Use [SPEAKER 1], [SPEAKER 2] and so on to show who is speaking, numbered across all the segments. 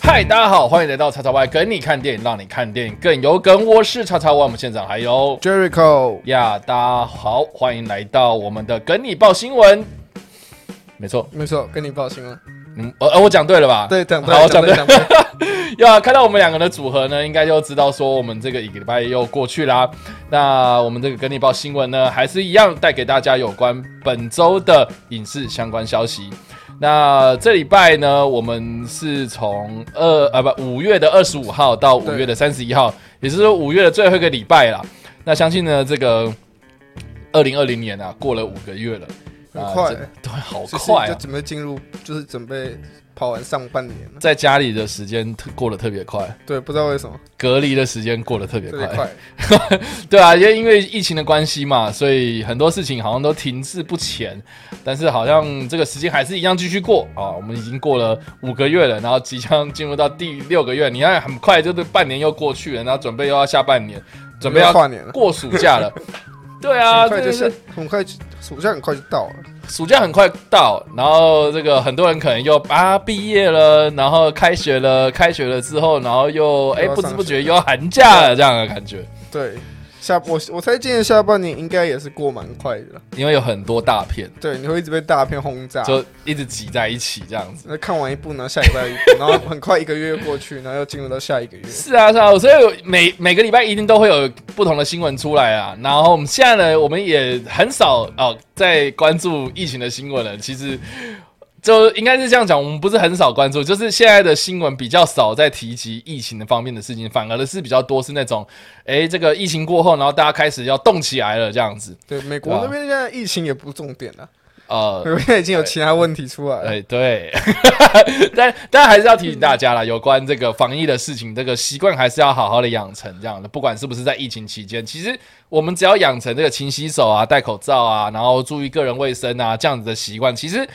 [SPEAKER 1] 嗨，大家好，欢迎来到叉叉 Y 跟你看电影，让你看电影更有梗。我是叉叉 Y，我们现场还有
[SPEAKER 2] Jericho，
[SPEAKER 1] 呀，大家好，欢迎来到我们的跟你报新闻。没错，
[SPEAKER 2] 没错，跟你报新闻。
[SPEAKER 1] 嗯，呃，呃我讲对了吧？
[SPEAKER 2] 对，讲对，
[SPEAKER 1] 好，我
[SPEAKER 2] 讲
[SPEAKER 1] 讲对。
[SPEAKER 2] 讲对。
[SPEAKER 1] 呀，看到我们两个的组合呢，应该就知道说我们这个一个礼拜又过去啦。那我们这个跟你报新闻呢，还是一样带给大家有关本周的影视相关消息。那这礼拜呢，我们是从二啊不五月的二十五号到五
[SPEAKER 2] 对
[SPEAKER 1] 月的三十一号，也就是说五月的最后一个礼拜啦。那相信呢，这个二零二零年啊，过了五个月了，
[SPEAKER 2] 很
[SPEAKER 1] 啊
[SPEAKER 2] 快
[SPEAKER 1] 这对，好
[SPEAKER 2] 就是
[SPEAKER 1] 快、啊
[SPEAKER 2] 就，准备进入，就是准备跑完上半年了。
[SPEAKER 1] 在家里的时间特过得特别快，
[SPEAKER 2] 对，不知道为什么
[SPEAKER 1] 隔离的时间过得特别
[SPEAKER 2] 特别
[SPEAKER 1] 快。
[SPEAKER 2] 快。
[SPEAKER 1] 对啊，因为因为疫情的关系嘛，所以很多事情好像都停滞不前，但是好像这个时间还是一样继续过啊。我们已经过了五个月了，然后即将进入到第六个月，你看很快就是半年又过去了，然后准备又要下半年，准备要
[SPEAKER 2] 跨年了，
[SPEAKER 1] 过暑假 了。对啊，
[SPEAKER 2] 很快就
[SPEAKER 1] 这
[SPEAKER 2] 下
[SPEAKER 1] 是，
[SPEAKER 2] 很快就暑假很快就到了。
[SPEAKER 1] 暑假很快到，然后这个很多人可能又啊毕业了，然后开学了，开学了之后，然后又哎
[SPEAKER 2] 又要
[SPEAKER 1] 不知
[SPEAKER 2] 上
[SPEAKER 1] 不觉
[SPEAKER 2] 学
[SPEAKER 1] 又要寒假了这样的感觉，
[SPEAKER 2] 对，下我我猜今年下半年应该也是过蛮快的了。
[SPEAKER 1] 因为有很多大片。
[SPEAKER 2] 对，你会一直被大片轰炸。
[SPEAKER 1] 就一直挤在一起这样子。
[SPEAKER 2] 那看完一部，然后下礼拜一部，然后很快一个月又过去， 然后又进入到下一个月。
[SPEAKER 1] 是啊，是啊，所以每每个礼拜一定都会有不同的新闻出来啊。然后我们现在呢，我们也很少哦在关注疫情的新闻了。其实就应该是这样讲，我们不是很少关注，就是现在的新闻比较少在提及疫情的方面的事情，反而的是比较多是那种，诶，这个疫情过后，然后大家开始要动起来了这样子。
[SPEAKER 2] 对，美国
[SPEAKER 1] 对啊
[SPEAKER 2] 那边现在疫情也不重点了，
[SPEAKER 1] 呃
[SPEAKER 2] 美，国现在已经有其他问题出来了。
[SPEAKER 1] 哎，对， 但但还是要提醒大家啦，有关这个防疫的事情，这个习惯还是要好好的养成。这样的，不管是不是在疫情期间，其实我们只要养成这个勤洗手啊、戴口罩啊，然后注意个人卫生啊这样子的习惯，其实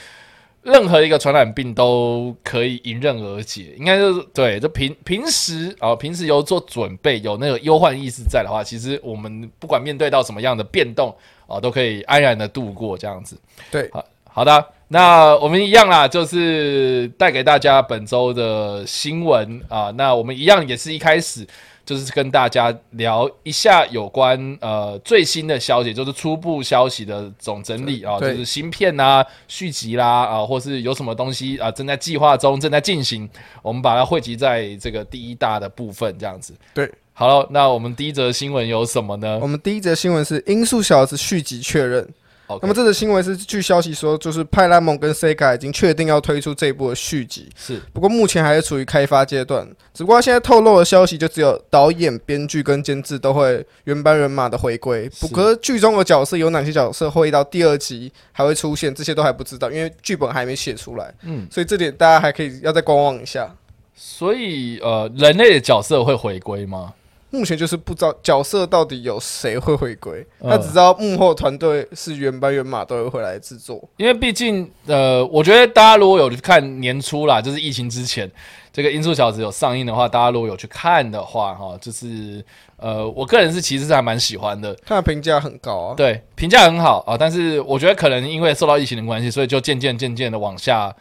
[SPEAKER 1] 任何一个传染病都可以迎刃而解。应该就是对，就平平时啊、哦平时有做准备，有那个忧患意识在的话，其实我们不管面对到什么样的变动啊、哦都可以安然的度过这样子。
[SPEAKER 2] 对，
[SPEAKER 1] 好好的，那我们一样啦，就是带给大家本周的新闻啊。那我们一样也是一开始就是跟大家聊一下有关呃最新的消息，就是初步消息的总整理啊，就
[SPEAKER 2] 对
[SPEAKER 1] 是芯片啊、续集啦啊，或是有什么东西啊正在计划中、正在进行，我们把它汇集在这个第一大的部分这样子。
[SPEAKER 2] 对，
[SPEAKER 1] 好了，那我们第一则新闻有什么呢
[SPEAKER 2] 我？们第一则新闻是《音速小子》续集确认。
[SPEAKER 1] OK
[SPEAKER 2] 那么这则新闻是据消息说，就是派拉蒙跟 Sega 已经确定要推出这一部的续集，
[SPEAKER 1] 是
[SPEAKER 2] 不过目前还是处于开发阶段。只不过现在透露的消息就只有导演、编剧跟监制都会原班人马的回归。
[SPEAKER 1] 是
[SPEAKER 2] 不过剧中的角色有哪些角色会到第二集还会出现，这些都还不知道，因为剧本还没写出来。
[SPEAKER 1] 嗯，
[SPEAKER 2] 所以这点大家还可以要再观望一下。
[SPEAKER 1] 所以呃，人类的角色会回归吗？
[SPEAKER 2] 目前就是不知道角色到底有谁会回归，
[SPEAKER 1] 嗯
[SPEAKER 2] 他只知道幕后团队是原班原马都会回来制作。
[SPEAKER 1] 因为毕竟，呃，我觉得大家如果有去看年初啦，就是疫情之前，这个《音速小子》有上映的话，大家如果有去看的话，哈，就是呃，我个人是其实是还蛮喜欢的，
[SPEAKER 2] 他的评价很高啊，
[SPEAKER 1] 对，评价很好啊。但是我觉得可能因为受到疫情的关系，所以就渐渐渐渐的往下，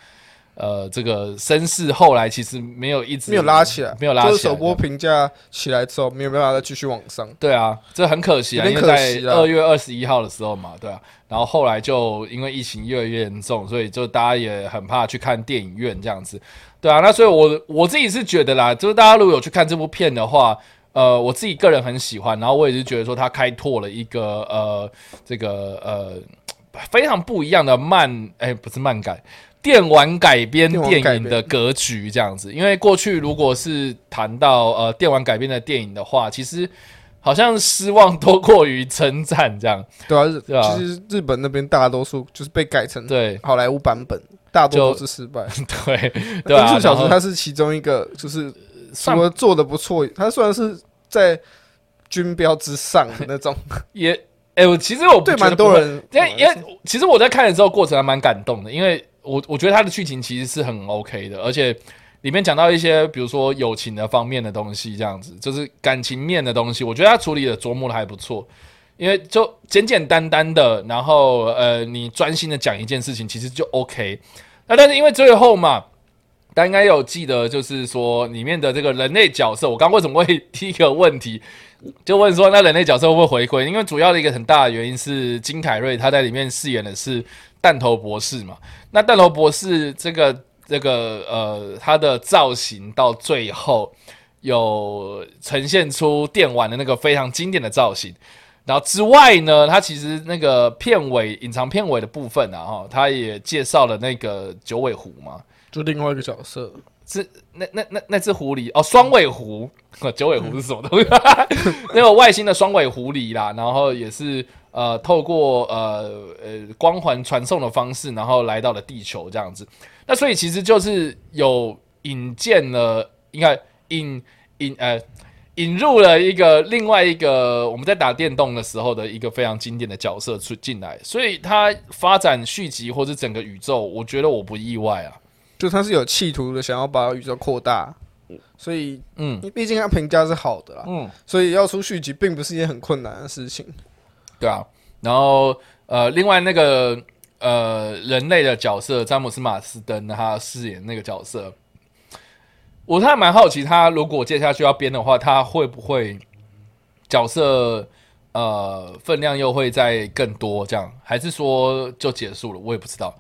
[SPEAKER 1] 呃，这个声势后来其实没有一直
[SPEAKER 2] 没有拉起来，
[SPEAKER 1] 没有拉起来
[SPEAKER 2] 就是首播评价起来之后，没有办法再继续往上。
[SPEAKER 1] 对啊，这很可惜啊，
[SPEAKER 2] 有
[SPEAKER 1] 因为
[SPEAKER 2] 点可
[SPEAKER 1] 在
[SPEAKER 2] 惜啊
[SPEAKER 1] 二月二十一号的时候嘛，对啊，然后后来就因为疫情越来越严重，所以就大家也很怕去看电影院这样子，对啊，那所以我我自己是觉得啦，就是大家如果有去看这部片的话。呃，我自己个人很喜欢，然后我也是觉得说它开拓了一个呃，这个呃非常不一样的漫，哎、不是漫改，电玩改编
[SPEAKER 2] 电玩
[SPEAKER 1] 电
[SPEAKER 2] 改
[SPEAKER 1] 影
[SPEAKER 2] 编
[SPEAKER 1] 的格局这样子。因为过去如果是谈到呃电玩改编的电影的话，其实好像失望多过于称赞这样。
[SPEAKER 2] 对啊，日
[SPEAKER 1] 对啊
[SPEAKER 2] 其实日本那边大多数就是被改成
[SPEAKER 1] 对
[SPEAKER 2] 好莱坞版本，大多都是失败。
[SPEAKER 1] 对 对
[SPEAKER 2] 音
[SPEAKER 1] 啊，
[SPEAKER 2] 速小
[SPEAKER 1] 然
[SPEAKER 2] 子
[SPEAKER 1] 后
[SPEAKER 2] 它是其中一个，就是除
[SPEAKER 1] 上
[SPEAKER 2] 了做的不错，它虽然是在军标之上的那种，
[SPEAKER 1] 也哎、我其实我
[SPEAKER 2] 对
[SPEAKER 1] 觉得
[SPEAKER 2] 蛮多
[SPEAKER 1] 不会
[SPEAKER 2] 人，
[SPEAKER 1] 因为因为其实我在看的时候过程还蛮感动的，因为我我觉得它的剧情其实是很 OK 的，而且里面讲到一些比如说友情的方面的东西，这样子就是感情面的东西，我觉得他处理的琢磨的还不错。因为就简简单单的，然后呃，你专心的讲一件事情，其实就 OK。那但是因为最后嘛，大家应该有记得，就是说里面的这个人类角色，我刚为什么会 第一个问题就问说，那人类角色会不会回归？因为主要的一个很大的原因是金凯瑞他在里面饰演的是弹头博士嘛。那弹头博士这个这个呃，他的造型到最后有呈现出电玩的那个非常经典的造型。然后之外呢，他其实那个片尾隐藏片尾的部分啊，哈，他也介绍了那个九尾狐嘛。
[SPEAKER 2] 就另外一个角色，
[SPEAKER 1] 是那那那那只狐狸哦，双尾狐，哦九尾狐是什么东西？ 那个外星的双尾狐狸啦，然后也是呃透过呃呃光环传送的方式，然后来到了地球这样子。那所以其实就是有引荐了，应该引引呃引入了一个另外一个我们在打电动的时候的一个非常经典的角色出进来，所以它发展续集或者整个宇宙，我觉得我不意外啊，
[SPEAKER 2] 就他是有企图的，想要把宇宙扩大，所以
[SPEAKER 1] 嗯
[SPEAKER 2] 因为毕竟他评价是好的啦，
[SPEAKER 1] 嗯。
[SPEAKER 2] 所以要出续集并不是一件很困难的事情。
[SPEAKER 1] 对啊，然后呃，另外那个呃，人类的角色詹姆斯马斯登他饰演那个角色，我还蛮好奇他如果接下去要编的话，他会不会角色呃分量又会再更多这样，还是说就结束了？我也不知道。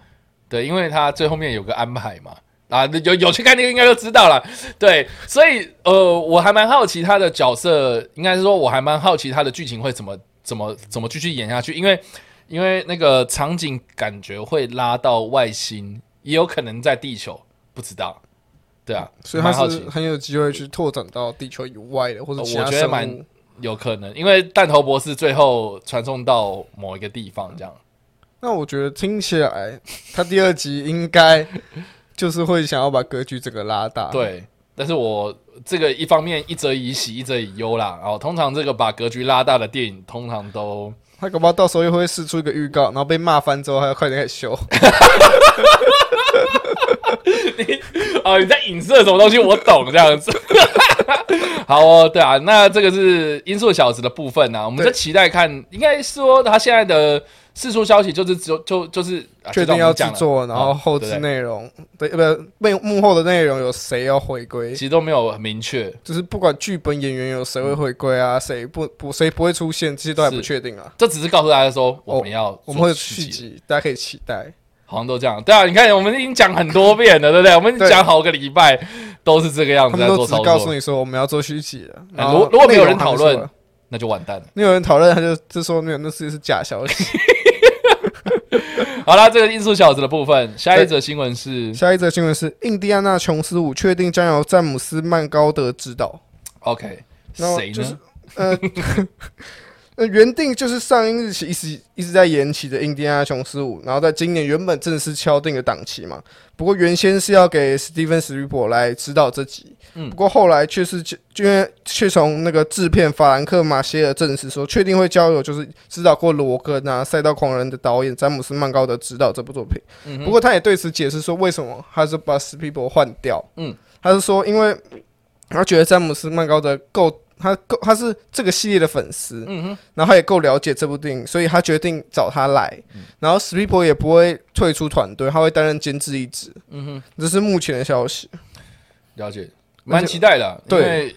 [SPEAKER 1] 对，因为他最后面有个安排嘛。啊，有有去看那个应该就知道了，对，所以呃，我还蛮好奇他的角色，应该是说我还蛮好奇他的剧情会怎么怎么怎么继续演下去，因为因为那个场景感觉会拉到外星，也有可能在地球，不知道，对啊，
[SPEAKER 2] 所以他
[SPEAKER 1] 蛮好奇
[SPEAKER 2] 是很有机会去拓展到地球以外的，或者
[SPEAKER 1] 呃
[SPEAKER 2] 其
[SPEAKER 1] 我
[SPEAKER 2] 他
[SPEAKER 1] 觉得
[SPEAKER 2] 生
[SPEAKER 1] 蛮
[SPEAKER 2] 物。
[SPEAKER 1] 有可能，因为弹头博士最后传送到某一个地方，这样
[SPEAKER 2] 那我觉得听起来，他第二集应该 就是会想要把格局整个拉大。，
[SPEAKER 1] 对。但是我这个一方面一则以喜，一则以忧啦。然后通常这个把格局拉大的电影，通常都
[SPEAKER 2] 他搞不好到时候又会试出一个预告，然后被骂翻之后，还要快点开始
[SPEAKER 1] 啊
[SPEAKER 2] 修。
[SPEAKER 1] 哦，你在影射什么东西？我懂这样子。 好哦，对啊，那这个是《音速小子》的部分啊，我们
[SPEAKER 2] 对
[SPEAKER 1] 就期待看。应该说他现在的释出消息就是只有就就是啊就照
[SPEAKER 2] 确定
[SPEAKER 1] 我们
[SPEAKER 2] 要制
[SPEAKER 1] 讲了
[SPEAKER 2] 作，然后
[SPEAKER 1] 哦
[SPEAKER 2] 后
[SPEAKER 1] 对
[SPEAKER 2] 置
[SPEAKER 1] 不对
[SPEAKER 2] 内容，对，呃不幕幕后的内容有谁要回归
[SPEAKER 1] 其，实都没有很明确。
[SPEAKER 2] 就是不管剧本演员有谁会回归啊，谁不不谁不会出现，这些都还不
[SPEAKER 1] 嗯是
[SPEAKER 2] 确定啊。
[SPEAKER 1] 这只是告诉大家说，我们要、
[SPEAKER 2] 哦我们会有续，集，大家可以期待。
[SPEAKER 1] 好像都这样。对啊，你看我们已经讲很多遍了，对 不对？我们已经
[SPEAKER 2] 对
[SPEAKER 1] 讲好个礼拜都是这个样
[SPEAKER 2] 他
[SPEAKER 1] 子在
[SPEAKER 2] 们都
[SPEAKER 1] 做
[SPEAKER 2] 只是
[SPEAKER 1] 操
[SPEAKER 2] 告诉
[SPEAKER 1] 作，
[SPEAKER 2] 你说我们要做续集了，
[SPEAKER 1] 哎
[SPEAKER 2] 然
[SPEAKER 1] 如
[SPEAKER 2] 后
[SPEAKER 1] 如果没有
[SPEAKER 2] 内容
[SPEAKER 1] 人讨
[SPEAKER 2] 还没出
[SPEAKER 1] 论
[SPEAKER 2] 来，
[SPEAKER 1] 那就完蛋了。
[SPEAKER 2] 没有人讨论，他就就说没有，那是是假 消息。
[SPEAKER 1] 好啦，这个《音速小子》的部分，下一
[SPEAKER 2] 对
[SPEAKER 1] 则新闻是
[SPEAKER 2] 下一则新闻是印第安纳琼斯五确定将由詹姆斯曼高德执导。
[SPEAKER 1] OK，
[SPEAKER 2] 然后
[SPEAKER 1] 谁
[SPEAKER 2] 就
[SPEAKER 1] 呢？
[SPEAKER 2] 是呃， 呃，原定就是上映日期一直一直在延期的《印第安纳琼斯五》，然后在今年原本正式敲定的档期嘛。不过原先是要给史蒂芬·史皮伯来指导这集，
[SPEAKER 1] 嗯
[SPEAKER 2] 不过后来却是就因为却从那个制片法兰克·马歇尔证实说，确定会交由就是指导过《罗根》啊《赛道狂人》的导演詹姆斯·曼高德指导这部作品。
[SPEAKER 1] 嗯
[SPEAKER 2] 不过他也对此解释说，为什么他是把史皮伯换掉？
[SPEAKER 1] 嗯，
[SPEAKER 2] 他是说因为他觉得詹姆斯·曼高德够，他够他是这个系列的粉丝，
[SPEAKER 1] 嗯哼，
[SPEAKER 2] 然后他也够了解这部电影，所以他决定找他来。
[SPEAKER 1] 嗯
[SPEAKER 2] 然后史皮伯也不会退出团队，他会担任监制一职。
[SPEAKER 1] 嗯哼。
[SPEAKER 2] 这是目前的消息。
[SPEAKER 1] 了解，蛮期待的啊，
[SPEAKER 2] 对
[SPEAKER 1] 因为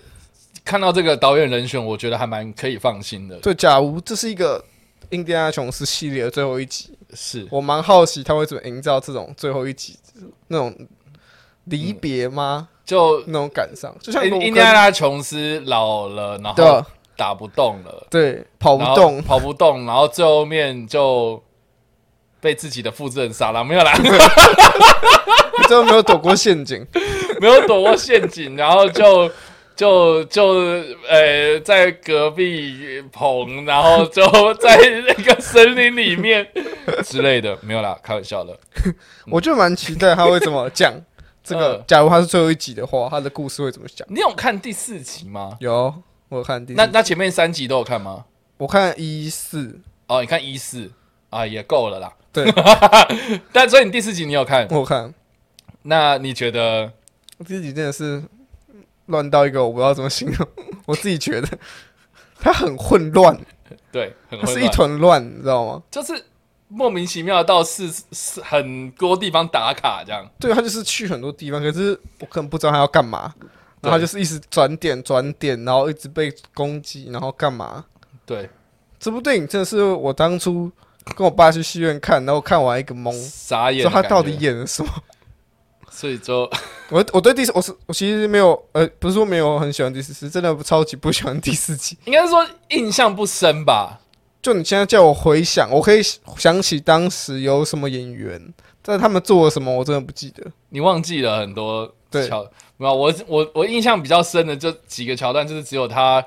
[SPEAKER 1] 看到这个导演人选，我觉得还蛮可以放心的。
[SPEAKER 2] 对，假如这是一个印第安琼斯系列的最后一集，
[SPEAKER 1] 是，
[SPEAKER 2] 我蛮好奇他会怎么营造这种最后一集那种离别吗？
[SPEAKER 1] 就
[SPEAKER 2] 那种感伤，就像
[SPEAKER 1] 印
[SPEAKER 2] 罗
[SPEAKER 1] 印
[SPEAKER 2] 根
[SPEAKER 1] 第安纳琼斯老了，然后
[SPEAKER 2] 对
[SPEAKER 1] 打不动了，
[SPEAKER 2] 对跑不
[SPEAKER 1] 然后
[SPEAKER 2] 动，
[SPEAKER 1] 跑不动，然后最后面就被自己的复制人杀了，没有啦，
[SPEAKER 2] 最后没有躲过陷阱。
[SPEAKER 1] 没有躲过陷阱，然后就。 就就呃，在隔壁棚，然后就在那个森林里面之类的，没有啦，开玩笑的。
[SPEAKER 2] 我就蛮期待他会怎么 讲这个
[SPEAKER 1] 嗯。
[SPEAKER 2] 假如他是最后一集的话，他的故事会怎么讲？
[SPEAKER 1] 你有看第四集吗？
[SPEAKER 2] 有，我有看第四
[SPEAKER 1] 那那前面三集都有看吗？
[SPEAKER 2] 我看一四，
[SPEAKER 1] 哦，你看一四啊，也够了啦。
[SPEAKER 2] 对
[SPEAKER 1] 但所以你第四集你有看，
[SPEAKER 2] 我有看
[SPEAKER 1] 那你觉得
[SPEAKER 2] 第四集真的是乱到一个我不知道怎么形容， 我自己觉 得他很混乱，
[SPEAKER 1] 对？很
[SPEAKER 2] 它
[SPEAKER 1] 混
[SPEAKER 2] 是一
[SPEAKER 1] 乱，
[SPEAKER 2] 团乱，你知道吗？
[SPEAKER 1] 就是莫名其妙到是是很多地方打卡这样。
[SPEAKER 2] 对他就是去很多地方，可是我根本不知道他要干嘛，然后他就是一直转点转点，然后一直被攻击，然后干嘛？
[SPEAKER 1] 对，
[SPEAKER 2] 这部电影真的是我当初跟我爸去戏院看，然后看完一个懵，
[SPEAKER 1] 傻眼
[SPEAKER 2] 说
[SPEAKER 1] 的
[SPEAKER 2] 他
[SPEAKER 1] 感觉。
[SPEAKER 2] 到底演了什么？
[SPEAKER 1] 所以就
[SPEAKER 2] 我我对第四我是我其实没有呃，不是说没有很喜欢第四集，是真的超级不喜欢第四集。
[SPEAKER 1] 应该是说印象不深吧。
[SPEAKER 2] 就你现在叫我回想，我可以想起当时有什么演员，但他们做了什么，我真的不记得。
[SPEAKER 1] 你忘记了很多
[SPEAKER 2] 对
[SPEAKER 1] 桥，没有我我我印象比较深的就几个桥段，就是只有他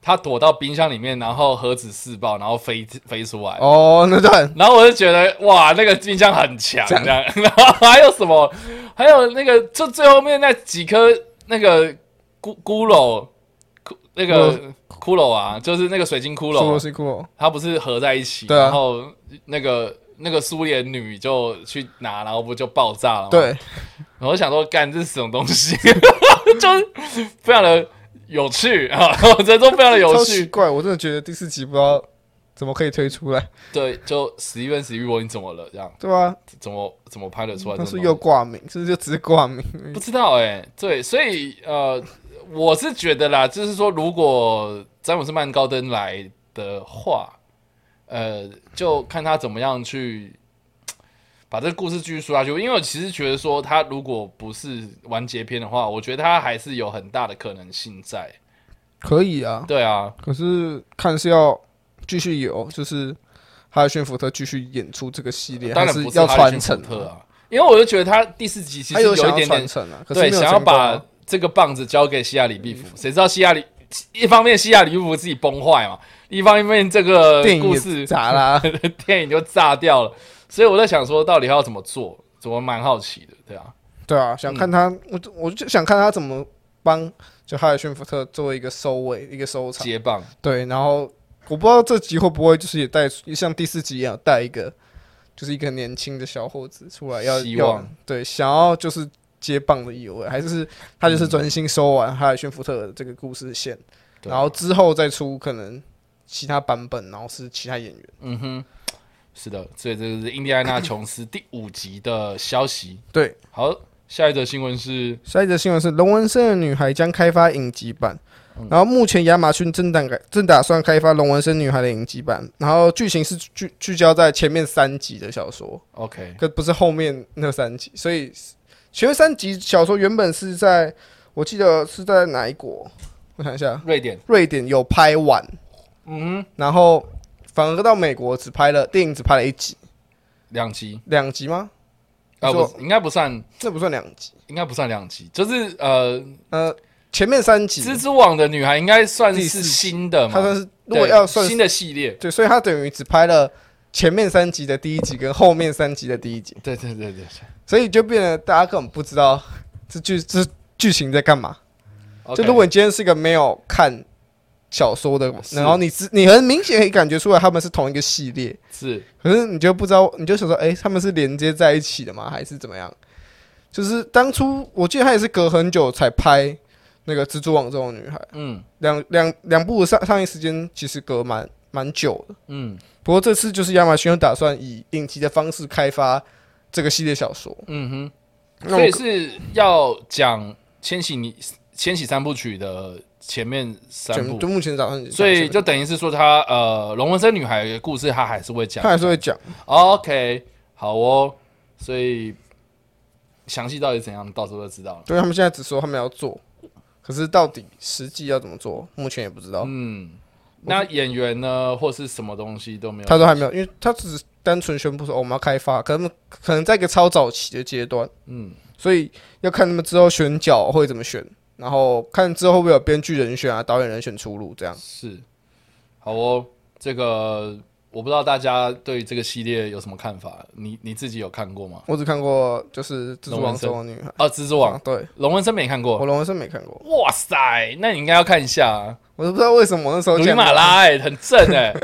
[SPEAKER 1] 他躲到冰箱里面，然后核子试爆，然后飞飞出来。
[SPEAKER 2] 哦，那段
[SPEAKER 1] 然后我就觉得哇，那个冰箱很强，
[SPEAKER 2] 这
[SPEAKER 1] 这
[SPEAKER 2] 样
[SPEAKER 1] 样。 然后还有什么？还有那个，就最后面那几颗那个骷骷髅，骷那个骷髅啊，就是那个水晶骷
[SPEAKER 2] 说的
[SPEAKER 1] 髅，
[SPEAKER 2] 是酷，
[SPEAKER 1] 它不是合在一起，
[SPEAKER 2] 对啊
[SPEAKER 1] 然后那个那个苏联女就去拿，然后不就爆炸了吗？
[SPEAKER 2] 对，
[SPEAKER 1] 然后我想说，干这是什么东西？ 就是非常的有趣啊，我只能说非常的有
[SPEAKER 2] 超奇
[SPEAKER 1] 趣。
[SPEAKER 2] 怪，我真的觉得第四集不知道怎么可以推出来，
[SPEAKER 1] 对，就十一月十一我你怎么了？这样
[SPEAKER 2] 对吧、
[SPEAKER 1] 怎么怎么拍得出来这种
[SPEAKER 2] 他
[SPEAKER 1] 东西？
[SPEAKER 2] 说又挂名，是不是就只是挂名而已？
[SPEAKER 1] 不知道哎、对，所以呃，我是觉得啦，就是说，如果詹姆斯曼高登来的话，呃，就看他怎么样去把这个故事继续说下去。因为我其实觉得说，他如果不是完结篇的话，我觉得他还是有很大的可能性在。
[SPEAKER 2] 可以啊，
[SPEAKER 1] 对啊，
[SPEAKER 2] 可是看是要继续有，就是哈里逊福特继续演出这个系列，
[SPEAKER 1] 当
[SPEAKER 2] 还
[SPEAKER 1] 然不
[SPEAKER 2] 要
[SPEAKER 1] 哈利
[SPEAKER 2] 传
[SPEAKER 1] 逊
[SPEAKER 2] 承
[SPEAKER 1] 福特，啊，因为我就觉得他第四集其
[SPEAKER 2] 他
[SPEAKER 1] 实有
[SPEAKER 2] 有想
[SPEAKER 1] 一
[SPEAKER 2] 要
[SPEAKER 1] 点点
[SPEAKER 2] 传承啊，可是
[SPEAKER 1] 对，
[SPEAKER 2] 没有
[SPEAKER 1] 想要
[SPEAKER 2] 成功啊
[SPEAKER 1] 把这个棒子交给西亚里毕福，谁知道西亚里一方面西亚里毕福自己崩坏嘛，一方面这个
[SPEAKER 2] 电影
[SPEAKER 1] 故
[SPEAKER 2] 也
[SPEAKER 1] 事
[SPEAKER 2] 砸啦，
[SPEAKER 1] 电影就炸掉了，所以我在想说，到底要怎么做，我蛮好奇的，对啊，
[SPEAKER 2] 对啊，想看
[SPEAKER 1] 嗯
[SPEAKER 2] 他，我就我就想看他怎么帮就哈里逊福特做一个收尾，一个收场。
[SPEAKER 1] 接棒，
[SPEAKER 2] 对，然后我不知道这集会不会就是也带出像第四集一样带一个，就是一个年轻的小伙子出来要
[SPEAKER 1] 希
[SPEAKER 2] 要
[SPEAKER 1] 望
[SPEAKER 2] 对想要就是接棒的意味，还是是他
[SPEAKER 1] 嗯
[SPEAKER 2] 就是专心收完哈里逊福特的这个故事线，
[SPEAKER 1] 对
[SPEAKER 2] 然后之后再出可能其他版本，然后是其他演员。
[SPEAKER 1] 嗯哼，是的，所以这就是印第安纳琼斯 第五集的消息。
[SPEAKER 2] 对，
[SPEAKER 1] 好，下一则新闻是
[SPEAKER 2] 下一则新闻是《龙纹身的女孩》将开发影集版，
[SPEAKER 1] 嗯
[SPEAKER 2] 然后目前亚马逊正打正打算开发《龙纹身女孩》的影集版，然后剧情是聚聚焦在前面三集的小说，
[SPEAKER 1] OK，
[SPEAKER 2] 可不是后面那三集，所以前面三集小说原本是在我记得是在哪一国？我想一下，
[SPEAKER 1] 瑞典，
[SPEAKER 2] 瑞典有拍完，
[SPEAKER 1] 嗯哼，
[SPEAKER 2] 然后反而到美国只拍了电影只拍了一集，
[SPEAKER 1] 两集
[SPEAKER 2] 两集吗？
[SPEAKER 1] 啊，
[SPEAKER 2] 你说
[SPEAKER 1] 不是，应该不算，
[SPEAKER 2] 这不算两集，
[SPEAKER 1] 应该不算两集，就是呃，
[SPEAKER 2] 呃，前面三集
[SPEAKER 1] 蜘蛛网的女孩应该算
[SPEAKER 2] 第四
[SPEAKER 1] 是
[SPEAKER 2] 集
[SPEAKER 1] 新的嘛，
[SPEAKER 2] 它算是如果
[SPEAKER 1] 对
[SPEAKER 2] 要算是
[SPEAKER 1] 新的系列，
[SPEAKER 2] 对，所以他等于只拍了前面三集的第一集跟后面三集的第一集，
[SPEAKER 1] 对对对对
[SPEAKER 2] 所以就变得大家根本不知道这剧 这剧情在干嘛。
[SPEAKER 1] 对，
[SPEAKER 2] 就如果你今天是一个没有看小说的，
[SPEAKER 1] 啊是
[SPEAKER 2] 然后你只你很明显可以感觉出来他们是同一个系列，
[SPEAKER 1] 是
[SPEAKER 2] 可是你就不知道，你就想说，哎、他们是连接在一起的吗？还是怎么样？就是当初我记得他也是隔很久才拍那个《蜘蛛网》这种女孩，
[SPEAKER 1] 嗯
[SPEAKER 2] 两两两部的上上映时间其实隔蛮蛮久的。
[SPEAKER 1] 嗯
[SPEAKER 2] 不过这次就是亚马逊又打算以影集的方式开发这个系列小说，
[SPEAKER 1] 嗯哼，
[SPEAKER 2] 那
[SPEAKER 1] 所
[SPEAKER 2] 我
[SPEAKER 1] 以是要讲千禧你千禧三部曲的前面三
[SPEAKER 2] 就
[SPEAKER 1] 部
[SPEAKER 2] 就，目前打算，
[SPEAKER 1] 所以就等于是说他呃龙纹身女孩的故事他还是会讲
[SPEAKER 2] 他还是会讲，
[SPEAKER 1] ，OK 好哦，所以详细到底怎样，到时候就知道了。
[SPEAKER 2] 对他们现在只说他们要做，可是到底实际要怎么做，目前也不知道。
[SPEAKER 1] 嗯，那演员呢或是什么东西都没有，
[SPEAKER 2] 他说还没有，因为他只是单纯宣布说、哦我们要开发，可能可能在一个超早期的阶段，
[SPEAKER 1] 嗯
[SPEAKER 2] 所以要看他们之后选角会怎么选，然后看之后会不会有编剧人选啊、导演人选出炉这样。
[SPEAKER 1] 是好哦，这个。我不知道大家对于这个系列有什么看法？你你自己有看过吗？
[SPEAKER 2] 我只看过就是《蜘蛛网》中的女孩，
[SPEAKER 1] 哦，蜘蛛网，
[SPEAKER 2] 对，
[SPEAKER 1] 龙纹身没看
[SPEAKER 2] 我
[SPEAKER 1] 过。
[SPEAKER 2] 龙纹身没看过，
[SPEAKER 1] 哇塞，那你应该要看一下、啊
[SPEAKER 2] 我都不知道为什么我那时候
[SPEAKER 1] 《鲁
[SPEAKER 2] 这
[SPEAKER 1] 伊
[SPEAKER 2] 样
[SPEAKER 1] 马拉、欸》很正 哎、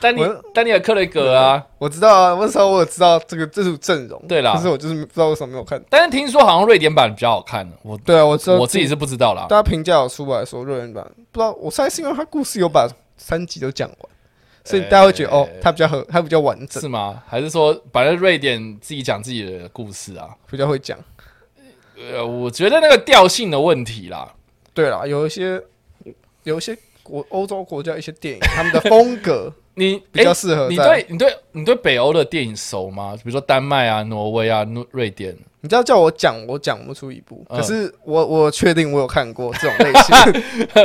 [SPEAKER 1] 丹尼
[SPEAKER 2] 我
[SPEAKER 1] 丹尼尔克雷格啊。
[SPEAKER 2] 我知道啊，那时候我有知道这个这组阵容，
[SPEAKER 1] 对啦
[SPEAKER 2] 可是我就是不知道为什么没有看。
[SPEAKER 1] 但是听说好像瑞典版比较好看，哦我
[SPEAKER 2] 对啊，我知道
[SPEAKER 1] 我自己是不知道啦。
[SPEAKER 2] 大家评价有出来说热人版，不知道我猜是因为他故事有把三集都讲完，所以大家会觉
[SPEAKER 1] 哎
[SPEAKER 2] 得哦，他比较合，他比较完整，
[SPEAKER 1] 是吗？还是说，反正瑞典自己讲自己的故事啊？
[SPEAKER 2] 比较会讲。
[SPEAKER 1] 呃，我觉得那个调性的问题啦，
[SPEAKER 2] 对啦，有一些有一些国欧洲国家一些电影，他们的风格
[SPEAKER 1] 你
[SPEAKER 2] 比较
[SPEAKER 1] 诶
[SPEAKER 2] 适 合
[SPEAKER 1] 哎你
[SPEAKER 2] 在。
[SPEAKER 1] 对你对你对北欧的电影熟吗？比如说丹麦啊、挪威啊、诺瑞典，
[SPEAKER 2] 你知道叫我讲，我讲不出一部。
[SPEAKER 1] 嗯
[SPEAKER 2] 可是我我确定我有看过这种类 型，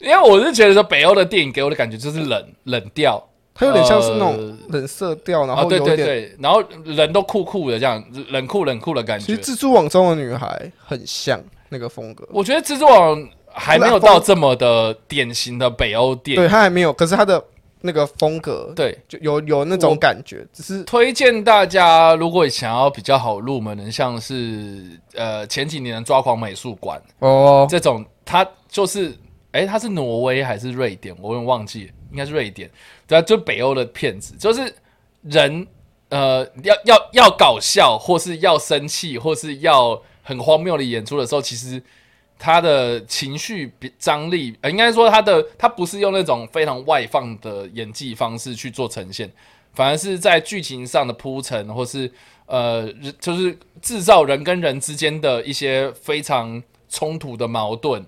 [SPEAKER 1] 因为我是觉得说北欧的电影给我的感觉就是冷冷调，
[SPEAKER 2] 它有点像是那种
[SPEAKER 1] 呃
[SPEAKER 2] 冷色调，然
[SPEAKER 1] 啊，
[SPEAKER 2] 后
[SPEAKER 1] 对
[SPEAKER 2] 有
[SPEAKER 1] 对
[SPEAKER 2] 点。
[SPEAKER 1] 对，然后人都酷酷的这样，冷酷冷酷的感
[SPEAKER 2] 其
[SPEAKER 1] 觉
[SPEAKER 2] 实。《蜘蛛网中的女孩》很像那个风格，
[SPEAKER 1] 我觉得蜘蛛网还没有到这么的典型的北欧电
[SPEAKER 2] 对，
[SPEAKER 1] 影，
[SPEAKER 2] 她还没有，可是她的那个风格
[SPEAKER 1] 对，
[SPEAKER 2] 就有有那种感觉，只是
[SPEAKER 1] 推荐大家，如果想要比较好入门的，像是呃前几年的抓狂美术馆
[SPEAKER 2] 哦，
[SPEAKER 1] 这种，它就是诶，它是挪威还是瑞典？我有点忘记了，应该是瑞典。对啊，就北欧的片子，就是人呃要要要搞笑，或是要生气，或是要很荒谬的演出的时候，其实。他的情绪比张力，呃，应该说他的他不是用那种非常外放的演技方式去做呈现，反而是在剧情上的铺陈，或是呃，人就是制造人跟人之间的一些非常冲突的矛盾，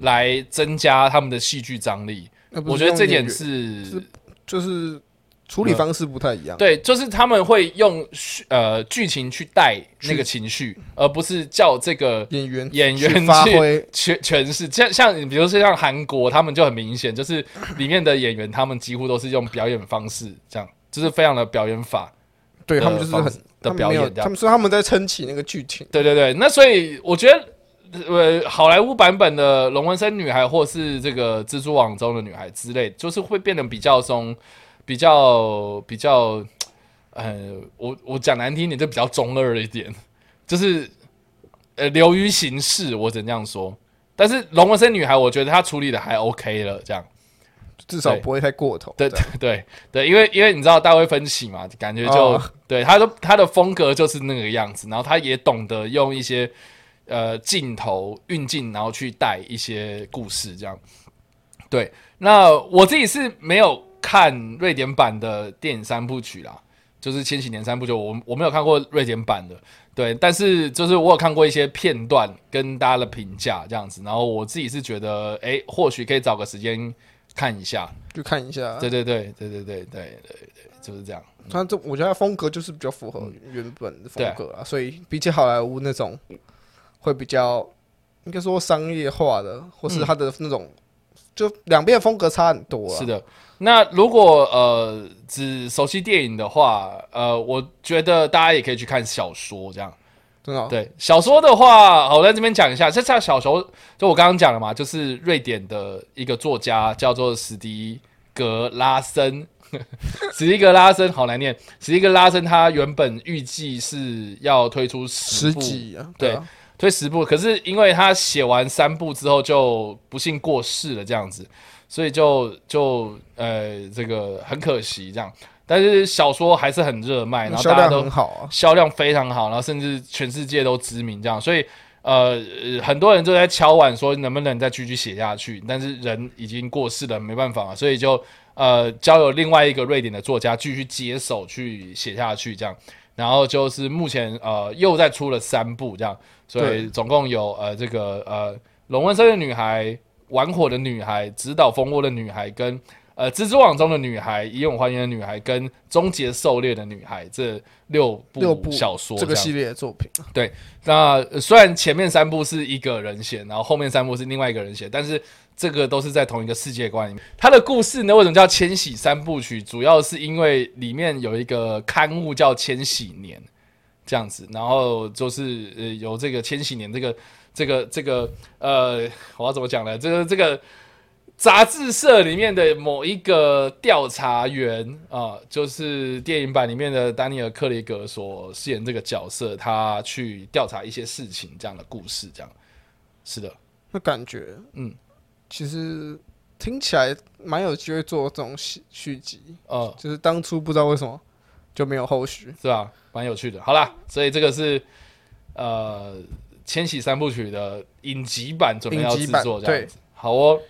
[SPEAKER 1] 来增加他们的戏剧张力。
[SPEAKER 2] 那不
[SPEAKER 1] 我
[SPEAKER 2] 是
[SPEAKER 1] 觉得这
[SPEAKER 2] 用
[SPEAKER 1] 点
[SPEAKER 2] 演员
[SPEAKER 1] 是
[SPEAKER 2] 是就是处理方式不太一样。
[SPEAKER 1] 对，就是他们会用叙呃剧情去带那个情绪，而不是叫这个
[SPEAKER 2] 演员
[SPEAKER 1] 演员
[SPEAKER 2] 去发挥，
[SPEAKER 1] 全全是像像比如说像韩国，他们就很明显，就是里面的演员，他们几乎都是用表演方式，这样就是非常的表演法
[SPEAKER 2] 对
[SPEAKER 1] 的
[SPEAKER 2] 他们就是
[SPEAKER 1] 方
[SPEAKER 2] 很
[SPEAKER 1] 式的
[SPEAKER 2] 他们
[SPEAKER 1] 表
[SPEAKER 2] 没有
[SPEAKER 1] 演这
[SPEAKER 2] 他
[SPEAKER 1] 样。
[SPEAKER 2] 们说他们在撑起那个剧情，
[SPEAKER 1] 对对对，那所以我觉得。呃，好莱坞版本的《龙纹身女孩》或是这个《蜘蛛网中的女孩》之类，就是会变得比较松，比较比较，呃，我我讲难听一点，就比较中二一点，就是呃流于形式，我只能这样说。但是《龙纹身女孩》，我觉得她处理的还 OK 了，这样。
[SPEAKER 2] 至少
[SPEAKER 1] 对
[SPEAKER 2] 不会太过头。
[SPEAKER 1] 对
[SPEAKER 2] 这样
[SPEAKER 1] 对对，因为因为你知道大卫芬奇嘛，感觉就、
[SPEAKER 2] 哦
[SPEAKER 1] 对他的他的风格就是那个样子，然后他也懂得用一些呃镜头运镜，然后去带一些故事这样。对，那我自己是没有看瑞典版的电影三部曲啦，就是千禧年三部曲，我我没有看过瑞典版的，对，但是就是我有看过一些片段跟大家的评价这样子，然后我自己是觉得，诶，或许可以找个时间看一下，
[SPEAKER 2] 去看一下。
[SPEAKER 1] 对对对对对对对对对，就是这样。
[SPEAKER 2] 他这我觉得他风格就是比较符合
[SPEAKER 1] 嗯
[SPEAKER 2] 原本的风格啊，所以比起好莱坞那种会比较应该说商业化的，或是他的那种、就两边的风格差很多啊。
[SPEAKER 1] 是，的。那如果呃只熟悉电影的话，呃，我觉得大家也可以去看小说，这样。
[SPEAKER 2] 真的哦、
[SPEAKER 1] 对，小说的话，好我在这边讲一下，这像小说，就我刚刚讲了嘛，就是瑞典的一个作家叫做史迪格拉森。 史迪格拉森好难念，史迪格拉森他原本预计是要推出
[SPEAKER 2] 十
[SPEAKER 1] 十部
[SPEAKER 2] 几啊，
[SPEAKER 1] 对
[SPEAKER 2] 啊，
[SPEAKER 1] 推十部，可是因为他写完三部之后就不幸过世了，这样子，所以就就呃这个很可惜这样。但是小说还是很热卖，然后
[SPEAKER 2] 销
[SPEAKER 1] 大家
[SPEAKER 2] 量
[SPEAKER 1] 都
[SPEAKER 2] 很好啊。
[SPEAKER 1] 销量非常好，然后甚至全世界都知名这样，所以呃呃很多人就在敲碗说能不能再继续写下去，但是人已经过世了，没办法嘛，所以就呃交由另外一个瑞典的作家继续接手去写下去这样，然后就是目前呃又再出了三部这样，所以
[SPEAKER 2] 对
[SPEAKER 1] 总共有呃这个呃龙纹身的女孩、玩火的女孩、指导蜂窝的女孩跟。呃，蜘蛛网中的女孩、以永还原的女孩跟终结狩猎的女孩这六
[SPEAKER 2] 六
[SPEAKER 1] 部
[SPEAKER 2] 部
[SPEAKER 1] 小说
[SPEAKER 2] 这个
[SPEAKER 1] 样
[SPEAKER 2] 系列的作品，啊
[SPEAKER 1] 那呃虽然前面三部是一个人写，然后后面三部是另外一个人写，但是这个都是在同一个世界观里面。它的故事呢，为什么叫《千禧三部曲》？主要是因为里面有一个刊物叫《千禧年》这样子，然后就是呃由这个《千禧年》这个这个这个呃，我要怎么讲呢？这个这个。杂志社里面的某一个调查员啊、就是电影版里面的丹尼尔·克雷格所饰演这个角色，他去调查一些事情这样的故事，这样是的，
[SPEAKER 2] 那感觉
[SPEAKER 1] 嗯，
[SPEAKER 2] 其实听起来蛮有机会做这种续续集，
[SPEAKER 1] 呃，
[SPEAKER 2] 就是当初不知道为什么就没有后续。
[SPEAKER 1] 是吧？蛮有趣的。好啦，所以这个是呃《千禧三部曲》的影集版准备要
[SPEAKER 2] 影集
[SPEAKER 1] 制
[SPEAKER 2] 版
[SPEAKER 1] 作这样
[SPEAKER 2] 对
[SPEAKER 1] 子，好哦，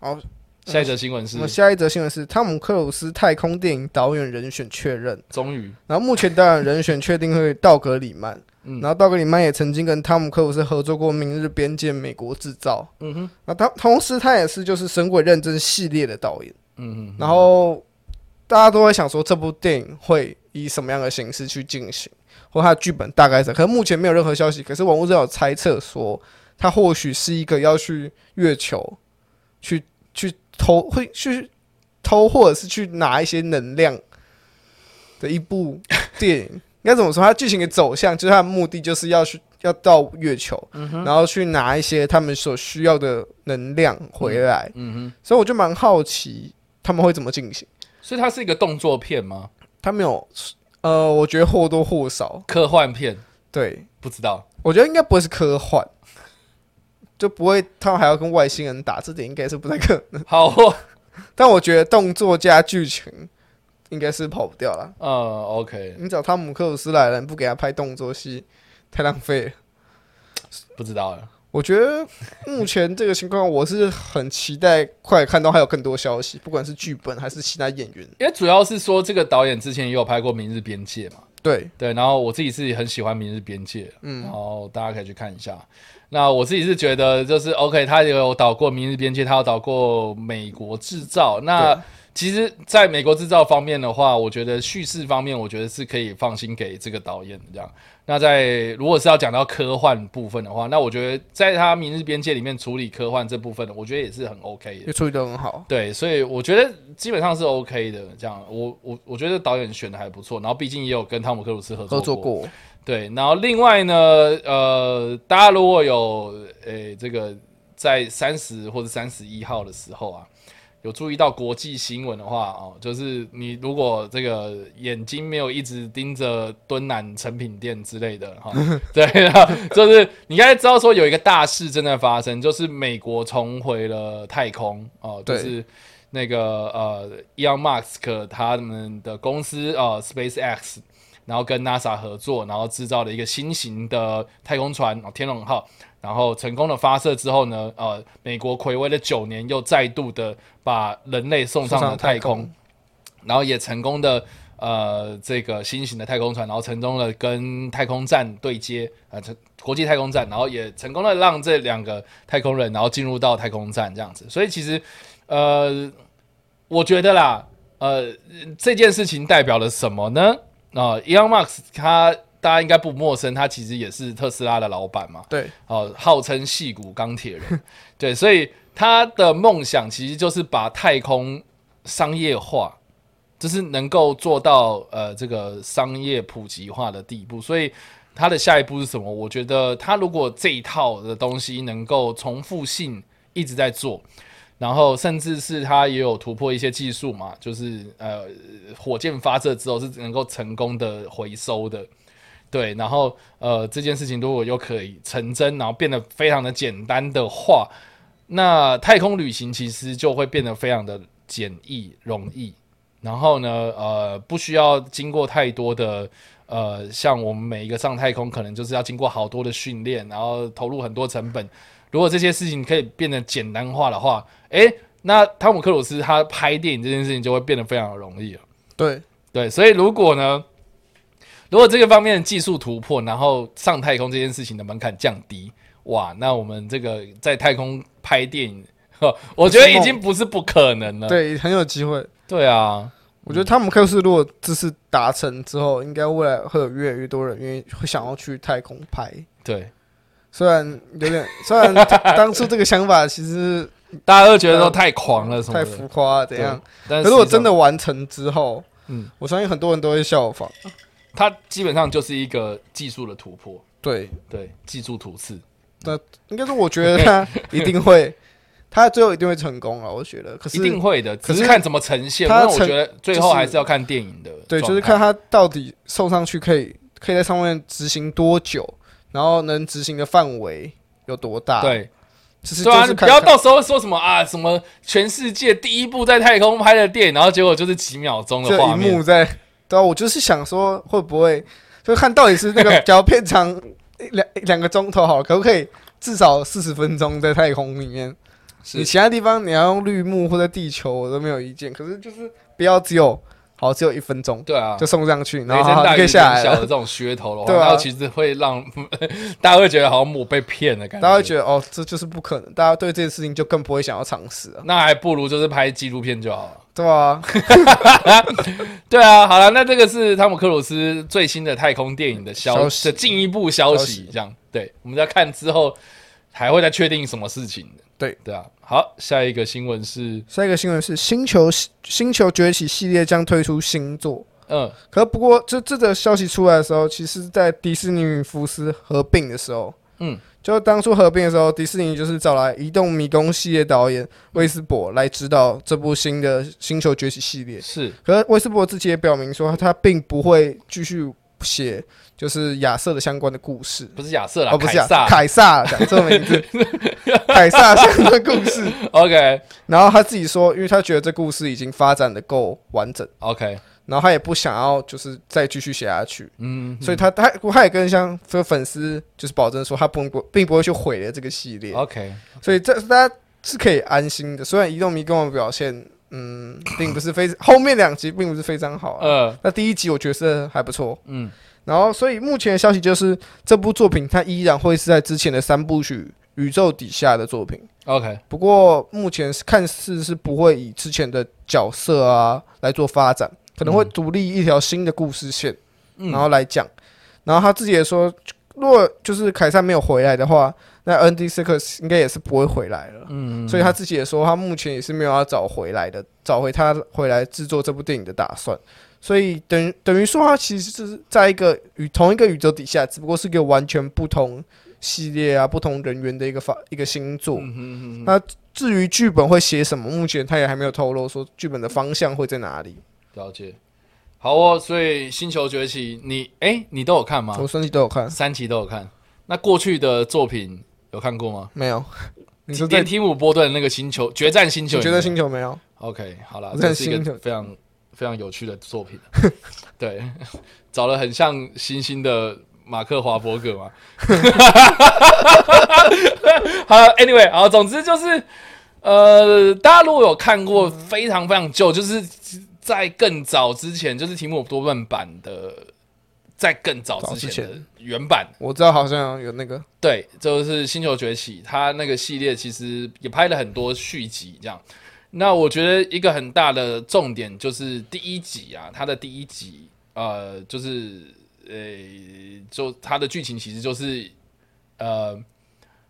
[SPEAKER 2] 好，嗯
[SPEAKER 1] 下一则新闻是
[SPEAKER 2] 我们下一则新闻是汤姆克鲁斯太空电影导演人选确认，
[SPEAKER 1] 终于，
[SPEAKER 2] 然后目前导演人选确定会道格里曼，
[SPEAKER 1] 嗯
[SPEAKER 2] 然后道格里曼也曾经跟汤姆克鲁斯合作过《明日边界》《美国制造》，
[SPEAKER 1] 嗯哼，
[SPEAKER 2] 那他同时他也是就是《神鬼认真》系列的导演，
[SPEAKER 1] 嗯哼，
[SPEAKER 2] 然后大家都会想说这部电影会以什么样的形式去进行，或它的剧本大概是，可是目前没有任何消息，可是网络上有猜测说它或许是一个要去月球去去偷会去偷或者是去拿一些能量的一部电影，应该怎么说？它剧情的走向就是它的目的就是要去。要到月球，然后去拿一些他们所需要的能量回来，
[SPEAKER 1] 嗯
[SPEAKER 2] 所以我就蛮好奇他们会怎么进行。
[SPEAKER 1] 哼，所以它是一个动作片吗？
[SPEAKER 2] 他没有，呃，我觉得或多或少，
[SPEAKER 1] 科幻片？
[SPEAKER 2] 对
[SPEAKER 1] 不知道，
[SPEAKER 2] 我觉得应该不会是科幻，就不会他们还要跟外星人打，这点应该是不太可 能。
[SPEAKER 1] 好哦，
[SPEAKER 2] 但我觉得动作加剧情应该是跑不掉啦。
[SPEAKER 1] 嗯，OK，
[SPEAKER 2] 你找汤姆克鲁斯来了，你不给他拍动作戏，太浪费了。
[SPEAKER 1] 不知道了。
[SPEAKER 2] 我觉得目前这个情况，我是很期待快看到还有更多消息，不管是剧本还是其他演员。
[SPEAKER 1] 因为主要是说这个导演之前也有拍过《明日边界》嘛，
[SPEAKER 2] 对，
[SPEAKER 1] 对，然后我自己是很喜欢《明日边界》，嗯，然后大家可以去看一下。那我自己是觉得就是 OK，他有导过《明日边界》，他有导过《美国制造》。那其实在美国制造方面的话，我觉得叙事方面，我觉得是可以放心给这个导演的这样。那在如果是要讲到科幻部分的话，那我觉得在他《明日边界》里面处理科幻这部分，我觉得也是很 OK 的
[SPEAKER 2] 也。处理得很好。
[SPEAKER 1] 对，所以我觉得基本上是 OK 的。这样，我我我觉得导演选的还不错，然后毕竟也有跟汤姆克鲁斯合作
[SPEAKER 2] 合作过，
[SPEAKER 1] 对，然后另外呢，呃，大家如果有诶、这个在三十或者三十一号的时候啊，有注意到国际新闻的话哦，就是你如果这个眼睛没有一直盯着敦南成品店之类的哈、对啊，就是你应该知道说有一个大事正在发生，就是美国重回了太空哦，就
[SPEAKER 2] 对
[SPEAKER 1] 是。那个呃，Elon Musk 他们的公司呃 SpaceX 然后跟 NASA 合作，然后制造了一个新型的太空船哦，天龙号，然后成功的发射之后呢，呃，美国暌违了九年，又再度的把人类送上了太空，然后也成功的呃这个新型的太空船，然后成功的跟太空站对接啊，成、国际太空站，然后也成功的让这两个太空人然后进入到太空站这样子，所以其实呃，我觉得啦，呃，这件事情代表了什么呢？啊、e l o n Musk 他大家应该不陌生，他其实也是特斯拉的老板嘛，
[SPEAKER 2] 对，
[SPEAKER 1] 哦、号称戏骨钢铁人，对，所以他的梦想其实就是把太空商业化，就是能够做到呃这个商业普及化的地步，所以。他的下一步是什么？我觉得他如果这一套的东西能够重复性一直在做，然后甚至是他也有突破一些技术嘛，就是呃，火箭发射之后是能够成功的回收的，对，然后呃这件事情如果又可以成真，然后变得非常的简单的话，那太空旅行其实就会变得非常的简易容易，然后呢，呃，不需要经过太多的。呃，像我们每一个上太空，可能就是要经过好多的训练，然后投入很多成本。如果这些事情可以变得简单化的话，诶，那汤姆克鲁斯他拍电影这件事情就会变得非常容易了。
[SPEAKER 2] 对，
[SPEAKER 1] 对，所以如果呢，如果这个方面的技术突破，然后上太空这件事情的门槛降低，哇，那我们这个在太空拍电影， 呵我觉得已经不是不可能了。
[SPEAKER 2] 对，很有机会。
[SPEAKER 1] 对啊，
[SPEAKER 2] 我觉得汤姆克鲁斯如果这次达成之后，应该未来会有越来越多人愿意会想要去太空拍。
[SPEAKER 1] 对，
[SPEAKER 2] 虽然有 点，虽然当初这个想法其实
[SPEAKER 1] 大家都觉得说太狂了什么
[SPEAKER 2] 啊太
[SPEAKER 1] 的，
[SPEAKER 2] 浮夸了，怎样？
[SPEAKER 1] 对？但
[SPEAKER 2] 可是我
[SPEAKER 1] 实际上
[SPEAKER 2] 真的完成之后，
[SPEAKER 1] 嗯
[SPEAKER 2] 嗯，我相信很多人都会效仿。
[SPEAKER 1] 它基本上就是一个技术的突破，
[SPEAKER 2] 对，
[SPEAKER 1] 对，技术突刺。
[SPEAKER 2] 应该说 我觉得他一定会，他最后一定会成功啊了。我觉得，可
[SPEAKER 1] 一
[SPEAKER 2] 是
[SPEAKER 1] 定会的，只
[SPEAKER 2] 可
[SPEAKER 1] 是
[SPEAKER 2] 是
[SPEAKER 1] 看怎么呈现。因
[SPEAKER 2] 它
[SPEAKER 1] 为我
[SPEAKER 2] 呈
[SPEAKER 1] 觉得最
[SPEAKER 2] 就
[SPEAKER 1] 后
[SPEAKER 2] 是
[SPEAKER 1] 还是要看电影的状态。
[SPEAKER 2] 对，就是看他到底送上去可以可以在上面执行多久，然后能执行的范围有多大。，
[SPEAKER 1] 对
[SPEAKER 2] 其实
[SPEAKER 1] 对啊，
[SPEAKER 2] 就
[SPEAKER 1] 你
[SPEAKER 2] 是
[SPEAKER 1] 不
[SPEAKER 2] 看
[SPEAKER 1] 要到
[SPEAKER 2] 看
[SPEAKER 1] 时候说什么啊，什么全世界第一部在太空拍的电影，然后结果就是几秒钟的
[SPEAKER 2] 这
[SPEAKER 1] 画
[SPEAKER 2] 一
[SPEAKER 1] 面
[SPEAKER 2] 幕。在，对啊，我就是想说会不会，就看到底是 那个假如片长一两一两个钟头好了，可不可以至少四十分钟在太空里面？
[SPEAKER 1] 是
[SPEAKER 2] 你其他地方你要用绿幕或者地球，我都没有意见。可是就是不要只有好只有一分钟
[SPEAKER 1] 对啊，
[SPEAKER 2] 就送上去，然
[SPEAKER 1] 雷
[SPEAKER 2] 后
[SPEAKER 1] 声
[SPEAKER 2] 好
[SPEAKER 1] 大
[SPEAKER 2] 你可
[SPEAKER 1] 雨
[SPEAKER 2] 以
[SPEAKER 1] 点
[SPEAKER 2] 下来
[SPEAKER 1] 小的这
[SPEAKER 2] 了。
[SPEAKER 1] 种噱头的话，
[SPEAKER 2] 对啊
[SPEAKER 1] 然后其实会让 大家会觉得好像我被骗的感觉。
[SPEAKER 2] 大家会觉得哦，这就是不可能，大家对这件事情就更不会想要尝试了，
[SPEAKER 1] 那还不如就是拍纪录片就好了。
[SPEAKER 2] 对啊，
[SPEAKER 1] 对啊，好了，那这个是汤姆克鲁斯最新的太空电影的消
[SPEAKER 2] 消息
[SPEAKER 1] 的进一步消
[SPEAKER 2] 消
[SPEAKER 1] 息
[SPEAKER 2] 息，
[SPEAKER 1] 这样对，我们要看之后还会再确定什么事情的。
[SPEAKER 2] 对
[SPEAKER 1] 对啊，好，下一个新闻是，
[SPEAKER 2] 下一个新闻是《星球星球崛起》系列将推出新作。
[SPEAKER 1] 嗯，
[SPEAKER 2] 可不过，这这则消息出来的时候，其实在迪士尼与福斯合并的时候，
[SPEAKER 1] 嗯，
[SPEAKER 2] 就当初合并的时候，迪士尼就是找来《移动迷宫》系列导演威斯伯来指导这部新的《星球崛起》系列。
[SPEAKER 1] 是
[SPEAKER 2] 可是威斯伯自己也表明说，他并不会继续写就是亚瑟的相关的故事。
[SPEAKER 1] 不是亚瑟啦？
[SPEAKER 2] 哦，不是
[SPEAKER 1] 凯
[SPEAKER 2] 亚
[SPEAKER 1] 撒。
[SPEAKER 2] 凯撒，讲错名字，凯撒相关故事。
[SPEAKER 1] OK
[SPEAKER 2] 然后他自己说，因为他觉得这故事已经发展的够完整，
[SPEAKER 1] OK，
[SPEAKER 2] 然后他也不想要就是再继续写下去，
[SPEAKER 1] 嗯，
[SPEAKER 2] 所以他他他也跟像这个粉丝就是保证说，他不不并不会去毁了这个系列，
[SPEAKER 1] OK，
[SPEAKER 2] 所以这大家是可以安心的。虽然移动迷宫的表现，嗯，并不是非后面两集并不是非常好、啊，
[SPEAKER 1] 呃，
[SPEAKER 2] 那第一集我觉得是还不错，
[SPEAKER 1] 嗯，
[SPEAKER 2] 然后所以目前的消息就是这部作品它依然会是在之前的三部曲宇宙底下的作品。
[SPEAKER 1] OK，
[SPEAKER 2] 不过目前是看似是不会以之前的角色啊来做发展，可能会独立一条新的故事线，然后来讲。然后他自己也说，如果就是凯撒没有回来的话，那 N D Circus 应该也是不会回来了。
[SPEAKER 1] 嗯，
[SPEAKER 2] 所以他自己也说，他目前也是没有要找回来的，找回他回来制作这部电影的打算。所以等于等于说，他其实就是在一个与同一个宇宙底下，只不过是一个完全不同系列啊、不同人员的一个发一个星座。
[SPEAKER 1] 嗯嗯
[SPEAKER 2] 那至于剧本会写什么，目前他也还没有透露说剧本的方向会在哪里。
[SPEAKER 1] 了解。好哦，所以《星球崛起》你哎、你都有看吗？
[SPEAKER 2] 我三集都有看，
[SPEAKER 1] 三集都有看。那过去的作品有看过吗？
[SPEAKER 2] 没有。你说在
[SPEAKER 1] 连提姆波顿那个星球决战星球
[SPEAKER 2] 你
[SPEAKER 1] 有没
[SPEAKER 2] 觉
[SPEAKER 1] 有，
[SPEAKER 2] 得星球没有？
[SPEAKER 1] OK，好了，
[SPEAKER 2] 我
[SPEAKER 1] 这
[SPEAKER 2] 看
[SPEAKER 1] 是一
[SPEAKER 2] 星
[SPEAKER 1] 个
[SPEAKER 2] 球
[SPEAKER 1] 非常非常有趣的作品。 对，找了很像星星的马克华伯格嘛。 好了，Anyway，好，总之就是，呃，大家如果有看过非常非常旧，就是在更早之前，就是提姆多顿版的，在更早
[SPEAKER 2] 早
[SPEAKER 1] 之
[SPEAKER 2] 之
[SPEAKER 1] 前的
[SPEAKER 2] 前
[SPEAKER 1] 原版
[SPEAKER 2] 我知道好像有那个，
[SPEAKER 1] 对，就是《星球崛起》，它那个系列其实也拍了很多续集，这样。那我觉得一个很大的重点就是第一集啊，它的第一集，呃，就是呃，就它的剧情其实就是，呃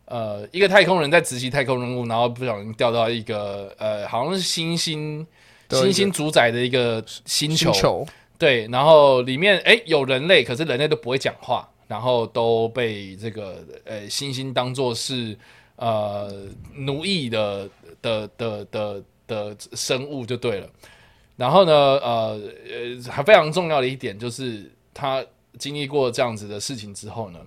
[SPEAKER 1] 呃，一个太空人在执行太空任务，然后不小心掉到一个呃，好像是星星
[SPEAKER 2] 对
[SPEAKER 1] 星星主宰的一个星球，
[SPEAKER 2] 星球
[SPEAKER 1] 对，然后里面诶有人类，可是人类都不会讲话，然后都被这个呃猩猩当做是呃奴役的的的的的生物就对了。然后呢，呃呃，还非常重要的一点就是，他经历过这样子的事情之后呢，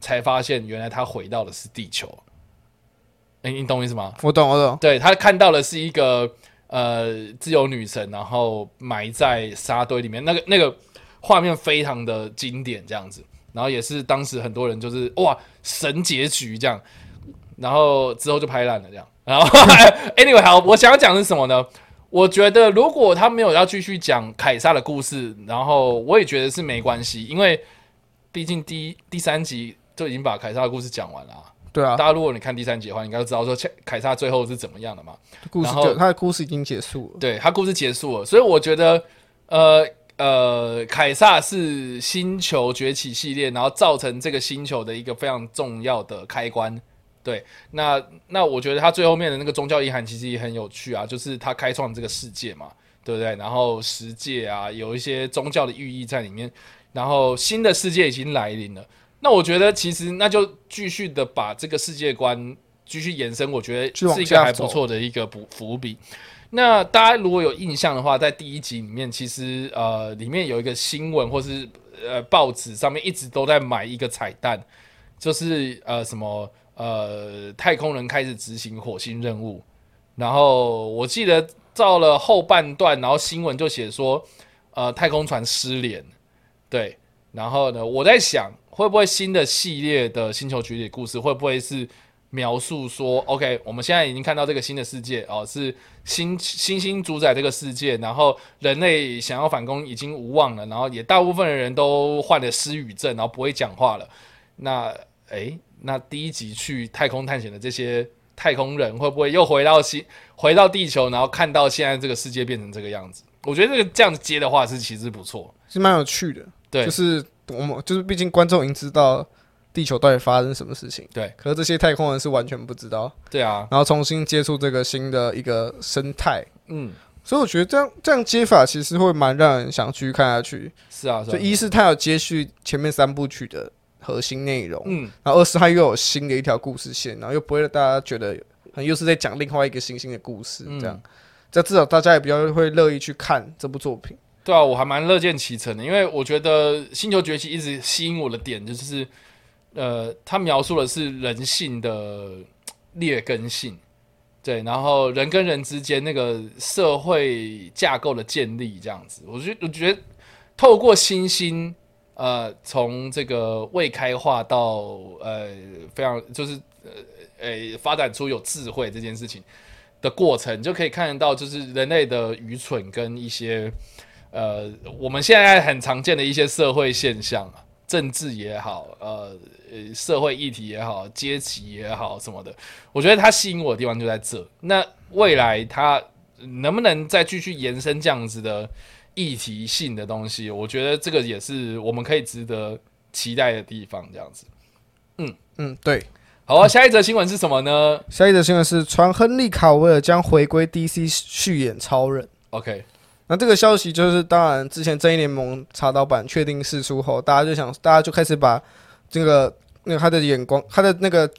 [SPEAKER 1] 才发现原来他回到的是地球。诶，你懂我意思吗？
[SPEAKER 2] 我懂我懂，
[SPEAKER 1] 对他看到的是一个呃自由女神，然后埋在沙堆里面，那个那个画面非常的经典，这样子，然后也是当时很多人就是哇神结局这样，然后之后就拍烂了这样，然后 anyway 好，我想要讲的是什么呢？我觉得如果他没有要继续讲凯撒的故事，然后我也觉得是没关系，因为毕竟第一第三集就已经把凯撒的故事讲完了啊、
[SPEAKER 2] 对啊，
[SPEAKER 1] 大家如果你看第三集的话，你应该知道说凯凯撒最后是怎么样的嘛。
[SPEAKER 2] 故事
[SPEAKER 1] 然后
[SPEAKER 2] 就他的故事已经结束了，
[SPEAKER 1] 对他故事结束了，所以我觉得，呃呃，凯撒是星球崛起系列，然后造成这个星球的一个非常重要的开关。对，那那我觉得他最后面的那个宗教意涵其实也很有趣啊，就是他开创这个世界嘛，对不对？然后十戒啊，有一些宗教的寓意在里面，然后新的世界已经来临了。那我觉得其实那就继续的把这个世界观继续延伸，我觉
[SPEAKER 2] 继续
[SPEAKER 1] 得
[SPEAKER 2] 往
[SPEAKER 1] 是一个
[SPEAKER 2] 下
[SPEAKER 1] 还不
[SPEAKER 2] 走
[SPEAKER 1] 错的一个伏伏笔。那呃大家如果有印象的话，在第一集里面，其实呃，里面有一个新闻或是呃报纸上面一直都在买一个彩蛋，就是呃什么呃太空人开始执行火星任务，然后我记得到了后半段，然后新闻就写说呃太空船失联，对，然后呢，我在想会不会新的系列的星球崛起故事会不会是描述说，OK，我们现在已经看到这个新的世界哦，是新新兴主宰这个世界，然后人类想要反攻已经无望了，然后也大部分的人都患了失语症，然后不会讲话了。那诶，那第一集去太空探险的这些太空人会不会又回到新回到地球，然后看到现在这个世界变成这个样子？我觉得这个这样接的话是其实不错，
[SPEAKER 2] 是蛮有趣的。
[SPEAKER 1] 对
[SPEAKER 2] 就是我们就是毕竟观众已经知道地球到底发生什么事情，
[SPEAKER 1] 对。
[SPEAKER 2] 可是这些太空人是完全不知道，
[SPEAKER 1] 对啊，
[SPEAKER 2] 然后重新接触这个新的一个生态。
[SPEAKER 1] 嗯，
[SPEAKER 2] 所以我觉得这样这样接法其实会蛮让人想去看下去。
[SPEAKER 1] 是啊，是
[SPEAKER 2] 就
[SPEAKER 1] 啊，
[SPEAKER 2] 一是它有接续前面三部曲的核心内容，
[SPEAKER 1] 嗯，
[SPEAKER 2] 然后二是它又有新的一条故事线，然后又不会让大家觉得很又是在讲另外一个新兴的故事
[SPEAKER 1] 嗯
[SPEAKER 2] 这样。这样至少大家也比较会乐意去看这部作品。
[SPEAKER 1] 对啊，我还蛮乐见其成的，因为我觉得《星球崛起》一直吸引我的点就是，呃，它描述的是人性的劣根性，对，然后人跟人之间那个社会架构的建立，这样子，我觉我觉得透过星星，呃，从这个未开化到呃非常就是呃呃发展出有智慧这件事情的过程，你就可以看得到就是人类的愚蠢跟一些。呃，我们现在很常见的一些社会现象啊，政治也好，呃呃，社会议题也好，阶级也好什么的，我觉得它吸引我的地方就在这。那未来它能不能再继续延伸这样子的议题性的东西，我觉得这个也是我们可以值得期待的地方。这样子，
[SPEAKER 2] 嗯，对。
[SPEAKER 1] 好啊，下一则新闻是什么呢
[SPEAKER 2] 下一则新闻是，传亨利·卡维尔将回归 DC 续演超人。
[SPEAKER 1] ？OK，
[SPEAKER 2] 那这个消息就是，当然之前正义联盟查到版确定释出后，大家就想，大家就开始把这个那个他的眼光，他的那个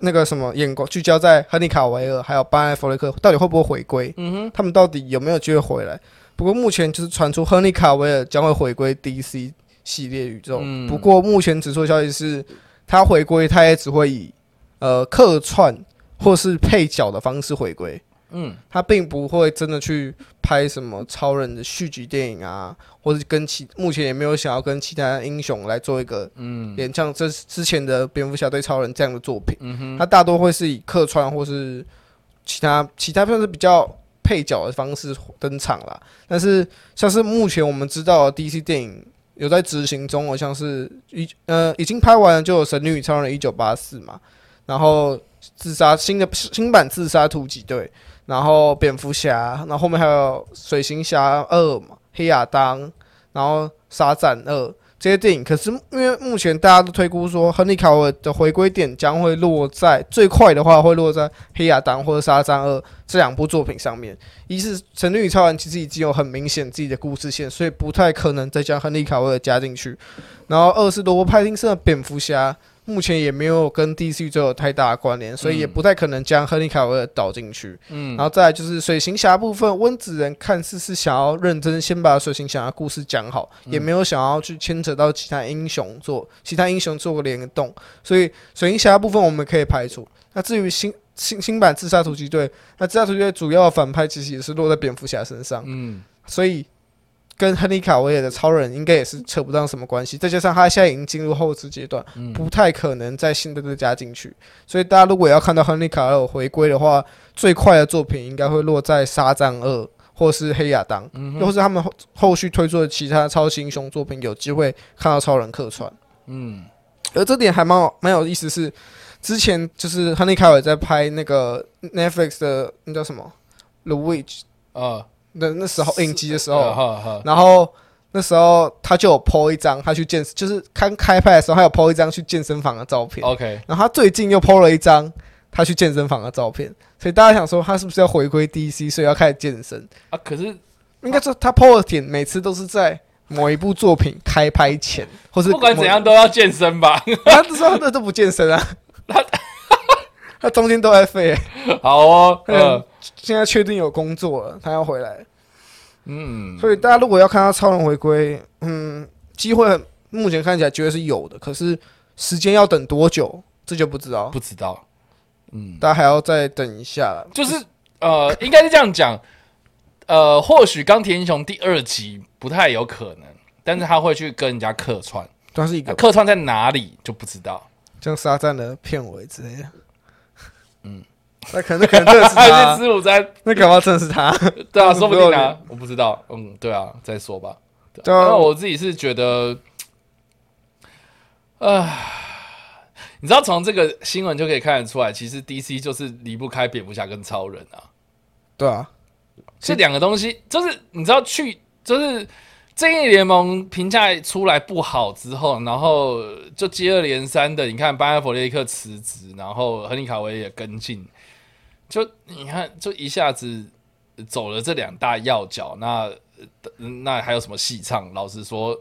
[SPEAKER 2] 那个什么眼光聚焦在亨利卡维尔还有班艾弗雷克到底会不会回归，
[SPEAKER 1] 嗯哼，
[SPEAKER 2] 他们到底有没有机会回来？不过目前就是传出亨利卡维尔将会回归 DC 系列宇宙，
[SPEAKER 1] 嗯
[SPEAKER 2] 不过目前只出的消息是，他回归他也只会以呃客串或是配角的方式回归。
[SPEAKER 1] 嗯，
[SPEAKER 2] 他并不会真的去拍什么超人的续集电影啊，或者跟其目前也没有想要跟其他英雄来做一个嗯，连像这之前的蝙蝠侠对超人这样的作品，嗯哼，他大多会是以客串或是其他其他算是比较配角的方式登场啦。但是像是目前我们知道的 DC 电影。有在执行中，好像是一呃已经拍完了，就有《神女与超人》一九八四嘛，然后自杀新的新版自杀突击队，然后蝙蝠侠，然后后面还有水行侠二嘛，黑亚当，然后沙赞二这些电影。可是因为目前大家都推估说，亨利卡维尔的回归点将会落在最快的话会落在黑亚当或者沙赞二这两部作品上面。一是《神力与超人》其实已经有很明显自己的故事线，所以不太可能再将亨利卡维尔加进去。然后二是罗伯·派汀森的蝙蝠侠。目前也没有跟 DC 宇宙有太大的关联，所以也不太可能将亨利卡维尔导进去。
[SPEAKER 1] 嗯
[SPEAKER 2] 然后再来就是水行侠部分，温子仁看似是想要认真先把水行侠的故事讲好，也没有想要去牵扯到其他英雄做其他英雄做个联动，所以水行侠部分我们可以排除。那至于新新新版自杀突击队，那自杀突击队主要的反派其实也是落在蝙蝠侠身上，
[SPEAKER 1] 嗯，
[SPEAKER 2] 所以跟亨利卡维尔的超人应该也是扯不上什么关系。再加上他现在已经进入后置阶段，不太可能再新的再加进去。所以大家如果要看到亨利卡维尔回归的话，最快的作品应该会落在《沙赞二》或是《黑亚当》又或是他们后后续推出的其他超级英雄作品，有机会看到超人客串。
[SPEAKER 1] 嗯，
[SPEAKER 2] 而这点还蛮有蛮有意思是，之前就是亨利卡维尔在拍那个 Netflix 的那叫什么《The Witch》
[SPEAKER 1] 呃，
[SPEAKER 2] 的那时候影集的时候，
[SPEAKER 1] 呃呵呵，
[SPEAKER 2] 然后那时候他就有 po 一张他去健，就是刚开拍的时候，他有 po 一张去健身房的照片。
[SPEAKER 1] ，OK，
[SPEAKER 2] 然后他最近又 po 了一张他去健身房的照片，所以大家想说他是不是要回归 DC，所以要开始健身？
[SPEAKER 1] 啊，可是
[SPEAKER 2] 应该说他 po 的点每次都是在某一部作品开拍前，或是
[SPEAKER 1] 不管
[SPEAKER 2] 某
[SPEAKER 1] 怎样，都要健身吧。
[SPEAKER 2] 他 那时候他都不健身啊，他他中间都在废、
[SPEAKER 1] 好哦，
[SPEAKER 2] 嗯
[SPEAKER 1] 呃，
[SPEAKER 2] 现在确定有工作了，他要回来了。
[SPEAKER 1] 嗯，
[SPEAKER 2] 所以大家如果要看到超人回归，嗯，机会很目前看起来觉得是有的，可是时间要等多久，这就不知道，
[SPEAKER 1] 呃不知道，嗯，
[SPEAKER 2] 大家还要再等一下了。
[SPEAKER 1] 就是呃，应该是这样讲，呃，或许钢铁英雄第二集不太有可能，但是他会去跟人家客串，啊
[SPEAKER 2] 它是一个
[SPEAKER 1] 客串在哪里就不知道。
[SPEAKER 2] 像沙赞的片尾之类的，
[SPEAKER 1] 嗯
[SPEAKER 2] 那可能那可能真的是
[SPEAKER 1] 还
[SPEAKER 2] 他
[SPEAKER 1] 是，吃午餐？
[SPEAKER 2] 那搞不好真的是他。
[SPEAKER 1] 对啊，
[SPEAKER 2] 不
[SPEAKER 1] 说不定
[SPEAKER 2] 知
[SPEAKER 1] 啊
[SPEAKER 2] 道，
[SPEAKER 1] 我不知道。嗯，对啊，再说吧。
[SPEAKER 2] 对啊
[SPEAKER 1] 那我自己是觉得，啊，你知道从这个新闻就可以看得出来，其实 DC 就是离不开蝙蝠侠跟超人啊，
[SPEAKER 2] 对啊，
[SPEAKER 1] 这两个东西就是你知道去就是。正义联盟评价出来不好之后，然后就接二连三的，你看班艾弗列克辞职，然后亨利卡维也跟进，就你看，就一下子走了这两大要角，那呃那还有什么戏唱？老实说，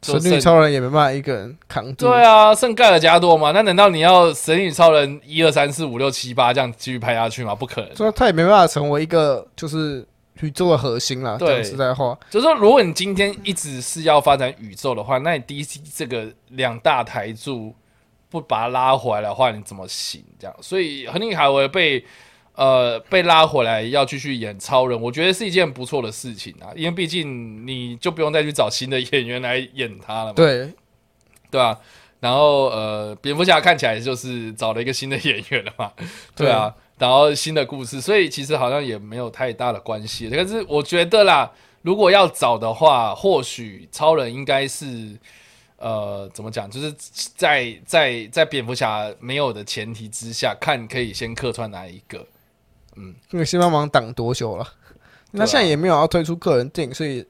[SPEAKER 1] 就
[SPEAKER 2] 神女
[SPEAKER 1] 剩
[SPEAKER 2] 超人也没办法一个人扛住。
[SPEAKER 1] 对啊，剩盖尔加多嘛？那难道你要神与超人一二三四五六七八这样继续拍下去吗？不可能。啊
[SPEAKER 2] 所以他也没办法成为一个就是宇宙的核心啦。
[SPEAKER 1] 对
[SPEAKER 2] 讲实在话，
[SPEAKER 1] 就是说，如果你今天一直是要发展宇宙的话，那你 DC 这个两大台柱不把它拉回来的话，你怎么行？这样，所以亨利·卡维尔被呃被拉回来要继续演超人，我觉得是一件不错的事情啊，因为毕竟你就不用再去找新的演员来演他了嘛，
[SPEAKER 2] 对，
[SPEAKER 1] 对啊，然后呃，蝙蝠侠看起来就是找了一个新的演员了嘛，对啊，然后新的故事，所以其实好像也没有太大的关系。但是我觉得啦，如果要找的话，或许超人应该是呃怎么讲，就是在在在蝙蝠侠没有的前提之下，看可以先客串哪一个。
[SPEAKER 2] 那个新帮忙挡多久了？
[SPEAKER 1] 对啊
[SPEAKER 2] 那现在也没有要推出个人电影，所以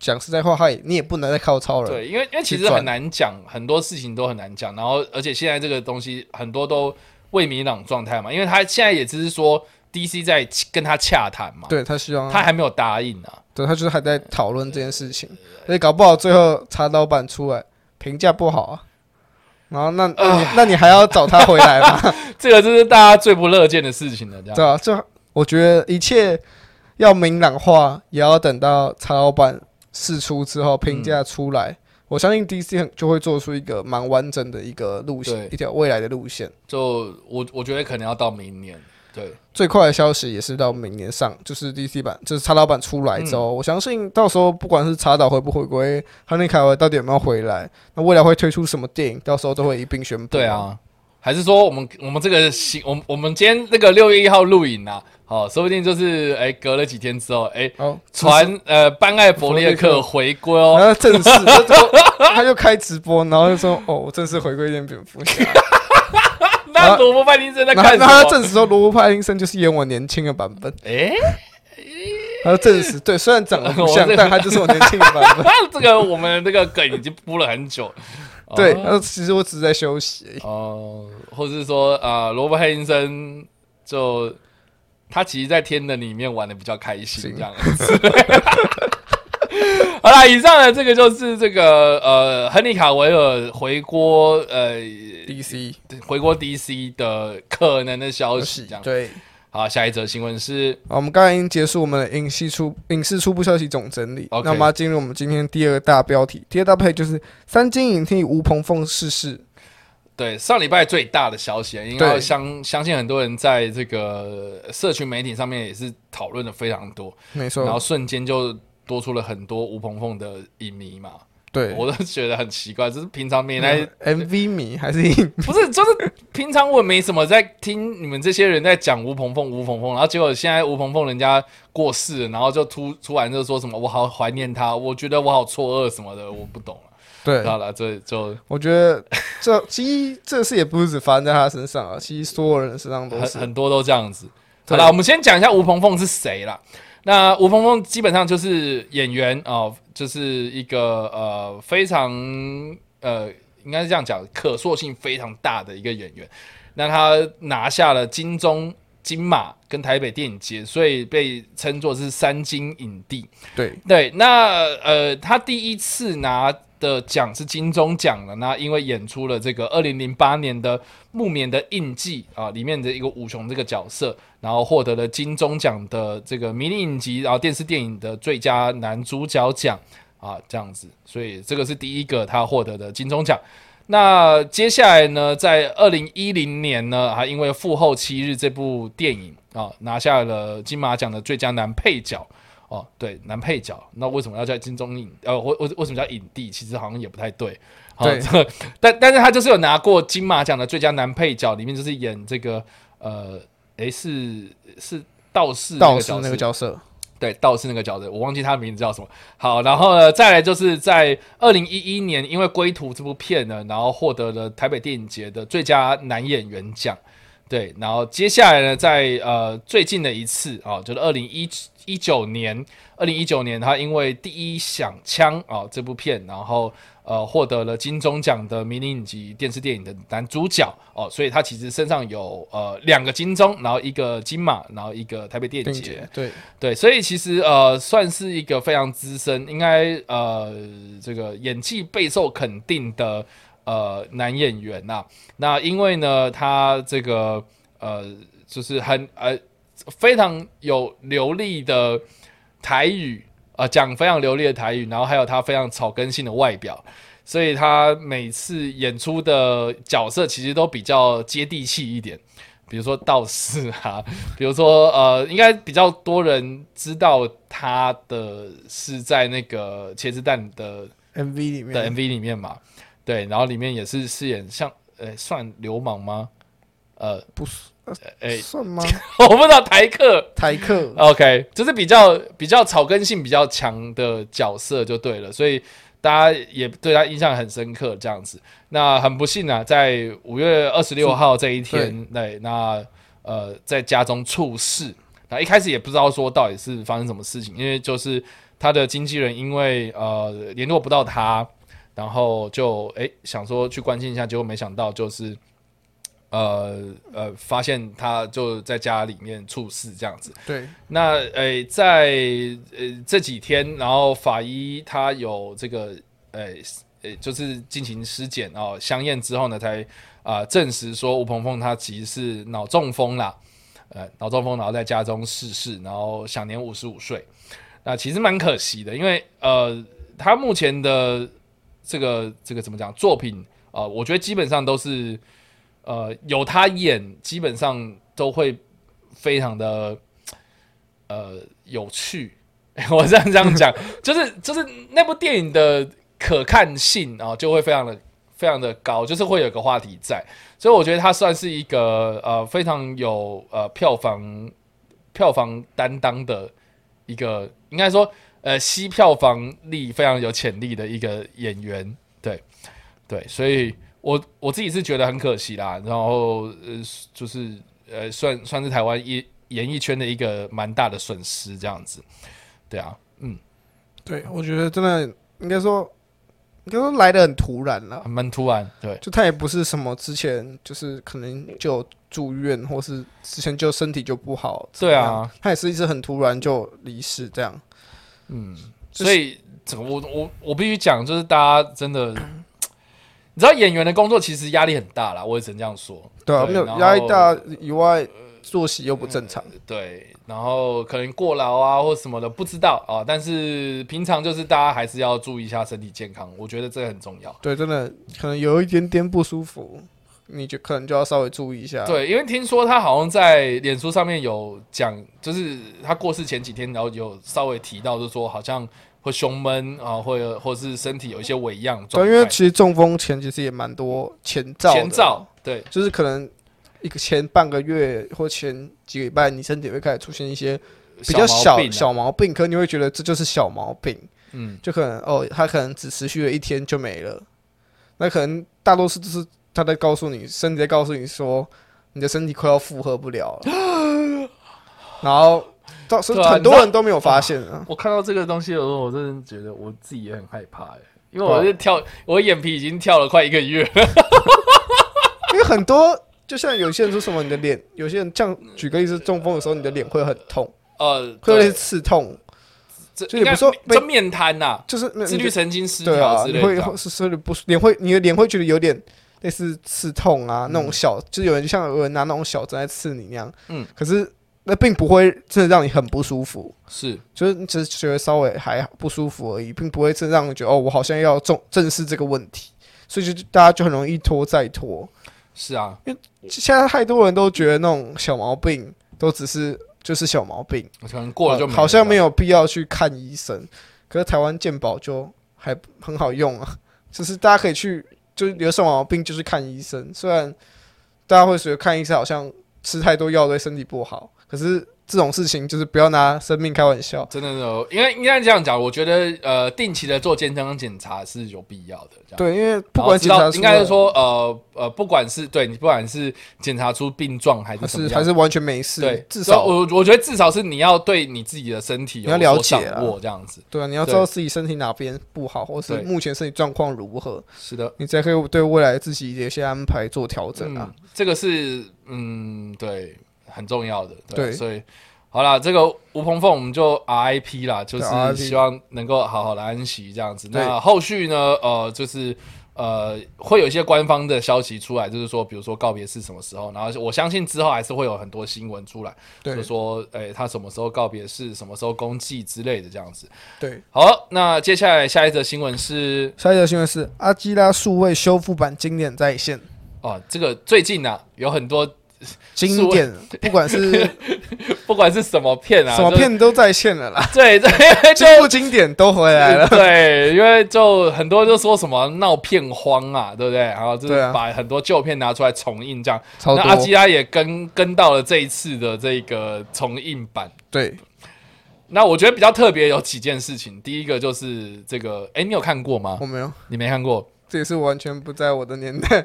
[SPEAKER 2] 讲实在话，他也你也不能再靠超人。
[SPEAKER 1] 对，因为因为其实
[SPEAKER 2] 去
[SPEAKER 1] 很
[SPEAKER 2] 赚
[SPEAKER 1] 难讲，很多事情都很难讲。然后，而且现在这个东西很多都未明朗状态嘛，因为他现在也只是说 DC 在跟他洽谈嘛，
[SPEAKER 2] 对他希望，
[SPEAKER 1] 他还没有答应啊。
[SPEAKER 2] 对他就是还在讨论这件事情，所以搞不好最后插刀板出来评价不好啊。然后那
[SPEAKER 1] 啊
[SPEAKER 2] 那你那你还要找他回来吗？
[SPEAKER 1] 这个就是大家最不乐见的事情了，这样。
[SPEAKER 2] 对啊，这我觉得一切要明朗化，也要等到曹老板试出之
[SPEAKER 1] 嗯
[SPEAKER 2] 后评价出来。我相信 DC 很就会做出一个蛮完整的一个路
[SPEAKER 1] 对
[SPEAKER 2] 线，一条未来的路线。
[SPEAKER 1] 就我我觉得可能要到明年，对，
[SPEAKER 2] 最快的消息也是到明年上，就是 DC 版，就是叉老板出来之后，
[SPEAKER 1] 嗯
[SPEAKER 2] 我相信到时候不管是查岛回不回归，亨利凯维到底有没有回来，那未来会推出什么电影，到时候都会一并宣布。
[SPEAKER 1] 对，啊，还是说我们我们这个行，我们我们今天那个六月一号录影啊，好、说不定就是哎隔了几天之后，哎
[SPEAKER 2] 好，
[SPEAKER 1] 传呃班艾伯列克回归哦，
[SPEAKER 2] 然后正式，他就他就开直播，然后就说：“哦，我正式回归演蝙蝠 侠。”
[SPEAKER 1] 那罗伯·派丁森在
[SPEAKER 2] 然后
[SPEAKER 1] 干什
[SPEAKER 2] 然后他
[SPEAKER 1] 么？
[SPEAKER 2] 证实说，罗伯·派丁森就是演我年轻的版本。
[SPEAKER 1] 哎、
[SPEAKER 2] 他证实，对，虽然长得不
[SPEAKER 1] 我
[SPEAKER 2] 像
[SPEAKER 1] 这，
[SPEAKER 2] 但他就是我年轻的版 本。
[SPEAKER 1] 这个我们这个梗已经铺了很久。
[SPEAKER 2] 对，
[SPEAKER 1] 哦
[SPEAKER 2] 他说其实我只是在休息而已。
[SPEAKER 1] 哦、或是说啊，呃罗、伯·黑金森就他其实，在《天能》里面玩的比较开心，
[SPEAKER 2] 行
[SPEAKER 1] 这样子。 好啦，以上的这个就是这个呃，亨利·卡维尔回国呃
[SPEAKER 2] DC
[SPEAKER 1] 回国 DC 的可能的消
[SPEAKER 2] 休
[SPEAKER 1] 息，
[SPEAKER 2] 息
[SPEAKER 1] 这样。
[SPEAKER 2] 对。
[SPEAKER 1] 好，下一则新闻是
[SPEAKER 2] 好，我们刚才已经结束我们的影视初影视初步消息总整理。
[SPEAKER 1] OK
[SPEAKER 2] 那我们要进入我们今天第二个大标题，第二大标题就是三金影替吴鹏凤逝世。
[SPEAKER 1] 对，上礼拜最大的消息，因为
[SPEAKER 2] 对
[SPEAKER 1] 相相信很多人在这个社群媒体上面也是讨论的非常多，
[SPEAKER 2] 没
[SPEAKER 1] 然后
[SPEAKER 2] 错，
[SPEAKER 1] 瞬间就多出了很多吴鹏凤的影迷嘛，
[SPEAKER 2] 对，
[SPEAKER 1] 我都觉得很奇怪，就是平常没来，
[SPEAKER 2] MV 迷还是影
[SPEAKER 1] 不是，就是平常我也没什么在听你们这些人在讲吴鹏凤，吴鹏凤，然后结果现在吴鹏凤人家过世了，然后就突突然就说什么我好怀念他，我觉得我好错愕什么的，我不懂了，
[SPEAKER 2] 对
[SPEAKER 1] 知，道了，这就
[SPEAKER 2] 我觉得这其实这事也不是只发生在他身上啊，其实所有人身上都
[SPEAKER 1] 很
[SPEAKER 2] 是。
[SPEAKER 1] 很多都这样子。好
[SPEAKER 2] 对
[SPEAKER 1] 了，我们先讲一下吴鹏凤是谁啦。那吴鹏凤基本上就是演员哦、就是一个呃非常呃，应该是这样讲，可塑性非常大的一个演员。那他拿下了金钟、金马跟台北电影节，所以被称作是三金影帝。
[SPEAKER 2] 对，
[SPEAKER 1] 对，那呃，他第一次拿的奖是金钟奖了。那因为演出了这个二零零八年的《木棉的印记》啊、里面的一个武雄这个角色，然后获得了金钟奖的这个迷你影集，然后电视电影的最佳男主角奖啊，这样子。所以这个是第一个他获得的金钟奖。那接下来呢，在二零一零年呢，还因为《父后七日》这部电影啊，拿下了金马奖的最佳男配角。哦，对，男配角，那为什么要叫金钟影？呃，为为为什么叫影帝？其实好像也不太对。好、
[SPEAKER 2] 对
[SPEAKER 1] 这但但是他就是有拿过金马奖的最佳男配角，里面就是演这个呃诶，是是道士
[SPEAKER 2] 道
[SPEAKER 1] 士
[SPEAKER 2] 士那个角色，
[SPEAKER 1] 对道士那个角色，我忘记他名字叫什么。好，然后呢，再来就是在二零一一年，因为《归途》这部片呢，然后获得了台北电影节的最佳男演员奖。对，然后接下来呢，在呃最近的一次啊、就是二零一一九年，二零一九年他因为《第一响枪》啊、这部片，然后呃获得了金钟奖的迷你影集电视电影的男主角哦、所以他其实身上有呃两个金钟，然后一个金马，然后一个台北电影
[SPEAKER 2] 并
[SPEAKER 1] 节
[SPEAKER 2] 且。对
[SPEAKER 1] 对，所以其实呃，算是一个非常资深，应该呃，这个演技备受肯定的呃男演员呐、那因为呢，他这个呃，就是很呃非常有流利的台语，呃，讲非常流利的台语，然后还有他非常草根性的外表。所以他每次演出的角色其实都比较接地气一点，比如说道士啊，比如说呃，应该比较多人知道他的是在那个茄子蛋的
[SPEAKER 2] MV 里
[SPEAKER 1] 的
[SPEAKER 2] 面
[SPEAKER 1] MV 里面嘛，对，然后里面也是饰演像呃、算流氓吗？呃，
[SPEAKER 2] 不是
[SPEAKER 1] 哎、
[SPEAKER 2] 算吗？
[SPEAKER 1] 我不知道台客，
[SPEAKER 2] 台客
[SPEAKER 1] OK，就是比较比较草根性比较强的角色就对了，所以大家也对他印象很深刻这样子。那很不幸啊，在五月二十六号这一天，对，那呃在家中猝逝。那一开始也不知道说到底是发生什么事情，因为就是他的经纪人因为呃联络不到他，然后就诶想说去关心一下，结果没想到就是。呃呃，发现他就在家里面猝死这样子，
[SPEAKER 2] 对，
[SPEAKER 1] 那诶、在呃这几天，然后法医他有这个诶诶、就是进行尸检哦，相验之后呢，才啊、证实说吴鹏凤他其实是脑中风啦，呃，脑中风，然后在家中逝世，然后享年五十五岁。那其实蛮可惜的，因为呃，他目前的这个这个怎么讲作品啊、呃我觉得基本上都是呃有他演，基本上都会非常的呃有趣。 我这样这样讲，就是就是那部电影的可看性啊、就会非常的非常的高，就是会有个话题在，所以我觉得它算是一个呃非常有呃票房票房担当的一个，应该说呃吸票房力非常有潜力的一个演员，对对，所以我我自己是觉得很可惜啦，然后呃就是呃算算是台湾一。演艺圈的一个蛮大的损失，这样子，对啊，嗯，
[SPEAKER 2] 对，我觉得真的应该说，应该说来的很突然啦。
[SPEAKER 1] 蛮突然，对，
[SPEAKER 2] 就他也不是什么之前就是可能就有住院，或是之前就身体就不好。怎么
[SPEAKER 1] 对啊
[SPEAKER 2] 样，他也是一直很突然就离世这样。
[SPEAKER 1] 嗯，
[SPEAKER 2] 就是
[SPEAKER 1] 所以整个我我我必须讲，就是大家真的，你知道演员的工作其实压力很大啦，我也只能这样说，
[SPEAKER 2] 对啊，
[SPEAKER 1] 对
[SPEAKER 2] 没有
[SPEAKER 1] 然后呃
[SPEAKER 2] 压力大以外，作息又不正常。
[SPEAKER 1] 对，然后可能过劳啊或什么的，不知道啊，但是平常就是大家还是要注意一下身体健康，我觉得这个很重要。
[SPEAKER 2] 对，真的可能有一点点不舒服，你就可能就要稍微注意一下。
[SPEAKER 1] 对，因为听说他好像在脸书上面有讲，就是他过世前几天，然后有稍微提到，就是说好像会胸闷啊，或者或是身体有一些伪样状
[SPEAKER 2] 对，
[SPEAKER 1] 态，
[SPEAKER 2] 因为其实中风前其实也蛮多前兆的，
[SPEAKER 1] 前兆，对
[SPEAKER 2] 就是可能一个前半个月或前几个礼拜，你身体会开始出现一些比较
[SPEAKER 1] 小毛
[SPEAKER 2] 小
[SPEAKER 1] 病啊
[SPEAKER 2] 小毛病，可你会觉得这就是小毛病，
[SPEAKER 1] 嗯，
[SPEAKER 2] 就可能哦，它可能只持续了一天就没了。那可能大多数都是他在告诉你，身体在告诉你说，你的身体快要负荷不了了。 然后到是
[SPEAKER 1] 对啊
[SPEAKER 2] 很
[SPEAKER 1] 你知
[SPEAKER 2] 多
[SPEAKER 1] 道
[SPEAKER 2] 人都没有发现啊，
[SPEAKER 1] 我看到这个东西的时候，我真的觉得我自己也很害怕、欸，因为
[SPEAKER 2] 对啊
[SPEAKER 1] 我就跳，我眼皮已经跳了快一个月了。
[SPEAKER 2] 因为很多就像有些人说什么你的脸，有些人像举个例子，中风的时候你的脸会很痛，
[SPEAKER 1] 呃，
[SPEAKER 2] 会
[SPEAKER 1] 对
[SPEAKER 2] 有点刺痛，
[SPEAKER 1] 这
[SPEAKER 2] 就
[SPEAKER 1] 应
[SPEAKER 2] 也
[SPEAKER 1] 该
[SPEAKER 2] 不说被
[SPEAKER 1] 这面瘫呐、
[SPEAKER 2] 就是那
[SPEAKER 1] 自
[SPEAKER 2] 你
[SPEAKER 1] 律
[SPEAKER 2] 的
[SPEAKER 1] 神经失
[SPEAKER 2] 对啊
[SPEAKER 1] 调，之
[SPEAKER 2] 你
[SPEAKER 1] 类的
[SPEAKER 2] 会
[SPEAKER 1] 这样，
[SPEAKER 2] 是是不是脸会你的脸会觉得有点类似刺痛啊，那种小就是有人像有人拿那种小针来刺你那样，
[SPEAKER 1] 嗯，
[SPEAKER 2] 可是那并不会真的让你很不舒服，
[SPEAKER 1] 是
[SPEAKER 2] 就是你只是觉得稍微还好不舒服而已，并不会真的让你觉得哦，我好像要重正视这个问题，所以就大家就很容易一拖再拖。
[SPEAKER 1] 是啊，
[SPEAKER 2] 现在太多人都觉得那种小毛病都只是就是小毛病，
[SPEAKER 1] 可能过了就
[SPEAKER 2] 呃
[SPEAKER 1] 没
[SPEAKER 2] 好像没
[SPEAKER 1] 有。
[SPEAKER 2] 有必要去看医生。可是台湾健保就还很好用啊， 就是大家可以去，就是有什么毛病就去看医生。虽然大家会觉得看医生好像吃太多药对身体不好。可是这种事情就是不要拿生命开玩笑。
[SPEAKER 1] 真的有，因为应该这样讲，我觉得呃，定期的做健康检查是有必要的。这样，
[SPEAKER 2] 对，因为
[SPEAKER 1] 啊
[SPEAKER 2] 不
[SPEAKER 1] 然后
[SPEAKER 2] 管
[SPEAKER 1] 知
[SPEAKER 2] 检
[SPEAKER 1] 道
[SPEAKER 2] 查出
[SPEAKER 1] 应该
[SPEAKER 2] 来
[SPEAKER 1] 是说呃呃，不管是对你，不管是检查出病状还
[SPEAKER 2] 还
[SPEAKER 1] 是什么
[SPEAKER 2] 啊是
[SPEAKER 1] 样
[SPEAKER 2] 还是完全没
[SPEAKER 1] 对呃
[SPEAKER 2] 事，，至
[SPEAKER 1] 所以
[SPEAKER 2] 少
[SPEAKER 1] 我我觉得至少是你要对你自己的身体有
[SPEAKER 2] 你要了
[SPEAKER 1] 所
[SPEAKER 2] 解啊
[SPEAKER 1] 掌握这样子。
[SPEAKER 2] 对啊，你要知道自己身体哪边不好，或是
[SPEAKER 1] 对
[SPEAKER 2] 目前身体状况如何，
[SPEAKER 1] 是的，
[SPEAKER 2] 你才可以对未来自己的一些安排做调整啊
[SPEAKER 1] 嗯。，这个是嗯，对，很重要的，对，
[SPEAKER 2] 对
[SPEAKER 1] 所以好啦，这个吴鹏凤我们就 RIP 啦，就
[SPEAKER 2] 对，RIP
[SPEAKER 1] 是希望能够好好的安息这样子。
[SPEAKER 2] 对
[SPEAKER 1] 那后续呢，呃，就是。呃，会有一些官方的消息出来，就是说，比如说告别是什么时候，然后我相信之后还是会有很多新闻出来，
[SPEAKER 2] 对
[SPEAKER 1] 就嗯说，诶、他什么时候告别式，什么时候公祭之类的这样子。
[SPEAKER 2] 对，
[SPEAKER 1] 好，那接下来下一则新闻是
[SPEAKER 2] 下一条新闻是阿基拉数位修复版经典再现。
[SPEAKER 1] 哦，这个最近啊，有很多
[SPEAKER 2] 经典， 不管是
[SPEAKER 1] 不管是什么片啊，
[SPEAKER 2] 什么
[SPEAKER 1] 就是
[SPEAKER 2] 片都在线了啦，
[SPEAKER 1] 对对 嗯
[SPEAKER 2] 经不经典都回来了。
[SPEAKER 1] 对，因为就很多就说什么闹片荒啊，对不对？然后就是
[SPEAKER 2] 对啊
[SPEAKER 1] 把很多旧片拿出来重映这样。
[SPEAKER 2] 超
[SPEAKER 1] 那阿基拉也跟跟到了这一次的这个重映版。
[SPEAKER 2] 对，
[SPEAKER 1] 那我觉得比较特别有几件事情，第一个就是这个，哎，你有看过吗
[SPEAKER 2] 我？没有，
[SPEAKER 1] 你没看过
[SPEAKER 2] 这也是完全不在我的年代。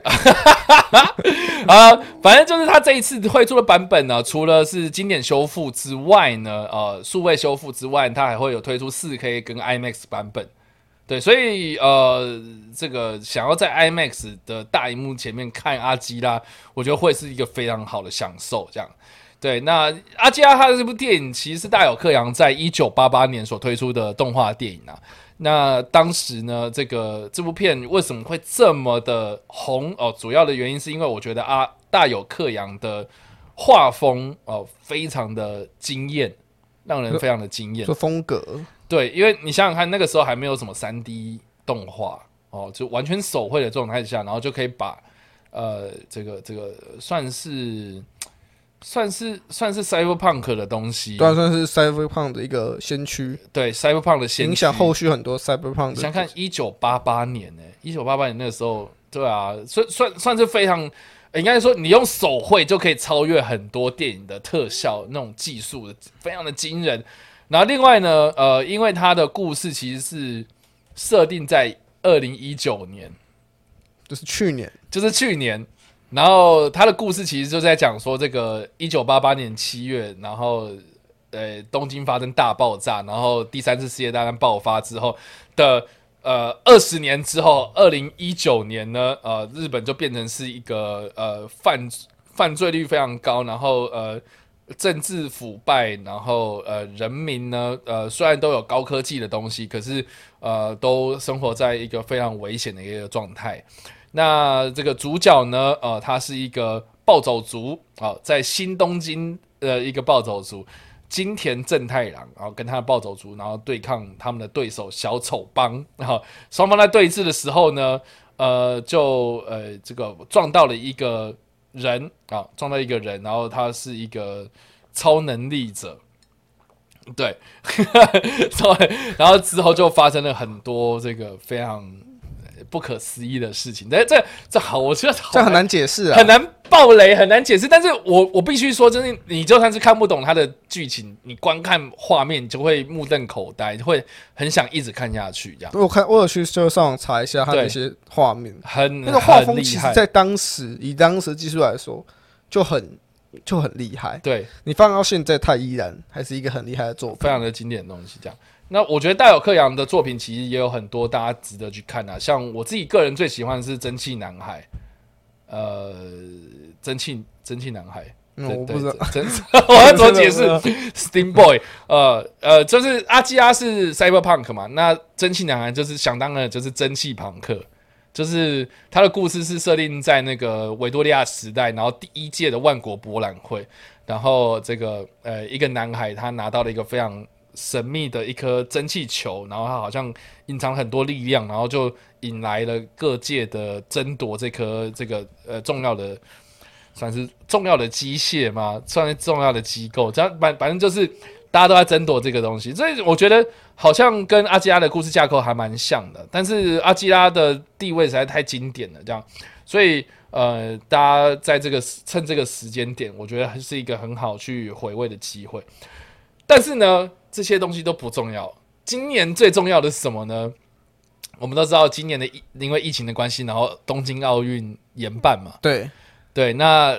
[SPEAKER 1] 啊、反正就是他这一次推出的版本呢，除了是经典修复之外呢，呃，数位修复之外，它还会有推出 4K 跟 IMAX 版本。对，所以呃，这个想要在 IMAX 的大荧幕前面看阿基拉，我觉得会是一个非常好的享受。这样，对，那阿基拉他的这部电影其实是大有克洋在一九八八年所推出的动画电影啊。那当时呢，这个这部片为什么会这么的红哦？主要的原因是因为我觉得阿大有克洋的画风哦，非常的惊艳，让人非常的惊艳
[SPEAKER 2] 说。风格，
[SPEAKER 1] 对，因为你想想看，那个时候还没有什么三 D 动画哦，就完全手绘的状态下，然后就可以把呃这个这个算是算是算是 cyberpunk 的东西，
[SPEAKER 2] 当然算是 Cyberpunk 的一个先驱，
[SPEAKER 1] 对 cyberpunk 的先
[SPEAKER 2] 影响
[SPEAKER 1] 驱
[SPEAKER 2] 后续很多 Cyberpunk
[SPEAKER 1] 你
[SPEAKER 2] 的。
[SPEAKER 1] 想看，一九八八年呢、一九八八年那个时候，对啊，算算算是非常。呃应该说，你用手绘就可以超越很多电影的特效那种技术，非常的惊人。然后另外呢，呃，因为它的故事其实是设定在二零一九年，
[SPEAKER 2] 就是去年，
[SPEAKER 1] 就是去年。然后他的故事其实就在讲说，这个一九八八年七月，然后呃东京发生大爆炸，然后第三次世界大战爆发之后的呃二十年之后，二零一九年呢，呃日本就变成是一个呃犯犯罪率非常高，然后呃政治腐败，然后呃人民呢呃虽然都有高科技的东西，可是呃都生活在一个非常危险的一个状态。那这个主角呢，呃，他是一个暴走族啊、在新东京的一个暴走族金田正太郎，然后跟他的暴走族，然后对抗他们的对手小丑帮，然后 双方在对峙的时候呢，呃，就呃这个撞到了一个人啊、撞到一个人，然后他是一个超能力者。对， 然后之后就发生了很多这个非常不可思议的事情。但这这好，我觉得好
[SPEAKER 2] 这很难解释啊
[SPEAKER 1] 很。难爆雷，很难解释。但是我我必须说，真的，你就算是看不懂它的剧情，你光看画面，你就会目瞪口呆，会很想一直看下去，这样
[SPEAKER 2] 我看我有去就上网查一下它
[SPEAKER 1] 对
[SPEAKER 2] 那些画面，
[SPEAKER 1] 很
[SPEAKER 2] 那个画
[SPEAKER 1] 很
[SPEAKER 2] 风
[SPEAKER 1] 厉
[SPEAKER 2] 其
[SPEAKER 1] 害
[SPEAKER 2] 实在当时以当时技术来说就很就很厉害。
[SPEAKER 1] 对
[SPEAKER 2] 你放到现在，它依然还是一个很厉害的作品。
[SPEAKER 1] 非常的经典的东西。这样，那我觉得大有克洋的作品其实也有很多大家值得去看啊。像我自己个人最喜欢的是《蒸汽男孩》，呃，蒸汽蒸汽男孩。
[SPEAKER 2] 嗯，
[SPEAKER 1] 对
[SPEAKER 2] 我不知道，，
[SPEAKER 1] 对真 我要怎么
[SPEAKER 2] 真的
[SPEAKER 1] 解释
[SPEAKER 2] 不
[SPEAKER 1] Steam Boy？呃呃，就是阿基拉是 Cyberpunk 嘛，那蒸汽男孩就是想当然的就是蒸汽朋克，就是他的故事是设定在那个维多利亚时代，然后第一届的万国博览会，然后这个呃一个男孩他拿到了一个非常神秘的一颗蒸汽球，然后他好像隐藏很多力量，然后就引来了各界的争夺这颗这个呃重要的。算是重要的机械嘛，算是重要的机构，这样反反正就是大家都在争夺这个东西，所以我觉得好像跟阿基拉的故事架构还蛮像的，但是阿基拉的地位实在太经典了，这样，所以呃，大家在这个趁这个时间点，我觉得还是一个很好去回味的机会。但是呢，这些东西都不重要，今年最重要的是什么呢？我们都知道，今年的疫因为疫情的关系，然后东京奥运延办嘛，
[SPEAKER 2] 对，
[SPEAKER 1] 对，那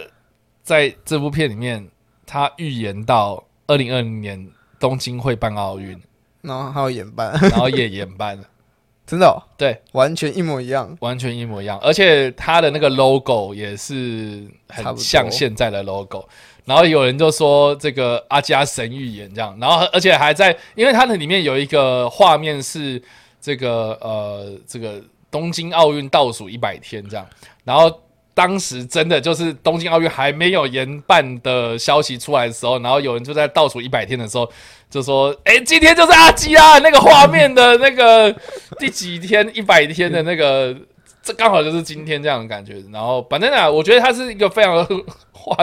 [SPEAKER 1] 在这部片里面，他预言到二零二零年东京会办奥运，
[SPEAKER 2] 然后还有演班，
[SPEAKER 1] 然后也延办了，
[SPEAKER 2] 真的、哦，
[SPEAKER 1] 对，
[SPEAKER 2] 完全一模一样。
[SPEAKER 1] 完全一模一样。而且他的那个 logo 也是
[SPEAKER 2] 差不
[SPEAKER 1] 很
[SPEAKER 2] 多
[SPEAKER 1] 像现在的 logo。然后有人就说这个阿加神预言这样，然后而且还在，因为它的里面有一个画面是这个呃这个东京奥运倒数一百天这样，然后当时真的就是东京奥运还没有延办的消息出来的时候，然后有人就在倒数一百天的时候就说：“哎、今天就是阿基拉那个画面的那个第几天一百天的那个，这刚好就是今天这样的感觉。”然后反正啊，我觉得它是一个非常画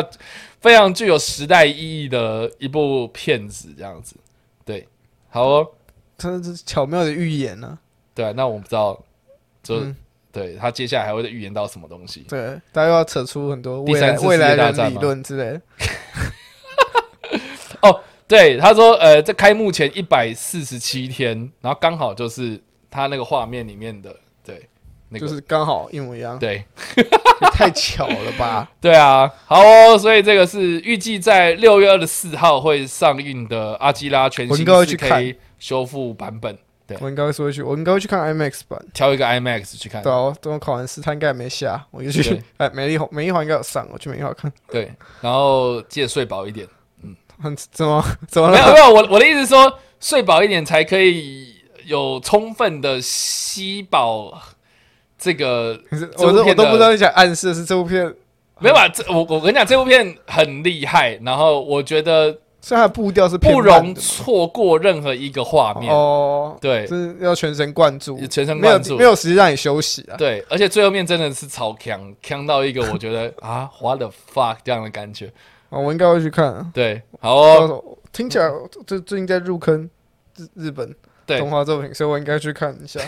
[SPEAKER 1] 非常具有时代意义的一部片子，这样子。对，好哦，
[SPEAKER 2] 真的是巧妙的预言呢、
[SPEAKER 1] 对啊、那我不知道，就、
[SPEAKER 2] 嗯
[SPEAKER 1] 对他接下来还会预言到什么东西。
[SPEAKER 2] 对，大家又要扯出很多未
[SPEAKER 1] 第三次
[SPEAKER 2] 来
[SPEAKER 1] 世界
[SPEAKER 2] 未来
[SPEAKER 1] 大战
[SPEAKER 2] 人理
[SPEAKER 1] 吗
[SPEAKER 2] 论之类的。
[SPEAKER 1] 对，他说，呃，在开幕前一百四十七天，然后刚好就是他那个画面里面的，对，那个、
[SPEAKER 2] 就是刚好一模一 样，
[SPEAKER 1] 对，
[SPEAKER 2] 太巧了 吧？
[SPEAKER 1] 对啊，好哦，所以这个是预计在六月二十四号会上映的《阿基拉》全
[SPEAKER 2] 我
[SPEAKER 1] 新
[SPEAKER 2] 应该会去
[SPEAKER 1] 4K 修复版本，
[SPEAKER 2] 我应该会说一句，我应该会去看 IMAX 版。
[SPEAKER 1] 挑一个 IMAX 去看。
[SPEAKER 2] 对啊，我等我考完试，他应该也没下，我就去
[SPEAKER 1] 对。
[SPEAKER 2] 哎，美丽华，美丽华应该有上，我去美丽华看。
[SPEAKER 1] 对，然后记得睡饱一点。
[SPEAKER 2] 很怎么怎么
[SPEAKER 1] 没有
[SPEAKER 2] 了？
[SPEAKER 1] 没有，我我的意思是说，睡饱一点才可以有充分的吸饱这 个
[SPEAKER 2] 可是
[SPEAKER 1] 这 部
[SPEAKER 2] 我都我
[SPEAKER 1] 片
[SPEAKER 2] 都
[SPEAKER 1] 的
[SPEAKER 2] 不知道你想暗示的是这部片，
[SPEAKER 1] 没有吧？这我我跟你讲，这部片很厉害，然后我觉得
[SPEAKER 2] 虽然它的步调是偏
[SPEAKER 1] 不
[SPEAKER 2] 慢
[SPEAKER 1] 容
[SPEAKER 2] 的
[SPEAKER 1] 错过任何一个画面。
[SPEAKER 2] 哦，
[SPEAKER 1] 对
[SPEAKER 2] 就是要全神贯注，
[SPEAKER 1] 哎全神
[SPEAKER 2] 没有
[SPEAKER 1] 贯注
[SPEAKER 2] 没有时间让你休息 啊。
[SPEAKER 1] 对，而且最后面真的是超强，强到一个我觉得 啊，what the fuck 这样的感觉。
[SPEAKER 2] 哦，我应该会去看啊。
[SPEAKER 1] 对，好哦，
[SPEAKER 2] 哦，听起来我最最近在入坑日日本
[SPEAKER 1] 对
[SPEAKER 2] 动画作品，所以我应该去看 一下。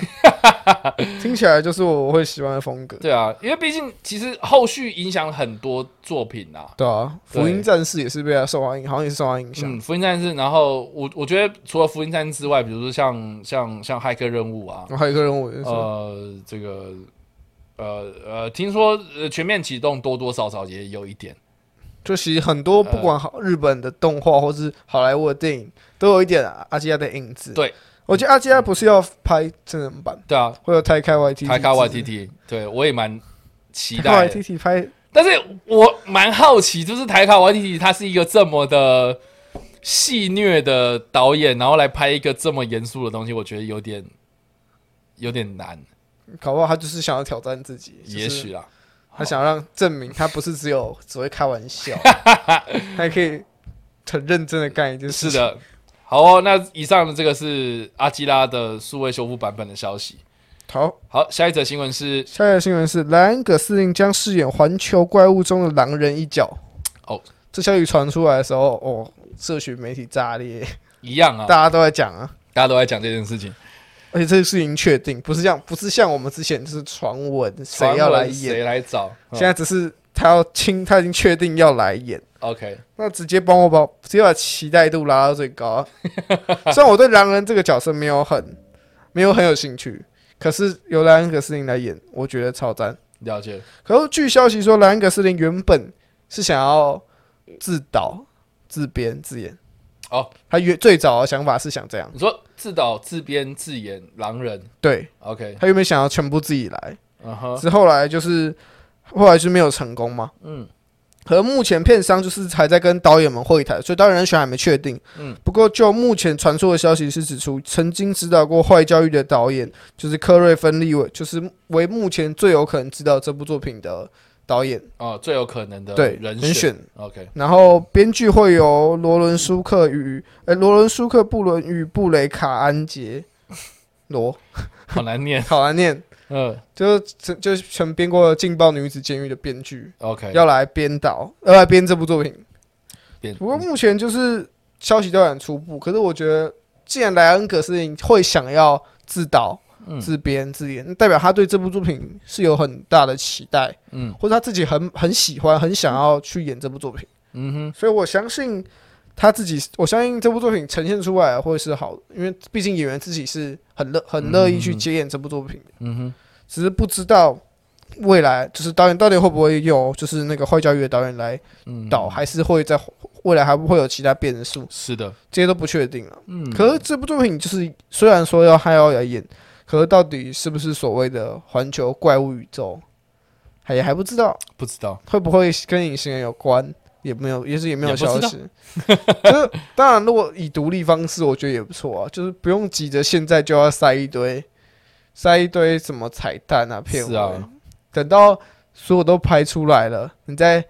[SPEAKER 2] 听起来就是我会喜欢的风格。
[SPEAKER 1] 对啊，因为毕竟其实后续影响很多作品啊。
[SPEAKER 2] 对啊，
[SPEAKER 1] 对
[SPEAKER 2] 福音战士也是被他受他影，好像也是受啊他影响。
[SPEAKER 1] 嗯，福音战士，然后我我觉得除了福音战士之外，比如说像像像骇客任务啊
[SPEAKER 2] 哦然，后还有一个人我也是，
[SPEAKER 1] 呃，这个呃呃，听说呃全面启动多多少少也有一点。
[SPEAKER 2] 就其实很多不
[SPEAKER 1] 嗯
[SPEAKER 2] 管好日本的动画或是好莱坞的电影，都有一点啊阿基亚的影子。
[SPEAKER 1] 对，
[SPEAKER 2] 我觉得阿基亚不是要拍真人版，
[SPEAKER 1] 对啊，
[SPEAKER 2] 会有泰开 YT，
[SPEAKER 1] 台卡 YTT，对我也蛮期待的。
[SPEAKER 2] YTT 拍
[SPEAKER 1] 但是我蛮好奇，就是台卡 YTT 他是一个这么的戏虐的导演，然后来拍一个这么严肃的东西，我觉得有点有点难，
[SPEAKER 2] 搞不好他就是想要挑战自己，就是
[SPEAKER 1] 也许啦。
[SPEAKER 2] 他想让证明他不是只有只会开玩 笑，还可以很认真的干一件事。
[SPEAKER 1] 是，的，好哦。那以上的这个是阿基拉的数位修复版本的消息。
[SPEAKER 2] 好，
[SPEAKER 1] 好，下一则新闻是
[SPEAKER 2] 下一个新闻是莱恩·葛斯林将饰演《环球怪物》中的狼人一角。
[SPEAKER 1] 哦，
[SPEAKER 2] 这消息传出来的时候，哦，社群媒体炸裂，
[SPEAKER 1] 一 样啊，
[SPEAKER 2] 大家都在讲啊。
[SPEAKER 1] 大家都在讲这件事情，
[SPEAKER 2] 而且这个事情确定，不是这样，不是像我们之前就是传闻谁要
[SPEAKER 1] 传
[SPEAKER 2] 来
[SPEAKER 1] 闻谁
[SPEAKER 2] 演，
[SPEAKER 1] 来找？
[SPEAKER 2] 现在只是他要亲，他已经确定要来演。
[SPEAKER 1] 嗯 OK，
[SPEAKER 2] 那直接帮我把直接把期待度拉到最高啊。虽然我对狼人这个角色没有很没有很有兴趣，可是由莱恩·葛斯林来演，我觉得超赞。
[SPEAKER 1] 了解。
[SPEAKER 2] 可是据消息说，莱恩·葛斯林原本是想要自导、自编、自演。
[SPEAKER 1] 哦，
[SPEAKER 2] 他原最早的想法是想这样，
[SPEAKER 1] 你说自导、自编、自演狼人
[SPEAKER 2] 对
[SPEAKER 1] ，OK，
[SPEAKER 2] 他原本想要全部自己来，
[SPEAKER 1] 嗯哼，
[SPEAKER 2] 之后来就是后来就没有成功嘛。
[SPEAKER 1] 嗯，
[SPEAKER 2] 和目前片商就是还在跟导演们会谈，所以导演人选还没确定。
[SPEAKER 1] 嗯，
[SPEAKER 2] 不过就目前传出的消息是指出，曾经指导过《坏教育》的导演就是科瑞芬利伟，就是为目前最有可能指导这部作品的导演，
[SPEAKER 1] 哦，最有可能的
[SPEAKER 2] 对
[SPEAKER 1] 人
[SPEAKER 2] 人选。
[SPEAKER 1] OK，
[SPEAKER 2] 然后编剧会由罗伦舒克与呃罗伦舒克布伦与布雷卡安杰罗，
[SPEAKER 1] 好难念。
[SPEAKER 2] 好难念，
[SPEAKER 1] 嗯
[SPEAKER 2] 就是就是曾编过《劲爆女子监狱》的编剧。
[SPEAKER 1] ，OK，
[SPEAKER 2] 呃要来编导，要来编这部作品
[SPEAKER 1] 变
[SPEAKER 2] 不过目前就是消息都很初步，可是我觉得，既然莱恩·葛斯林会想要自导、
[SPEAKER 1] 嗯
[SPEAKER 2] 自编、自演，那代表他对这部作品是有很大的期待，
[SPEAKER 1] 嗯
[SPEAKER 2] 或者他自己很很喜欢、很想要去演这部作品。
[SPEAKER 1] 嗯哼，
[SPEAKER 2] 所以我相信他自己，我相信这部作品呈现出来会是好的，因为毕竟演员自己是很乐很乐意去接演这部作品的，
[SPEAKER 1] 嗯哼，
[SPEAKER 2] 只是不知道未来就是导演到底会不会有就是那个坏教育的导演来
[SPEAKER 1] 嗯，
[SPEAKER 2] 导，还是会在未来还会有其他变数，
[SPEAKER 1] 是的，
[SPEAKER 2] 这些都不确定了。
[SPEAKER 1] 嗯，
[SPEAKER 2] 可是这部作品就是虽然说要还要来演，可是到底是不是所谓的环球怪物宇宙，还也还不知道。
[SPEAKER 1] 不知道，
[SPEAKER 2] 会不会跟隐形人有关？也没有，也是也没有
[SPEAKER 1] 也不
[SPEAKER 2] 消
[SPEAKER 1] 知道
[SPEAKER 2] 息。 就是当然，如果以独立方式，我觉得也不错啊，就是不用急着现在就要塞一堆，塞一堆什么彩蛋啊、片
[SPEAKER 1] 是
[SPEAKER 2] 尾，
[SPEAKER 1] 啊
[SPEAKER 2] 等到所有都拍出来了，你再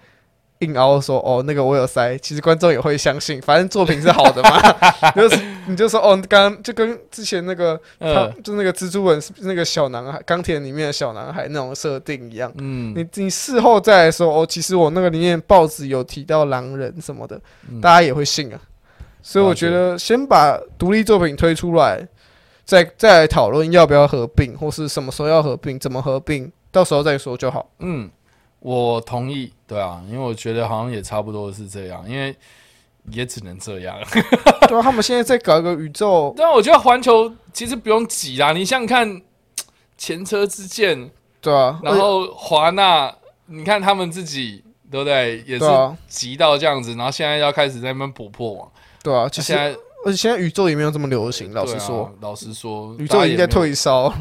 [SPEAKER 2] 硬凹说哦那个我有塞，其实观众也会相信，反正作品是好的 嘛，就是你就说哦刚刚就跟之前那个他
[SPEAKER 1] 嗯
[SPEAKER 2] 就那个蜘蛛人是那个小男孩钢铁里面的小男孩那种设定一样。
[SPEAKER 1] 嗯，
[SPEAKER 2] 你你事后再来说哦，其实我那个里面报纸有提到狼人什么的，
[SPEAKER 1] 嗯
[SPEAKER 2] 大家也会信啊。所以我觉得先把独立作品推出来，再再来讨论要不要合并，或是什么时候要合并，怎么合并，到时候再说 就好。
[SPEAKER 1] 嗯，我同意，对啊，因为我觉得好像也差不多是这样，因为也只能这样。
[SPEAKER 2] 对啊，他们现在在搞一个宇宙，
[SPEAKER 1] 但我觉得环球其实不用挤啦，你想想看，前车之鉴，
[SPEAKER 2] 对啊，
[SPEAKER 1] 然后华纳，你看他们自己对不对，也是
[SPEAKER 2] 而对啊，
[SPEAKER 1] 急到这样子，然后现在要开始在那边补破网，
[SPEAKER 2] 对啊，其
[SPEAKER 1] 就
[SPEAKER 2] 实
[SPEAKER 1] 现在
[SPEAKER 2] 而且现在宇宙也没有这么流行，老实
[SPEAKER 1] 对啊
[SPEAKER 2] 说，
[SPEAKER 1] 老实说，
[SPEAKER 2] 宇
[SPEAKER 1] 大
[SPEAKER 2] 宙
[SPEAKER 1] 家
[SPEAKER 2] 已
[SPEAKER 1] 也
[SPEAKER 2] 经
[SPEAKER 1] 没有
[SPEAKER 2] 在，退烧 了，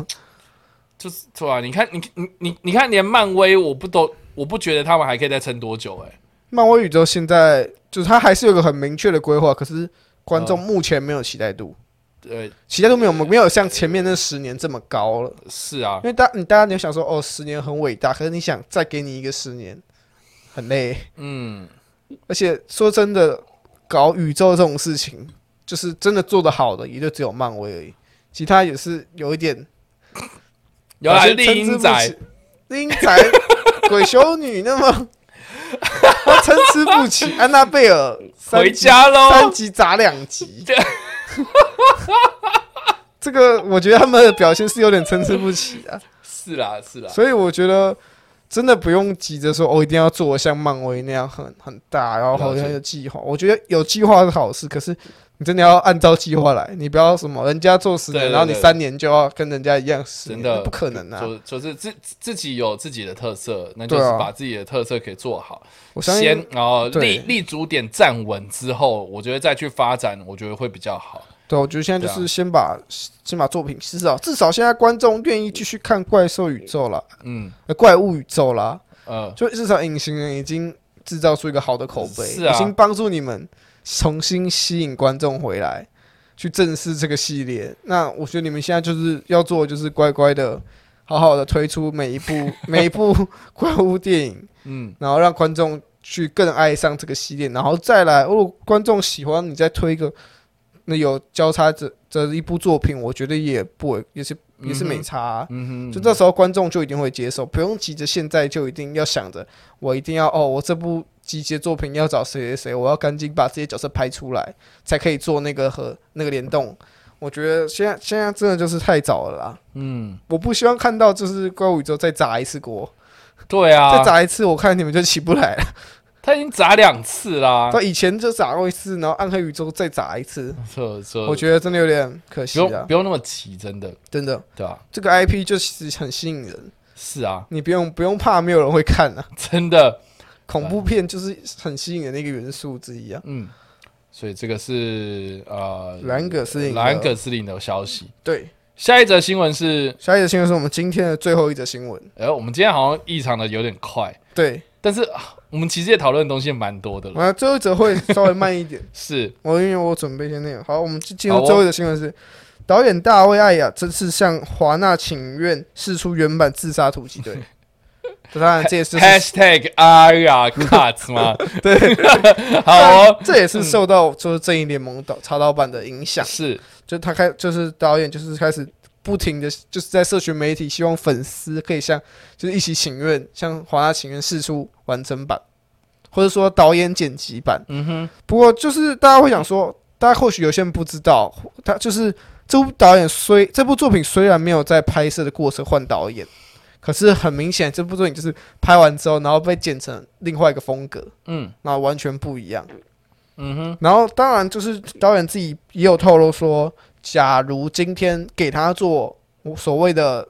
[SPEAKER 1] 就是对啊，你看，你你你你看，连漫威，我不都我不觉得他们还可以再撑多久、欸，哎，
[SPEAKER 2] 漫威宇宙现在就是它还是有个很明确的规划，可是观众
[SPEAKER 1] 嗯
[SPEAKER 2] 目前没有期待度。
[SPEAKER 1] 对，
[SPEAKER 2] 期待度没有没有像前面那十年这么高了，
[SPEAKER 1] 是啊
[SPEAKER 2] 因，为大你大家你想说哦，十年很伟大，可是你想再给你一个十年，很累。
[SPEAKER 1] 嗯，
[SPEAKER 2] 而且说真的，搞宇宙这种事情，就是真的做得好的，也就只有漫威而已，其他也是有一点
[SPEAKER 1] 有来
[SPEAKER 2] 些
[SPEAKER 1] 丽英仔，，
[SPEAKER 2] 丽英仔，鬼修女那么 他参差不齐，安娜贝尔三
[SPEAKER 1] 回
[SPEAKER 2] 集
[SPEAKER 1] 家
[SPEAKER 2] 三
[SPEAKER 1] 喽，
[SPEAKER 2] 集砸两集。这个我觉得他们的表现是有点参差不齐啊，
[SPEAKER 1] 是啊啦，是啦，
[SPEAKER 2] 所以我觉得真的不用急着说哦，一定要做像漫威那样很很大，然后好
[SPEAKER 1] 了
[SPEAKER 2] 像
[SPEAKER 1] 解
[SPEAKER 2] 有计划。我觉得有计划是好事，可是你真的要按照计划来，你不要什么人家做十
[SPEAKER 1] 对
[SPEAKER 2] 年，
[SPEAKER 1] 对
[SPEAKER 2] 然后你
[SPEAKER 1] 对
[SPEAKER 2] 三年就要跟人家一样十年，
[SPEAKER 1] 真的
[SPEAKER 2] 那不可能啊！
[SPEAKER 1] 就就是自自己有自己的特色，那就是
[SPEAKER 2] 对啊
[SPEAKER 1] 把自己的特色给做好，
[SPEAKER 2] 我相
[SPEAKER 1] 先
[SPEAKER 2] 信
[SPEAKER 1] 然后
[SPEAKER 2] 对
[SPEAKER 1] 立立足点站稳之后，我觉得再去发展，我觉得会比较好。
[SPEAKER 2] 对，我觉得现在
[SPEAKER 1] 对
[SPEAKER 2] 就
[SPEAKER 1] 啊
[SPEAKER 2] 是先把、先把作品至少至少现在观众愿意继续看怪兽宇宙了，
[SPEAKER 1] 嗯，
[SPEAKER 2] 呃怪物宇宙啦，
[SPEAKER 1] 呃，
[SPEAKER 2] 就至少隐形人已经制造出一个好的口碑，
[SPEAKER 1] 是啊
[SPEAKER 2] 已经帮助你们重新吸引观众回来，去正视这个系列。那我觉得你们现在就是要做，的就是乖乖的、好好的推出每 一部每一部怪物电影，
[SPEAKER 1] 嗯，
[SPEAKER 2] 然后让观众去更爱上这个系列，然后再来，如果观众喜欢，你再推一个那有交叉这这一部作品，我觉得也不为也是也是没
[SPEAKER 1] 嗯哼
[SPEAKER 2] 差啊、
[SPEAKER 1] 嗯哼，
[SPEAKER 2] 就这时候观众就一定会接受，不用急着现在就一定要想着我一定要哦，我这部集结作品要找谁谁谁，我要赶紧把这些角色拍出来，才可以做那个和那个联动。我觉得现在现在真的就是太早了啦，
[SPEAKER 1] 嗯，
[SPEAKER 2] 我不希望看到就是怪物宇宙再砸一次锅，
[SPEAKER 1] 对
[SPEAKER 2] 再
[SPEAKER 1] 啊，
[SPEAKER 2] 砸一次，我看你们就起不来了。
[SPEAKER 1] 他已经砸两次啦，
[SPEAKER 2] 到以前就砸过一次，然后暗黑宇宙再砸一次，
[SPEAKER 1] 这这，
[SPEAKER 2] 我觉得真的有点可
[SPEAKER 1] 不
[SPEAKER 2] 惜
[SPEAKER 1] 用
[SPEAKER 2] 啊
[SPEAKER 1] 不，用那么急，真的，
[SPEAKER 2] 真的。
[SPEAKER 1] 对吧？
[SPEAKER 2] 这个 IP 就其实很吸引人，
[SPEAKER 1] 是啊，
[SPEAKER 2] 你不用不用怕没有人会看啊。
[SPEAKER 1] 真的，
[SPEAKER 2] 恐怖片就是很吸引人的一个元素之一啊。
[SPEAKER 1] 嗯，所以这个是呃，
[SPEAKER 2] 莱恩·葛斯林，
[SPEAKER 1] 莱恩葛斯林的消息。
[SPEAKER 2] 对。
[SPEAKER 1] 下一则新闻是，
[SPEAKER 2] 下一则新闻是我们今天的最后一则新闻。
[SPEAKER 1] 呃，我们今天好像异常的有点快，
[SPEAKER 2] 对，
[SPEAKER 1] 但是啊我们其实也讨论的东西蛮多的了。
[SPEAKER 2] 完了最后一则会稍微慢一点，
[SPEAKER 1] 是，
[SPEAKER 2] 我因为我准备一些内容。好，我们就进入
[SPEAKER 1] 好哦
[SPEAKER 2] 最后一则新闻是。导演大卫·艾雅这次向华纳请愿，试出原版《自杀突击 队》。当然，这也是
[SPEAKER 1] Hashtag Aria Cuts 吗？对， 好哦，
[SPEAKER 2] 这也是受到就是正义联盟导查导版的影响。
[SPEAKER 1] 是，
[SPEAKER 2] 就他开就是导演就是开始不停的就是在社群媒体希望粉丝可以像就是一起请愿，向华纳请愿试出完整版，或者说导演剪辑版。
[SPEAKER 1] 嗯哼，
[SPEAKER 2] 不过就是大家会想说，大家或许有些人不知道，他就是这部导演虽这部作品虽然没有在拍摄的过程换导演，可是很明显这部作品就是拍完之后，然后被剪成另外一个风格，
[SPEAKER 1] 嗯
[SPEAKER 2] 然后完全不一样。
[SPEAKER 1] 嗯哼，
[SPEAKER 2] 然后当然就是导演自己也有透露说，假如今天给他做所谓的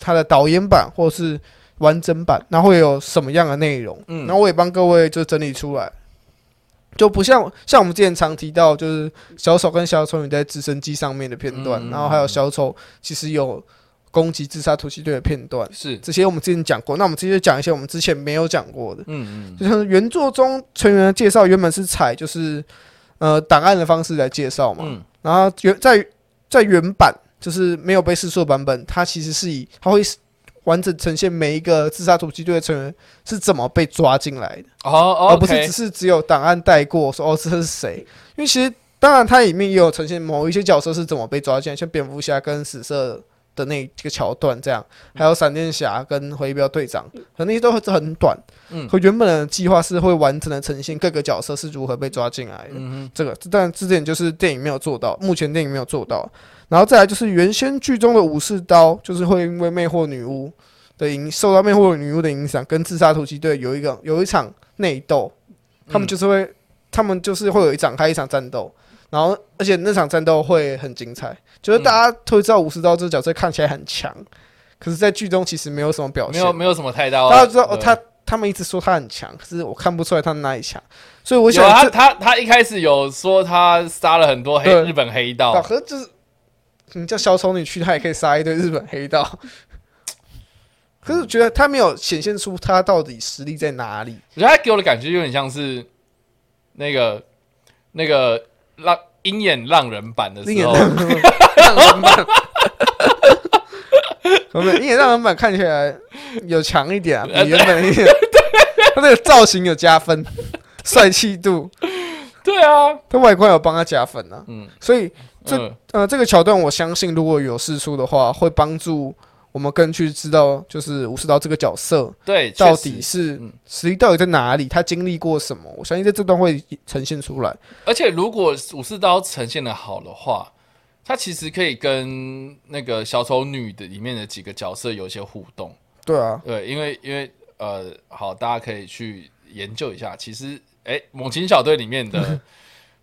[SPEAKER 2] 他的导演版或是完整版，那会有什么样的内容？
[SPEAKER 1] 嗯
[SPEAKER 2] 然后我也帮各位就整理出来，就不像像我们之前常提到，就是小丑跟小丑女在直升机上面的片段，
[SPEAKER 1] 嗯
[SPEAKER 2] 然后还有小丑其实有攻击自杀突击队的片段，
[SPEAKER 1] 是，
[SPEAKER 2] 这些我们之前讲过。那我们直接讲一些我们之前没有讲过的。
[SPEAKER 1] 嗯嗯
[SPEAKER 2] 就像是原作中成员的介绍原本是采就是呃档案的方式来介绍嘛，
[SPEAKER 1] 嗯
[SPEAKER 2] 然后原在在原版就是没有被试错版本，它其实是以它会完整呈现每一个自杀突击队的成员是怎么被抓进来的，
[SPEAKER 1] 哦哦，
[SPEAKER 2] 而不是
[SPEAKER 1] OK
[SPEAKER 2] 只是只有档案带过说哦这是谁，因为其实当然它里面也有呈现某一些角色是怎么被抓进来，像蝙蝠侠跟死色。的那个桥段，这
[SPEAKER 1] 嗯
[SPEAKER 2] 样还有闪电侠跟回镖队长，可能那些都会很短，
[SPEAKER 1] 嗯
[SPEAKER 2] 和原本的计划是会完整的呈现各个角色是如何被抓进来的。
[SPEAKER 1] 嗯
[SPEAKER 2] 这个，但这点就是电影没有做到，目前电影没有做到。然后再来就是原先剧中的武士刀，就是会因为魅惑女巫的影，受到魅惑女巫的影响，跟自杀突击队有一个有一场内斗，他
[SPEAKER 1] 嗯
[SPEAKER 2] 们就是会，他们就是会有一场开一场战斗，然后而且那场战斗会很精彩，就是
[SPEAKER 1] 嗯
[SPEAKER 2] 大家都会知道武士刀这个角色看起来很强，可是，在剧中其实没有什么表
[SPEAKER 1] 没
[SPEAKER 2] 现，
[SPEAKER 1] 有没有什么嗯太大，
[SPEAKER 2] 大家知道、哦、
[SPEAKER 1] 对
[SPEAKER 2] 他他们一直说他很强，可是我看不出来他哪里强，所以我
[SPEAKER 1] 有
[SPEAKER 2] 想
[SPEAKER 1] 啊
[SPEAKER 2] 这
[SPEAKER 1] 他他他一开始有说他杀了很多黑
[SPEAKER 2] 对
[SPEAKER 1] 日本黑
[SPEAKER 2] 啊
[SPEAKER 1] 道，
[SPEAKER 2] 可是就是你叫小丑女去，她也可以杀一堆日本 黑道。可是我觉得他没有显现出他到底实力在哪里。
[SPEAKER 1] 我觉得他给我的感觉有点像是那个那个浪鹰眼浪人版的
[SPEAKER 2] 鹰
[SPEAKER 1] 时
[SPEAKER 2] 眼
[SPEAKER 1] 候，
[SPEAKER 2] 让人版，我们鹰眼让人版看 起来有强一点啊，
[SPEAKER 1] 呃
[SPEAKER 2] 比原本的鹰 眼，他那个造型有加分，帅气度，
[SPEAKER 1] 对啊，
[SPEAKER 2] 他外观有帮他加分啊。
[SPEAKER 1] 嗯，
[SPEAKER 2] 所以 这
[SPEAKER 1] 嗯
[SPEAKER 2] 呃，这个桥段我相信如果有试出的话，会帮助我们更去知道，就是武士刀这个角色
[SPEAKER 1] 对，
[SPEAKER 2] 到
[SPEAKER 1] 确
[SPEAKER 2] 底
[SPEAKER 1] 实。
[SPEAKER 2] 是
[SPEAKER 1] 嗯
[SPEAKER 2] 实力到底在哪里，他经历过什么。我相信在这段会呈现出来。
[SPEAKER 1] 而且如果武士刀呈现的好的话，它其实可以跟那个小丑女的里面的几个角色有一些互动。
[SPEAKER 2] 对啊，
[SPEAKER 1] 对，因为因为呃，好，大家可以去研究一下。其实，哎、猛禽小队里面 的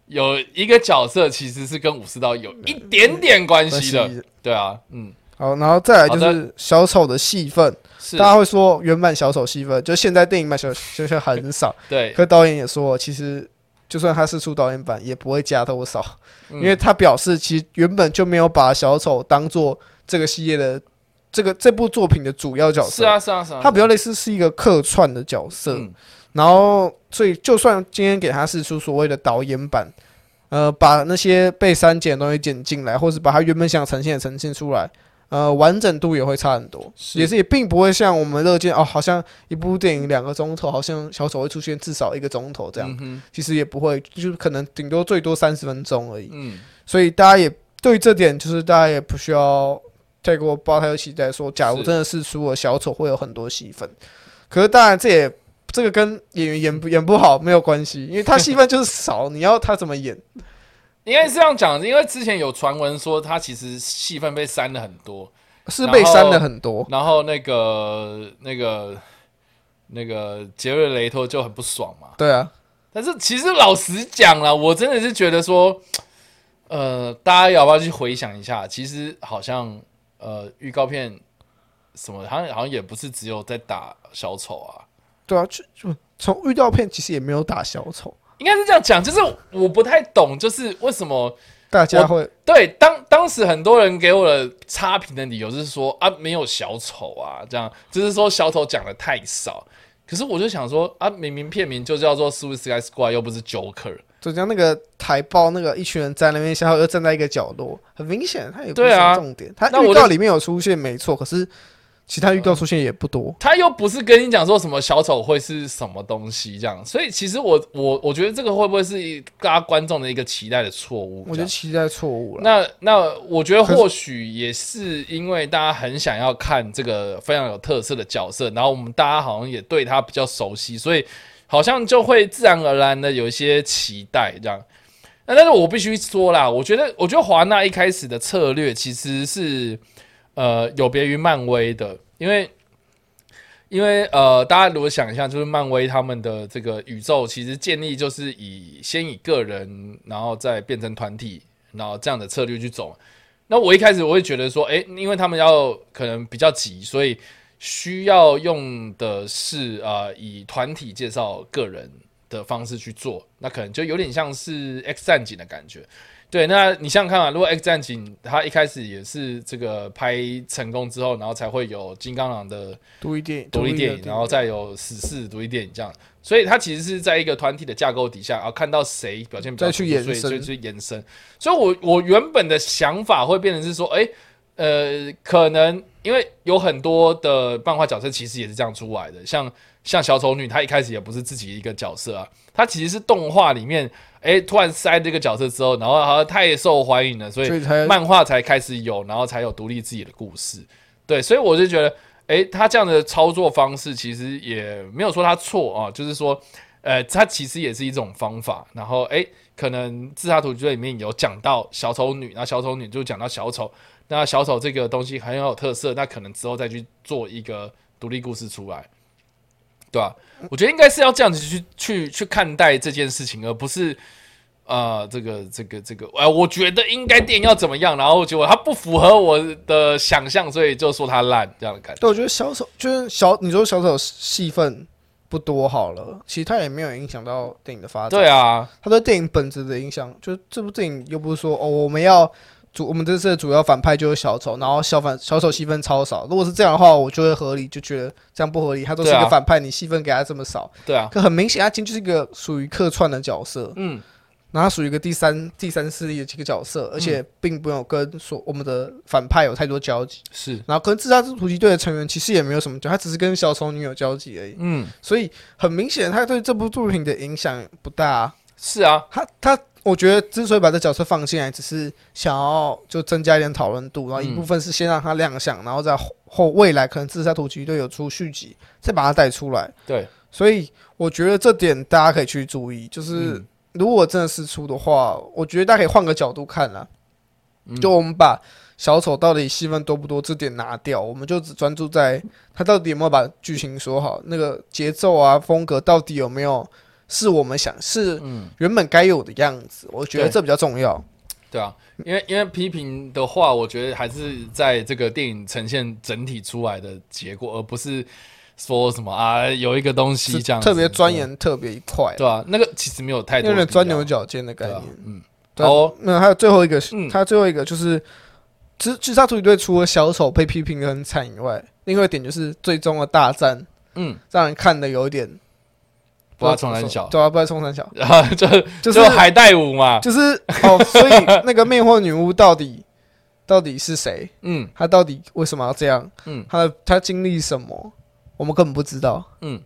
[SPEAKER 1] 有一个角色其实是跟武士刀有一点点关系的。对啊，嗯，
[SPEAKER 2] 好，然后再来就
[SPEAKER 1] 好
[SPEAKER 2] 是小丑的戏份，
[SPEAKER 1] 是
[SPEAKER 2] 大，家会说原版小丑戏份，就现在电影版小小丑 很少，
[SPEAKER 1] 对，
[SPEAKER 2] 可导演也说，其实就算他是出导演版，也不会加多少，
[SPEAKER 1] 嗯
[SPEAKER 2] 因为他表示其实原本就没有把小丑当做这个系列的这个这部作品的主要角色。
[SPEAKER 1] 是啊，是啊，是啊，
[SPEAKER 2] 他比较类似是一个客串的角色，
[SPEAKER 1] 嗯
[SPEAKER 2] 然后所以就算今天给他试出所谓的导演版，呃，把那些被删减的东西剪进来，或是把他原本想呈现的呈现出来，呃，完整度也会差很多，
[SPEAKER 1] 是
[SPEAKER 2] 也是也并不会像我们乐见哦，好像一部电影两个钟头，好像小丑会出现至少一个钟头这样，
[SPEAKER 1] 嗯哼
[SPEAKER 2] 其实也不会，就是可能顶多最多三十分钟而已，
[SPEAKER 1] 嗯，
[SPEAKER 2] 所以大家也对这点就是大家也不需要太过抱太多期待，说假如
[SPEAKER 1] 是
[SPEAKER 2] 真的是输了小丑会有很多戏份，可是当然这也这个跟演员演不演不好没有关系，因为他戏份就是少，你要他怎么演？
[SPEAKER 1] 应该是这样讲，因为之前有传闻说他其实戏份被删了很多，
[SPEAKER 2] 是被删了很多，
[SPEAKER 1] 然后那个那个那个杰瑞雷托就很不爽嘛。
[SPEAKER 2] 对啊，
[SPEAKER 1] 但是其实老实讲啦，我真的是觉得说，呃，大家要不要去回想一下？其实好像呃，预告片什么，好像好像也不是只有在打小丑啊，
[SPEAKER 2] 对啊，就就从预告片其实也没有打小丑，
[SPEAKER 1] 应该是这样讲。就是我不太懂，就是为什么
[SPEAKER 2] 大家会
[SPEAKER 1] 对当当时很多人给我的差评的理由是说啊，没有小丑啊，这样就是说小丑讲的太少。可是我就想说啊，明明片名就叫做《Suicide Squad》，又不是 Joker。
[SPEAKER 2] 就像那个台报那个一群人在那边，然后又站在一个角落，很明显他也不
[SPEAKER 1] 对
[SPEAKER 2] 是
[SPEAKER 1] 啊
[SPEAKER 2] 重点，他
[SPEAKER 1] 那
[SPEAKER 2] 预
[SPEAKER 1] 我
[SPEAKER 2] 告
[SPEAKER 1] 就
[SPEAKER 2] 里面有出现没错，可是其他预告出现也不多。
[SPEAKER 1] 他又不是跟你讲说什么小丑会是什么东西这样，所以其实我我我觉得这个会不会是一大家观众的一个期待的错误？
[SPEAKER 2] 我觉
[SPEAKER 1] 这
[SPEAKER 2] 得
[SPEAKER 1] 样
[SPEAKER 2] 期待错误了。
[SPEAKER 1] 那那我觉得
[SPEAKER 2] 可是
[SPEAKER 1] 或许也是因为大家很想要看这个非常有特色的角色，然后我们大家好像也对他比较熟悉，所以好像就会自然而然的有一些期待这样。那但是我必须说啦，我觉得我觉得华纳一开始的策略其实是呃有别于漫威的，因为因为呃大家如果想一下，就是漫威他们的这个宇宙其实建立就是以先以个人，然后再变成团体，然后这样的策略去走。那我一开始我会觉得说，诶，因为他们要可能比较急，所以需要用的是呃以团体介绍个人的方式去做，那可能就有点像是 X 战警的感觉。对，那你想想看啊，如果 X 战警它一开始也是这个拍成功之后，然后才会有金刚狼的
[SPEAKER 2] 独立电影，
[SPEAKER 1] 独立电影，
[SPEAKER 2] 的
[SPEAKER 1] 然后再有死侍独立电影这样，所以它其实是在一个团体的架构底下，然后看到谁表现比较
[SPEAKER 2] 再去
[SPEAKER 1] 突出
[SPEAKER 2] 延伸
[SPEAKER 1] 所以所以去延伸。所以我我原本的想法会变成是说，哎、呃，可能因为有很多的漫画角色其实也是这样出来的，像像小丑女，她一开始也不是自己一个角色啊，她其实是动画里面，哎、突然塞这个角色之后，然后好像太受欢迎了，所以
[SPEAKER 2] 所以才
[SPEAKER 1] 漫画才开始有，然后才有独立自己的故事。对，所以我就觉得，诶，他这样的操作方式其实也没有说他错啊，就是说，呃，他其实也是一种方法。然后，诶，可能《自杀突击队》里面有讲到小丑女，那小丑女就讲到小丑，那小丑这个东西很有特色，那可能之后再去做一个独立故事出来，对吧、我觉得应该是要这样子去去去看待这件事情，而不是。啊、这个这个这个，哎、我觉得应该电影要怎么样，然后结果它不符合我的想象，所以就说它烂这样的感觉。
[SPEAKER 2] 对，我觉得小丑就是小，你说小丑戏份不多好了，其实他也没有影响到电影的发展。
[SPEAKER 1] 对啊，
[SPEAKER 2] 他对电影本质的影响，就是这部电影又不是说哦，我们要主我们这次的主要反派就是小丑，然后小反小丑戏份超少。如果是这样的话，我就会合理，就觉得这样不合理。他都是一
[SPEAKER 1] 对
[SPEAKER 2] 个
[SPEAKER 1] 啊
[SPEAKER 2] 反派，你戏份给他这么少，
[SPEAKER 1] 对啊，
[SPEAKER 2] 可很明显，他今天就是一个属于客串的角色，
[SPEAKER 1] 嗯，
[SPEAKER 2] 然后他属于一个第三第三势力的几个角色，而且并没有跟所我们的反派有太多交集。
[SPEAKER 1] 是，
[SPEAKER 2] 然后跟自杀突击队的成员其实也没有什么交，他只是跟小丑女有交集而已。
[SPEAKER 1] 嗯，
[SPEAKER 2] 所以很明显，他对这部作品的影响不大啊、
[SPEAKER 1] 是啊，
[SPEAKER 2] 他他，我觉得之所以把这角色放进来，只是想要就增加一点讨论度，然后一部分是先让他亮相，然后再后后未来可能自杀突击队有出续集，再把他带出来。
[SPEAKER 1] 对，
[SPEAKER 2] 所以我觉得这点大家可以去注意，就是、
[SPEAKER 1] 嗯
[SPEAKER 2] 如果真的是出的话，我觉得大家可以换个角度看啦。
[SPEAKER 1] 嗯
[SPEAKER 2] 就我们把小丑到底戏份多不多这点拿掉，我们就只专注在他到底有没有把剧情说好，那个节奏啊风格到底有没有是我们想是
[SPEAKER 1] 嗯，
[SPEAKER 2] 原本该有的样子，我觉得
[SPEAKER 1] 对
[SPEAKER 2] 这比较重要。
[SPEAKER 1] 对啊，因为因为批评的话，我觉得还是在这个电影呈现整体出来的结果，而不是说什么啊有一个东西
[SPEAKER 2] 是
[SPEAKER 1] 这样
[SPEAKER 2] 特别
[SPEAKER 1] 子
[SPEAKER 2] 钻，研特别一块
[SPEAKER 1] 对，对啊，那个其实没有太多
[SPEAKER 2] 有点
[SPEAKER 1] 必
[SPEAKER 2] 钻
[SPEAKER 1] 要
[SPEAKER 2] 牛角尖的概
[SPEAKER 1] 对啊
[SPEAKER 2] 念。，
[SPEAKER 1] 嗯，
[SPEAKER 2] 对啊
[SPEAKER 1] 好哦，
[SPEAKER 2] 那还有最后一个是，
[SPEAKER 1] 嗯
[SPEAKER 2] 他最后一个就是，自自杀突击队除了小丑被批评的很惨以外，另外一点就是最终的大战
[SPEAKER 1] 嗯，
[SPEAKER 2] 让人看的有一点
[SPEAKER 1] 不要冲三小，
[SPEAKER 2] 对啊，不要冲三小，
[SPEAKER 1] 然后 就
[SPEAKER 2] 就
[SPEAKER 1] 就是海带舞嘛，
[SPEAKER 2] 就是哦，所以那个魅惑女巫到底到底是谁？
[SPEAKER 1] 嗯
[SPEAKER 2] 她到底为什么要这样？
[SPEAKER 1] 嗯
[SPEAKER 2] 她的她经历什么？我们根本不知道。
[SPEAKER 1] 嗯，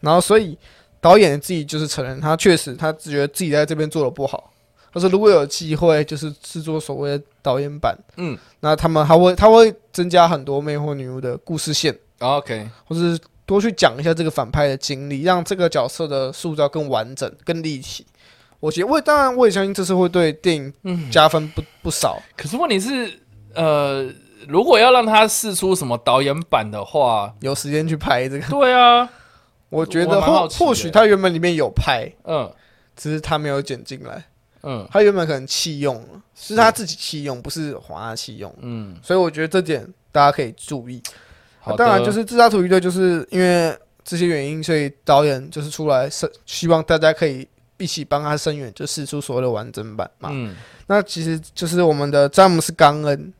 [SPEAKER 2] 然后所以导演自己就是承认，他确实他觉得自己在这边做的不好。他说如果有机会，就是制作所谓的导演版，
[SPEAKER 1] 嗯
[SPEAKER 2] 那他们还会他会增加很多魅惑女巫的故事线，
[SPEAKER 1] ，OK，
[SPEAKER 2] 或是多去讲一下这个反派的经历，让这个角色的塑造更完整、更立体。我觉得，我也当然我也相信这是会对电影加分不、不少。
[SPEAKER 1] 嗯可是问题是，呃，如果要让他试出什么导演版的 话，
[SPEAKER 2] 有时间去拍这个，
[SPEAKER 1] 对啊，
[SPEAKER 2] 我
[SPEAKER 1] 我
[SPEAKER 2] 觉得
[SPEAKER 1] 蛮
[SPEAKER 2] 或
[SPEAKER 1] 好奇的
[SPEAKER 2] 或许他原本里面有拍，
[SPEAKER 1] 嗯
[SPEAKER 2] 只是他没有剪进来。
[SPEAKER 1] 嗯
[SPEAKER 2] 他原本可能弃用了，是他自己弃用，不是华纳弃用，
[SPEAKER 1] 嗯，
[SPEAKER 2] 所以我觉得这点大家可以注意。
[SPEAKER 1] 好的
[SPEAKER 2] 当然，就是自杀突击队，就是因为这些原因，所以导演就是出来是希望大家可以一起帮他声援，就试出所有的完整版嘛。
[SPEAKER 1] 嗯
[SPEAKER 2] 那其实就是我们的詹姆斯·冈恩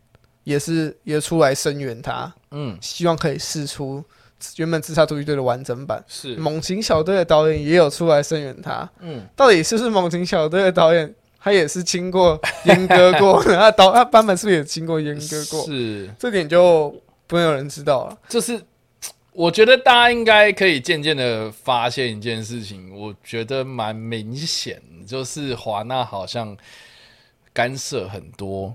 [SPEAKER 2] 也是也出来声援他，
[SPEAKER 1] 嗯
[SPEAKER 2] 希望可以试出原本自杀突击队的完整版。
[SPEAKER 1] 是
[SPEAKER 2] 猛禽小队的导演也有出来声援他，
[SPEAKER 1] 嗯
[SPEAKER 2] 到底是不是猛禽小队的导演？他也是经过阉割过，然后导他版本是不是也经过阉割过？
[SPEAKER 1] 是，
[SPEAKER 2] 这点就不会有人知道了。
[SPEAKER 1] 就是我觉得大家应该可以渐渐的发现一件事情，我觉得蛮明显，就是华纳好像干涉很多，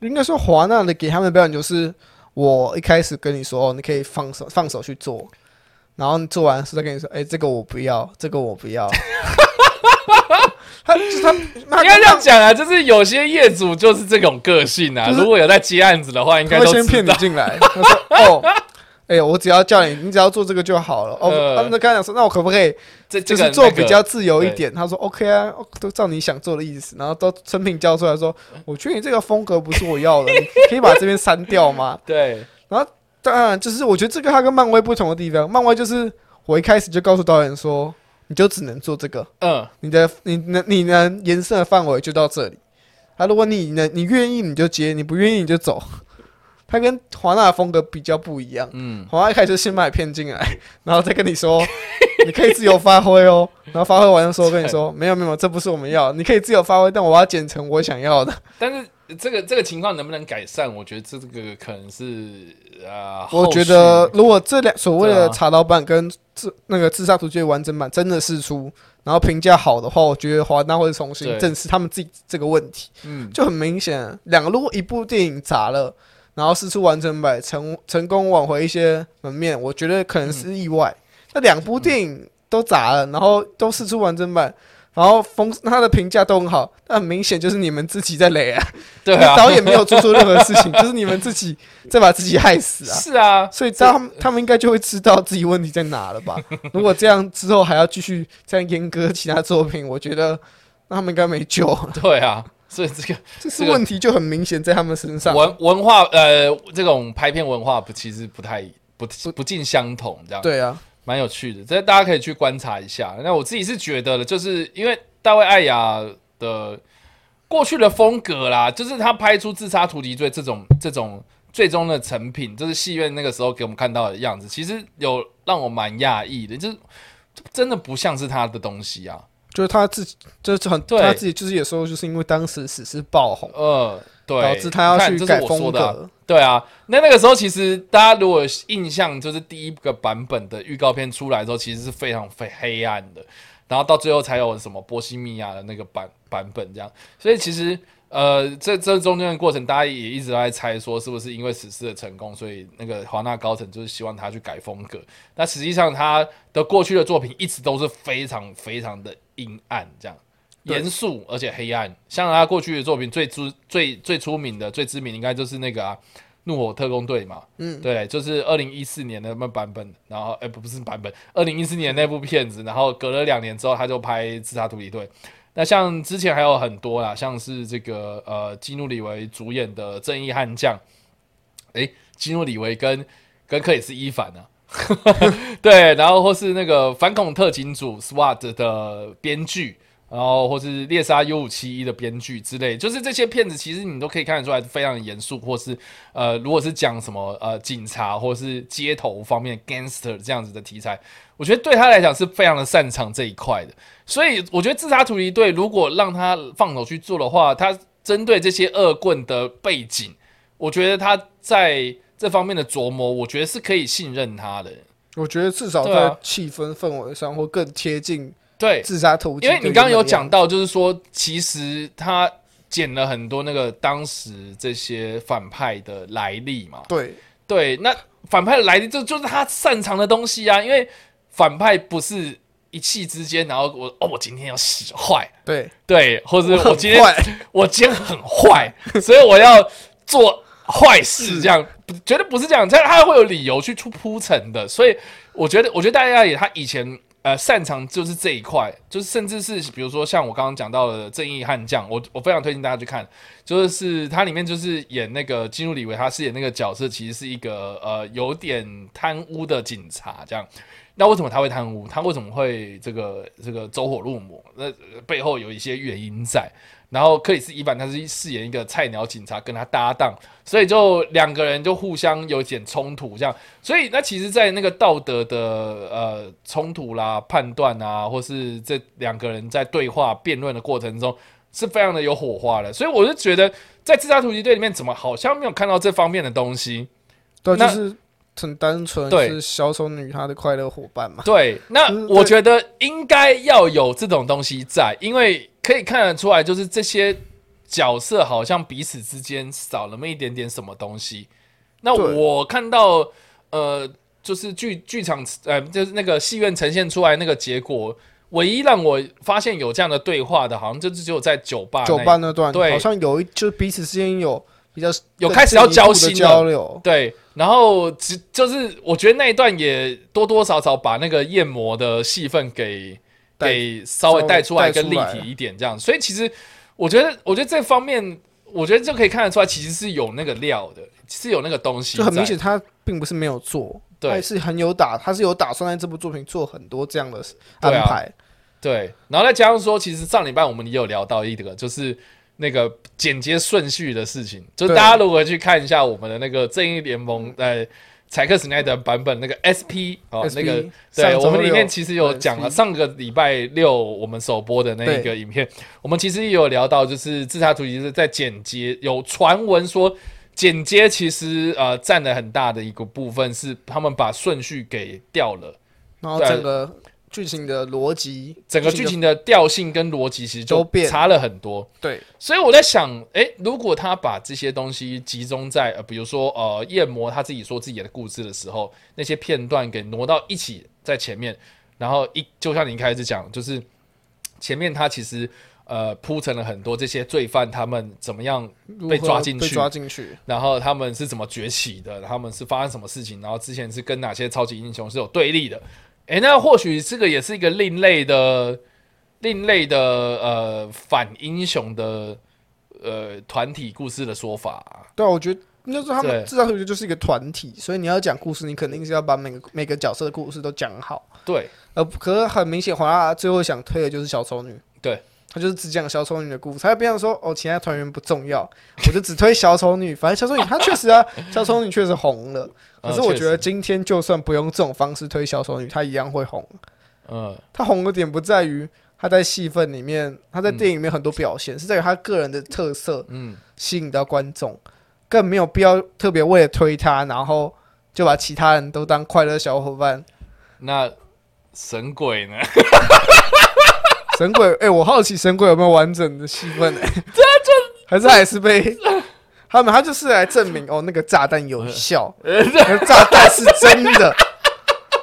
[SPEAKER 2] 应该说华纳的给他们的标准就是，我一开始跟你说哦，你可以放手放手去做，然后做完是再跟你说，哎、这个我不要，这个我不 要。他就是他，他
[SPEAKER 1] 应该这样讲啊，就是有些业主就是这种个性啊。
[SPEAKER 2] 就是
[SPEAKER 1] 如果有在接案子的话，应该
[SPEAKER 2] 他
[SPEAKER 1] 都
[SPEAKER 2] 会先
[SPEAKER 1] 知
[SPEAKER 2] 骗你
[SPEAKER 1] 道。
[SPEAKER 2] 进来，他说哦， 哎、我只要叫你，你只要做这个就好了。哦，
[SPEAKER 1] 呃
[SPEAKER 2] 他们都跟他讲说，那我可不可以
[SPEAKER 1] 这
[SPEAKER 2] 就
[SPEAKER 1] 这
[SPEAKER 2] 是
[SPEAKER 1] 个
[SPEAKER 2] 做
[SPEAKER 1] 那个
[SPEAKER 2] 比较自由一点？他说 OK 啊，哦都照你想做的意思。然后都成品交出来说，我觉得你这个风格不是我要的，你可以把这边删掉吗？
[SPEAKER 1] 对，
[SPEAKER 2] 当然，就是我觉得这个它跟漫威不同的地方，漫威就是我一开始就告诉导演说，你就只能做这个，
[SPEAKER 1] 嗯，
[SPEAKER 2] 你的你能你能延伸的范围就到这里。啊，如果你能你愿意你就接，你不愿意你就走。它跟华纳的风格比较不一样，
[SPEAKER 1] 嗯，
[SPEAKER 2] 华纳一开始就先把你骗进来，然后再跟你说你可以自由发挥哦，然后发挥完的时候跟 你说没有没有，这不是我们要的，你可以自由发挥，但我要剪成我想要的。
[SPEAKER 1] 但是这个这个情况能不能改善？我觉得这个可能是啊，
[SPEAKER 2] 我
[SPEAKER 1] 后
[SPEAKER 2] 觉
[SPEAKER 1] 续
[SPEAKER 2] 得，如果这两所谓
[SPEAKER 1] 对
[SPEAKER 2] 的
[SPEAKER 1] 啊
[SPEAKER 2] 查老版跟自那个自杀突击的完整版真的试出，然后评价好的话，我觉得华纳会重新
[SPEAKER 1] 对
[SPEAKER 2] 正视他们自己这个问题，
[SPEAKER 1] 嗯，
[SPEAKER 2] 就很明显啊。两个如果一部电影砸了，然后试出完整版成成功挽回一些门面，我觉得可能是意外。那两部电影都砸了，然后都试出完整版。然后风他的评价都很好，但很明显就是你们自己在雷啊！
[SPEAKER 1] 对啊，
[SPEAKER 2] 导演没有做出任何事情，就是你们自己在把自己害死啊！
[SPEAKER 1] 是啊，
[SPEAKER 2] 所以他们他们应该就会知道自己问题在哪了 吧？如果这样之后还要继续这样阉割其他作品，我觉得那他们应该没救了。
[SPEAKER 1] 对啊，所以这个
[SPEAKER 2] 这是
[SPEAKER 1] 这个
[SPEAKER 2] 问题就很明显在他们身上。
[SPEAKER 1] 文文化呃，这种拍片文化不其实不太不不尽相同，这样
[SPEAKER 2] 对啊，
[SPEAKER 1] 蛮有趣的，这大家可以去观察一下。那我自己是觉得的，就是因为大卫艾雅的过去的风格啦，就是他拍出《自杀突击队》这种这种最终的成品，就是戏院那个时候给我们看到的样子，其实有让我蛮讶异的，就是真的不像是他的东西啊。
[SPEAKER 2] 就是他自己，就是很
[SPEAKER 1] 对
[SPEAKER 2] 他自己，就是有时候就是因为当时史诗爆红，
[SPEAKER 1] 呃，对，
[SPEAKER 2] 导致他要
[SPEAKER 1] 你看
[SPEAKER 2] 去
[SPEAKER 1] 这是
[SPEAKER 2] 改
[SPEAKER 1] 我
[SPEAKER 2] 风
[SPEAKER 1] 说的啊、
[SPEAKER 2] 格。
[SPEAKER 1] 对啊，那那个时候其实大家如果有印象就是第一个版本的预告片出来之后，其实是非常非黑暗的，然后到最后才有什么波西米亚的那个版版本这样，所以其实呃，这这中间的过程，大家也一直都在猜说是不是因为史诗的成功，所以那个华纳高层就是希望他去改风格，那实际上他的过去的作品一直都是非常非常的阴暗这样。
[SPEAKER 2] 对
[SPEAKER 1] 严肃而且黑暗，像他过去的作品最出最最出名的、最知名的应该就是那个啊，怒火特工队嘛，嗯，对，就是二零一四年的那版本，然后哎、不不是版本，二零一四年那部片子，然后隔了两年之后他就拍《自杀突击队》。那像之前还有很多啦，像是这个呃基努里维主演的《正义悍将》，哎，基努里维跟跟克里斯伊凡啊。 对，然后或是那个反恐特警组 SWAT 的编剧，然后或是猎杀 U 五七一的编剧之类，就是这些片子，其实你都可以看得出来非常严肃，或是呃，如果是讲什么呃警察或是街头方面 gangster 这样子的题材，我觉得对他来讲是非常的擅长这一块的。所以我觉得自杀突击队如果让他放手去做的话，他针对这些恶棍的背景，我觉得他在这方面的琢磨，我觉得是可以信任他的。
[SPEAKER 2] 我觉得至少
[SPEAKER 1] 对啊
[SPEAKER 2] 在气氛氛围上会更贴近
[SPEAKER 1] 对，
[SPEAKER 2] 自杀突击。
[SPEAKER 1] 因为你刚刚有讲，到，就是说，其实他剪了很多那个当时这些反派的来历嘛。
[SPEAKER 2] 对，
[SPEAKER 1] 对，那反派的来历，这就是他擅长的东西啊。因为反派不是一气之间，然后我哦，我今天要使坏，
[SPEAKER 2] 对，
[SPEAKER 1] 对，或者是我今天
[SPEAKER 2] 坏
[SPEAKER 1] 我今天很坏， 所以我要做坏事，这样不绝对不是这样，他他会有理由去出铺陈的，所以我觉得，我觉得大家也他以前呃擅长就是这一块，就是甚至是比如说像我刚刚讲到的《正义悍将》，我我非常推荐大家去看，就是它里面就是演那个基努里维他饰演那个角色，其实是一个呃有点贪污的警察这样。那为什么他会贪污？他为什么会这个这个走火入魔？那呃背后有一些原因在。然后克里斯·伊凡他是饰演一个菜鸟警察，跟他搭档，所以就两个人就互相有点冲突，这样。所以那其实，在那个道德的呃冲突啦、判断啊，或是这两个人在对话辩论的过程中，是非常的有火花的。所以我就觉得，在《自杀突击队》里面，怎么好像没有看到这方面的东西？
[SPEAKER 2] 对，啊就
[SPEAKER 1] 那
[SPEAKER 2] 是很单纯，
[SPEAKER 1] 对
[SPEAKER 2] 是小丑女她的快乐伙伴嘛。
[SPEAKER 1] 对，那
[SPEAKER 2] 嗯
[SPEAKER 1] 我
[SPEAKER 2] 对
[SPEAKER 1] 觉得应该要有这种东西在，因为可以看得出来，就是这些角色好像彼此之间少了那么一点点什么东西。那
[SPEAKER 2] 对
[SPEAKER 1] 我看到呃就是剧剧场呃，就是那个戏院呈现出来那个结果，唯一让我发现有这样的对话的，好像就是只有在酒啊吧那一
[SPEAKER 2] 酒吧那段，
[SPEAKER 1] 对
[SPEAKER 2] 好像有一就是彼此之间有比较
[SPEAKER 1] 有开始要交
[SPEAKER 2] 进
[SPEAKER 1] 心
[SPEAKER 2] 一步的
[SPEAKER 1] 了
[SPEAKER 2] 交流，
[SPEAKER 1] 对，然后只就是我觉得那一段也多多少少把那个夜魔的戏份给
[SPEAKER 2] 带
[SPEAKER 1] 给稍微
[SPEAKER 2] 稍微
[SPEAKER 1] 带出来，
[SPEAKER 2] 带
[SPEAKER 1] 跟
[SPEAKER 2] 出
[SPEAKER 1] 立
[SPEAKER 2] 来
[SPEAKER 1] 体一点这样。所以其实我觉得，我觉得这方面，我觉得就可以看得出来，其实是有那个料的，是有那个东西，
[SPEAKER 2] 就很明显，。他并不是没有做，
[SPEAKER 1] 对
[SPEAKER 2] 他也是很有打，他是有打算在这部作品做很多这样的安
[SPEAKER 1] 对啊
[SPEAKER 2] 排。
[SPEAKER 1] 对，然后再加上说，其实上礼拜我们也有聊到一个，就是那个剪接顺序的事情，就是
[SPEAKER 2] 对
[SPEAKER 1] 大家如果去看一下我们的那个《正义联盟》呃。柴克史奈德版本那个 SP 哦，
[SPEAKER 2] SP
[SPEAKER 1] 那个
[SPEAKER 2] 上
[SPEAKER 1] 对
[SPEAKER 2] 周
[SPEAKER 1] 我们里面
[SPEAKER 2] 六
[SPEAKER 1] 其实有讲了，
[SPEAKER 2] SP
[SPEAKER 1] 上个礼拜六我们首播的那一个影片，我们其实也有聊到，就是自杀突击是在剪接，有传闻说剪接其实呃占了很大的一个部分，是他们把顺序给掉了，
[SPEAKER 2] 然后
[SPEAKER 1] 对啊
[SPEAKER 2] 整个剧情的逻辑，
[SPEAKER 1] 整个剧
[SPEAKER 2] 的
[SPEAKER 1] 情的调性跟逻辑其实就
[SPEAKER 2] 都变
[SPEAKER 1] 差了很多。
[SPEAKER 2] 对
[SPEAKER 1] 所以我在想，诶，如果他把这些东西集中在，呃，比如说呃，夜魔他自己说自己的故事的时候，那些片段给挪到一起在前面，然后一就像你一开始讲，就是前面他其实呃铺陈了很多这些罪犯他们怎么样
[SPEAKER 2] 如
[SPEAKER 1] 被
[SPEAKER 2] 何
[SPEAKER 1] 抓进
[SPEAKER 2] 被
[SPEAKER 1] 去
[SPEAKER 2] 抓进去，
[SPEAKER 1] 然后他们是怎么崛起的，他们是发生什么事情，然后之前是跟哪些超级英雄是有对立的。诶，那或许这个也是一个另类的、另类的呃反英雄的呃团体故事的说法啊、
[SPEAKER 2] 对啊，我觉得。应该说他
[SPEAKER 1] 对
[SPEAKER 2] 们至少我觉得就是一个团体，所以你要讲故事，你肯定是要把每个每个角色的故事都讲好。
[SPEAKER 1] 对
[SPEAKER 2] 呃，可是很明显，华纳最后想推的就是小丑女，
[SPEAKER 1] 对，
[SPEAKER 2] 他就是只讲小丑女的故事，他也不想说哦，其他团员不重要，我就只推小丑女。反正小丑女她确实 啊，小丑女确实红了。可是
[SPEAKER 1] 嗯
[SPEAKER 2] 我
[SPEAKER 1] 确
[SPEAKER 2] 觉得今天就算不用这种方式推小丑女，她一样会红。
[SPEAKER 1] 嗯，
[SPEAKER 2] 她红的点不在于她在戏份里面，她在电影里面很多表现，是在于她个人的特色，
[SPEAKER 1] 嗯，
[SPEAKER 2] 吸引到观众，更没有必要特别为了推她，然后就把其他人都当快乐小伙伴。
[SPEAKER 1] 那神鬼呢？
[SPEAKER 2] 神鬼， 哎、我好奇神鬼有没有完整的戏份、 欸？这就还是还是被他们，他就是来证明哦，那个炸弹有效， 那个炸弹是真的，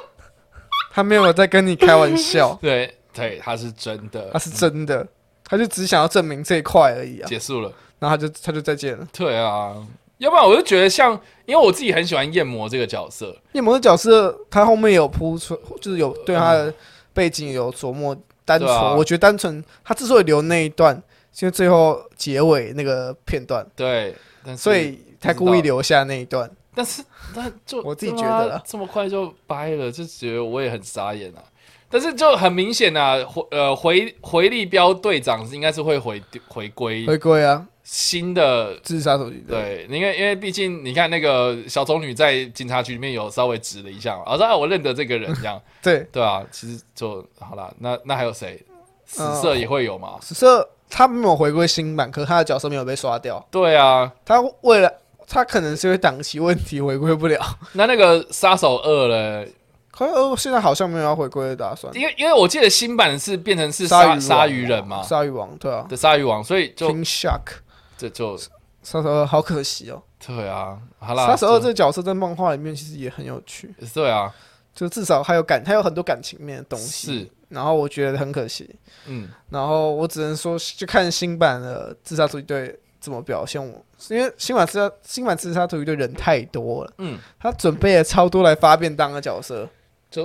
[SPEAKER 2] 他没有在跟你开玩笑，
[SPEAKER 1] 对对，他是真的，
[SPEAKER 2] 他是真的，他就只想要证明这一块而已啊。
[SPEAKER 1] 结束了。
[SPEAKER 2] 然后他就他就再见了。
[SPEAKER 1] 对啊，要不然我就觉得像，因为我自己很喜欢夜魔这个角色，
[SPEAKER 2] 夜魔的角色，他后面有铺出，就是有对他的背景有琢磨。单纯，
[SPEAKER 1] 对啊
[SPEAKER 2] 我觉得单纯，他之所以留那一段，是因为最后结尾那个片段。
[SPEAKER 1] 对，但嗯是
[SPEAKER 2] 所以他故意留下那一段。
[SPEAKER 1] 但是，但就
[SPEAKER 2] 我自己
[SPEAKER 1] 他
[SPEAKER 2] 觉
[SPEAKER 1] 妈
[SPEAKER 2] 得啦
[SPEAKER 1] 这么快就掰了，就觉得我也很傻眼啊。但是就很明显啊，回呃回回力标队长是应该是会回回归
[SPEAKER 2] 回归啊，
[SPEAKER 1] 新的。
[SPEAKER 2] 自杀手机对，
[SPEAKER 1] 对，因为因为毕竟你看那个小丑女在警察局里面有稍微指了一下嘛，我说啊我认得这个人这 样，
[SPEAKER 2] 对，
[SPEAKER 1] 对啊，其实就好啦。那那还有谁？死色也会有嘛？
[SPEAKER 2] 只是他没有回归新版，可是他的角色没有被刷掉。
[SPEAKER 1] 对啊，
[SPEAKER 2] 他为了他可能是因为档期问题回归不了，
[SPEAKER 1] 那那个杀手二了，
[SPEAKER 2] 可是呃现在好像没有要回归的打算。
[SPEAKER 1] 因为因为我记得新版是变成是
[SPEAKER 2] 鲨
[SPEAKER 1] 鲨
[SPEAKER 2] 鱼王
[SPEAKER 1] 鲨鱼人嘛
[SPEAKER 2] 鲨鱼王对啊
[SPEAKER 1] 的鲨鱼王，所以就
[SPEAKER 2] ，King Shark
[SPEAKER 1] 这就
[SPEAKER 2] 杀手二好可惜哦。
[SPEAKER 1] 对啊，好啦，
[SPEAKER 2] 杀手二这
[SPEAKER 1] 就
[SPEAKER 2] 个角色在漫画里面其实也很有趣，
[SPEAKER 1] 对啊，
[SPEAKER 2] 就至少还有感，他有很多感情面的东西。
[SPEAKER 1] 是，
[SPEAKER 2] 然后我觉得很可惜，
[SPEAKER 1] 嗯，
[SPEAKER 2] 然后我只能说，就看新版的自杀突击队怎么表现我，因为新版自杀新版自杀突击队人太多了，
[SPEAKER 1] 嗯，
[SPEAKER 2] 他准备了超多来发便当的角色，
[SPEAKER 1] 就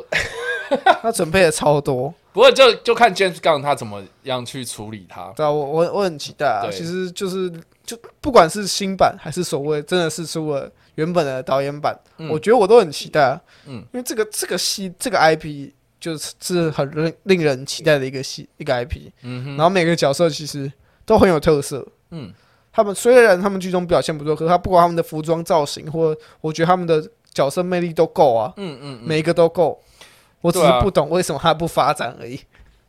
[SPEAKER 2] 他准备了超多，
[SPEAKER 1] 不过就就看 James Gunn 他怎么样去处理它。
[SPEAKER 2] 对啊，我我我很期待啊，
[SPEAKER 1] 对
[SPEAKER 2] 其实就是就不管是新版还是所谓真的是出了原本的导演版，
[SPEAKER 1] 嗯
[SPEAKER 2] 我觉得我都很期待、啊，
[SPEAKER 1] 嗯，
[SPEAKER 2] 因为这个这个戏这个 IP 就是是很令令人期待的一个戏一个 IP，
[SPEAKER 1] 嗯哼，
[SPEAKER 2] 然后每个角色其实都很有特色。
[SPEAKER 1] 嗯，
[SPEAKER 2] 他们虽然他们剧中表现不错，可是他不管他们的服装造型，或我觉得他们的角色魅力都够啊，
[SPEAKER 1] 嗯嗯嗯，
[SPEAKER 2] 每一个都够。我只
[SPEAKER 1] 对
[SPEAKER 2] 是
[SPEAKER 1] 啊
[SPEAKER 2] 不懂为什么他不发展而已。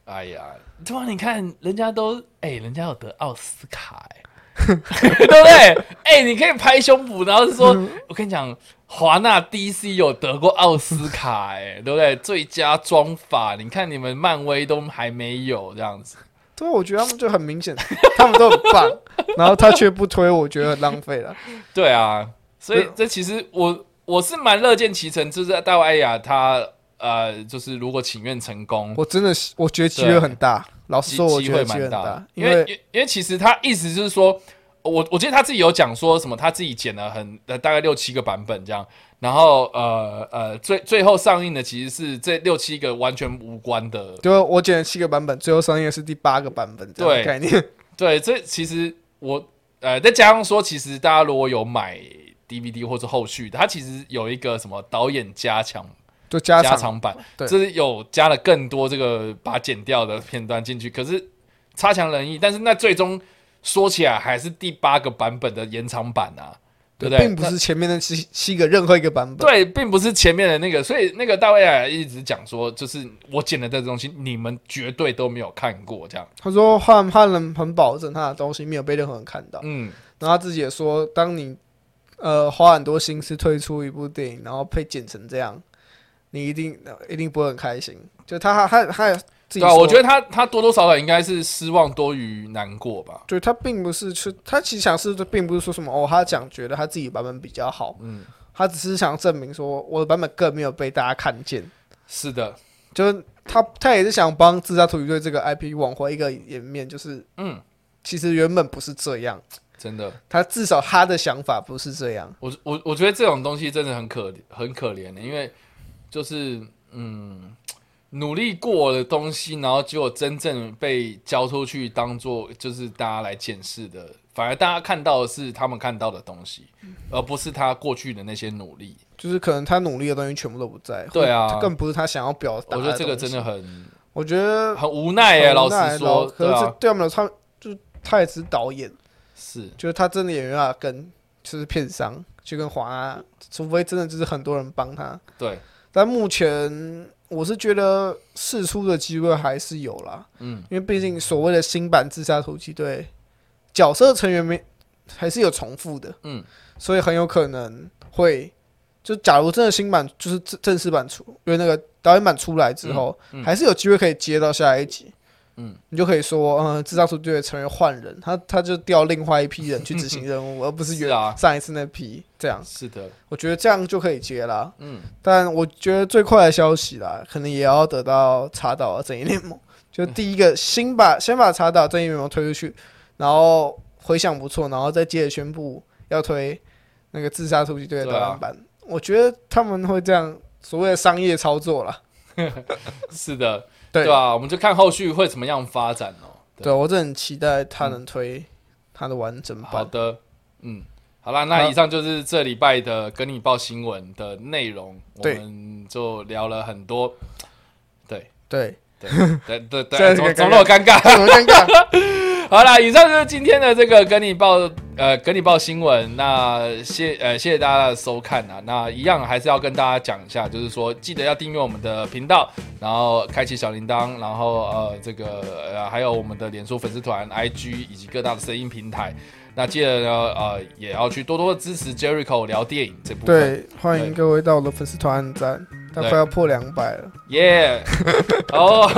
[SPEAKER 1] 哎呀，对啊，你看人家都哎、人家有得奥斯卡、哎 对不对？哎、你可以拍胸脯，然后是说，
[SPEAKER 2] 嗯
[SPEAKER 1] 我跟你讲，华纳 DC 有得过奥斯卡、哎，对不对？最佳妆法，你看你们漫威都还没有这样子。
[SPEAKER 2] 对啊，我觉得他们就很明显，他们都很棒，然后他却不推，我觉得很浪费了。
[SPEAKER 1] 对啊，所以
[SPEAKER 2] 对
[SPEAKER 1] 这其实我我是蛮乐见其成，就是大卫艾雅他呃，就是如果请愿成功，
[SPEAKER 2] 我真的是我觉得机会很大。老实
[SPEAKER 1] 机
[SPEAKER 2] 说，我
[SPEAKER 1] 机
[SPEAKER 2] 觉得
[SPEAKER 1] 会
[SPEAKER 2] 机会
[SPEAKER 1] 蛮
[SPEAKER 2] 很
[SPEAKER 1] 大
[SPEAKER 2] 大
[SPEAKER 1] 的，，因
[SPEAKER 2] 因
[SPEAKER 1] 为
[SPEAKER 2] 为
[SPEAKER 1] 因为其实他意思就是说，我我记得他自己有讲说什么，他自己剪了很呃大概六七个版本这样，然后呃呃最最后上映的其实是这六七个完全无关的，
[SPEAKER 2] 就我剪了七个版本，最后上映的是第八个版本，这样的
[SPEAKER 1] 对
[SPEAKER 2] 概念。
[SPEAKER 1] 对，这其实我呃再加上说，其实大家如果有买 DVD 或者后续，它其实有一个什么导演加强
[SPEAKER 2] 就加
[SPEAKER 1] 加
[SPEAKER 2] 长，
[SPEAKER 1] 长版，
[SPEAKER 2] 对
[SPEAKER 1] 就是有加了更多这个把剪掉的片段进去，可是差强人意。但是那最终说起来还是第八个版本的延长版啊，对不对？
[SPEAKER 2] 并不是前面的七七个任何一个版本。
[SPEAKER 1] 对，并不是前面的那个，所以那个大卫艾尔一直讲说，就是我剪的这东西，你们绝对都没有看过，这样。
[SPEAKER 2] 他说汉汉人很保证他的东西没有被任何人看到，
[SPEAKER 1] 嗯，
[SPEAKER 2] 然后他自己也说，当你呃花很多心思推出一部电影，然后被剪成这样，你一定呃一定不会很开心。就他他他他也自己
[SPEAKER 1] 对啊，
[SPEAKER 2] 说
[SPEAKER 1] 我觉得他他多多少少应该是失望多于难过吧。
[SPEAKER 2] 对他并不是去，他其实想是，并不是说什么哦，他讲觉得他自己版本比较好，
[SPEAKER 1] 嗯，
[SPEAKER 2] 他只是想证明说我的版本更没有被大家看见，
[SPEAKER 1] 是的，
[SPEAKER 2] 就是他他也是想帮自杀突击队这个 IP 挽回一个颜面，就是
[SPEAKER 1] 嗯，
[SPEAKER 2] 其实原本不是这样，
[SPEAKER 1] 真的，
[SPEAKER 2] 他至少他的想法不是这样，
[SPEAKER 1] 我我我觉得这种东西真的很可很可怜的，因为就是嗯，努力过的东西，然后结果真正被交出去，当做就是大家来检视的，反而大家看到的是他们看到的东西，而不是他过去的那些努力。
[SPEAKER 2] 就是可能他努力的东西全部都不在，
[SPEAKER 1] 对啊
[SPEAKER 2] 或者更不是他想要表达。
[SPEAKER 1] 我觉得这个真的，很
[SPEAKER 2] 我觉得
[SPEAKER 1] 很无奈耶，
[SPEAKER 2] 很无
[SPEAKER 1] 老
[SPEAKER 2] 奈
[SPEAKER 1] 实说，对
[SPEAKER 2] 可是这
[SPEAKER 1] 啊，
[SPEAKER 2] 对他们来说，他就是他也只是导演。
[SPEAKER 1] 是
[SPEAKER 2] 就是他真的也没办法跟，就是片商去跟华纳，除非真的就是很多人帮他。
[SPEAKER 1] 对，
[SPEAKER 2] 但目前我是觉得试出的机会还是有啦，
[SPEAKER 1] 嗯，
[SPEAKER 2] 因为毕竟所谓的新版自杀突击队角色成员没还是有重复的，
[SPEAKER 1] 嗯，
[SPEAKER 2] 所以很有可能会。就假如真的新版就是正正式版出，因为那个导演版出来之后，
[SPEAKER 1] 嗯嗯
[SPEAKER 2] 还是有机会可以接到下一集。
[SPEAKER 1] 嗯，
[SPEAKER 2] 你就可以说，嗯，自杀突击队的成员换人，他他就调另外一批人去执行 任务，而不是
[SPEAKER 1] 是
[SPEAKER 2] 原
[SPEAKER 1] 啊，
[SPEAKER 2] 上一次那批这样。
[SPEAKER 1] 是的，
[SPEAKER 2] 我觉得这样就可以接啦。
[SPEAKER 1] 嗯，
[SPEAKER 2] 但我觉得最快的消息啦，可能也要得到查岛的正义联 盟。就第一个，先把先把查岛正义联盟推出去，然后回响不错，然后再接着宣布要推那个自杀突击队的
[SPEAKER 1] 对啊
[SPEAKER 2] 导演版。我觉得他们会这样所谓的商业操作啦。
[SPEAKER 1] 是的，
[SPEAKER 2] 对
[SPEAKER 1] 对啊，我们就看后续会怎么样发展哦。对
[SPEAKER 2] 对，我真的很期待他能推他的完整
[SPEAKER 1] 好
[SPEAKER 2] 版。
[SPEAKER 1] 的，嗯，好啦，那
[SPEAKER 2] 好
[SPEAKER 1] 以上就是这礼拜的跟你报新闻的内容，我
[SPEAKER 2] 对
[SPEAKER 1] 们就聊了很多。对
[SPEAKER 2] 对，
[SPEAKER 1] 对对对
[SPEAKER 2] 这
[SPEAKER 1] 对，怎
[SPEAKER 2] 样这
[SPEAKER 1] 么
[SPEAKER 2] 个
[SPEAKER 1] 怎么那么尴尬？
[SPEAKER 2] 很 尴尬。
[SPEAKER 1] 好啦，以上就是今天的这个跟你报呃跟你报新闻。那谢呃谢谢大家的收看啊。那一样还是要跟大家讲一下，就是说记得要订阅我们的频道，然后开启小铃铛，然后呃这个呃还有我们的脸书粉丝团、IG 以及各大的声音平台。那记得呢呃也要去多多地支持 Jericho 聊电影这部分。
[SPEAKER 2] 对，欢迎各位到我的粉丝团按赞，他
[SPEAKER 1] 对
[SPEAKER 2] 快要破两百了。
[SPEAKER 1] 耶！哦，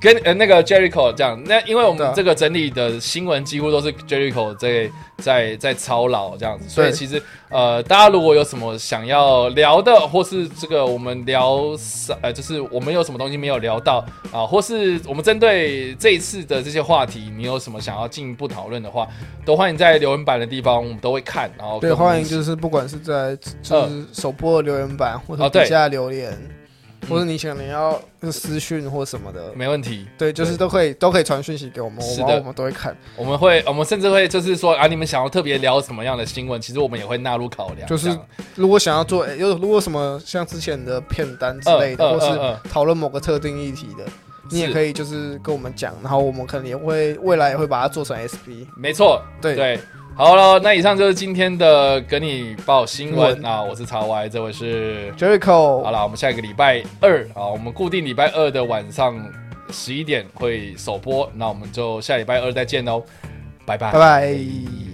[SPEAKER 1] 跟呃那个 Jericho 这样，那因为我
[SPEAKER 2] 对
[SPEAKER 1] 们
[SPEAKER 2] 啊
[SPEAKER 1] 这个整理的新闻几乎都是 Jericho 在在在操劳这样子，所以
[SPEAKER 2] 对
[SPEAKER 1] 其实呃，大家如果有什么想要聊的，或是这个我们聊啥呃，就是我们有什么东西没有聊到啊、或是我们针对这一次的这些话题，你有什么想要进一步讨论的话，都欢迎在留言板的地方，我们都会看，然后
[SPEAKER 2] 对，
[SPEAKER 1] 跟我们
[SPEAKER 2] 欢迎
[SPEAKER 1] 一起
[SPEAKER 2] 就是不管是在就是首播的留言板，或者
[SPEAKER 1] 呃哦对嗯
[SPEAKER 2] 底下留言，或者你想你要私讯或什么的，
[SPEAKER 1] 没问题。
[SPEAKER 2] 对，就是都可以都可以传讯息给我们，我
[SPEAKER 1] 嗯是
[SPEAKER 2] 们
[SPEAKER 1] 的
[SPEAKER 2] 我们都会看，
[SPEAKER 1] 我们会，我们甚至会就是说啊，你们想要特别聊什么样的新闻，其实我们也会纳入考量。
[SPEAKER 2] 就是
[SPEAKER 1] 这样
[SPEAKER 2] 如果想要做，诶有如果什么像之前的片单之类的，
[SPEAKER 1] 嗯嗯
[SPEAKER 2] 或
[SPEAKER 1] 嗯
[SPEAKER 2] 是讨论某个特定议题的，你也
[SPEAKER 1] 是
[SPEAKER 2] 可以就是跟我们讲，然后我们可能也会未来也会把它做成 SP。
[SPEAKER 1] 没错，
[SPEAKER 2] 对
[SPEAKER 1] 好了，那以上就是今天的跟你报新闻
[SPEAKER 2] 新闻
[SPEAKER 1] 啊，我是曹歪，这位是，
[SPEAKER 2] Jericho，
[SPEAKER 1] 好了，我们下一个礼拜二啊，我们固定礼拜二的晚上哦十一点会首播，那我们就下礼拜二再见喽，拜拜
[SPEAKER 2] 拜拜。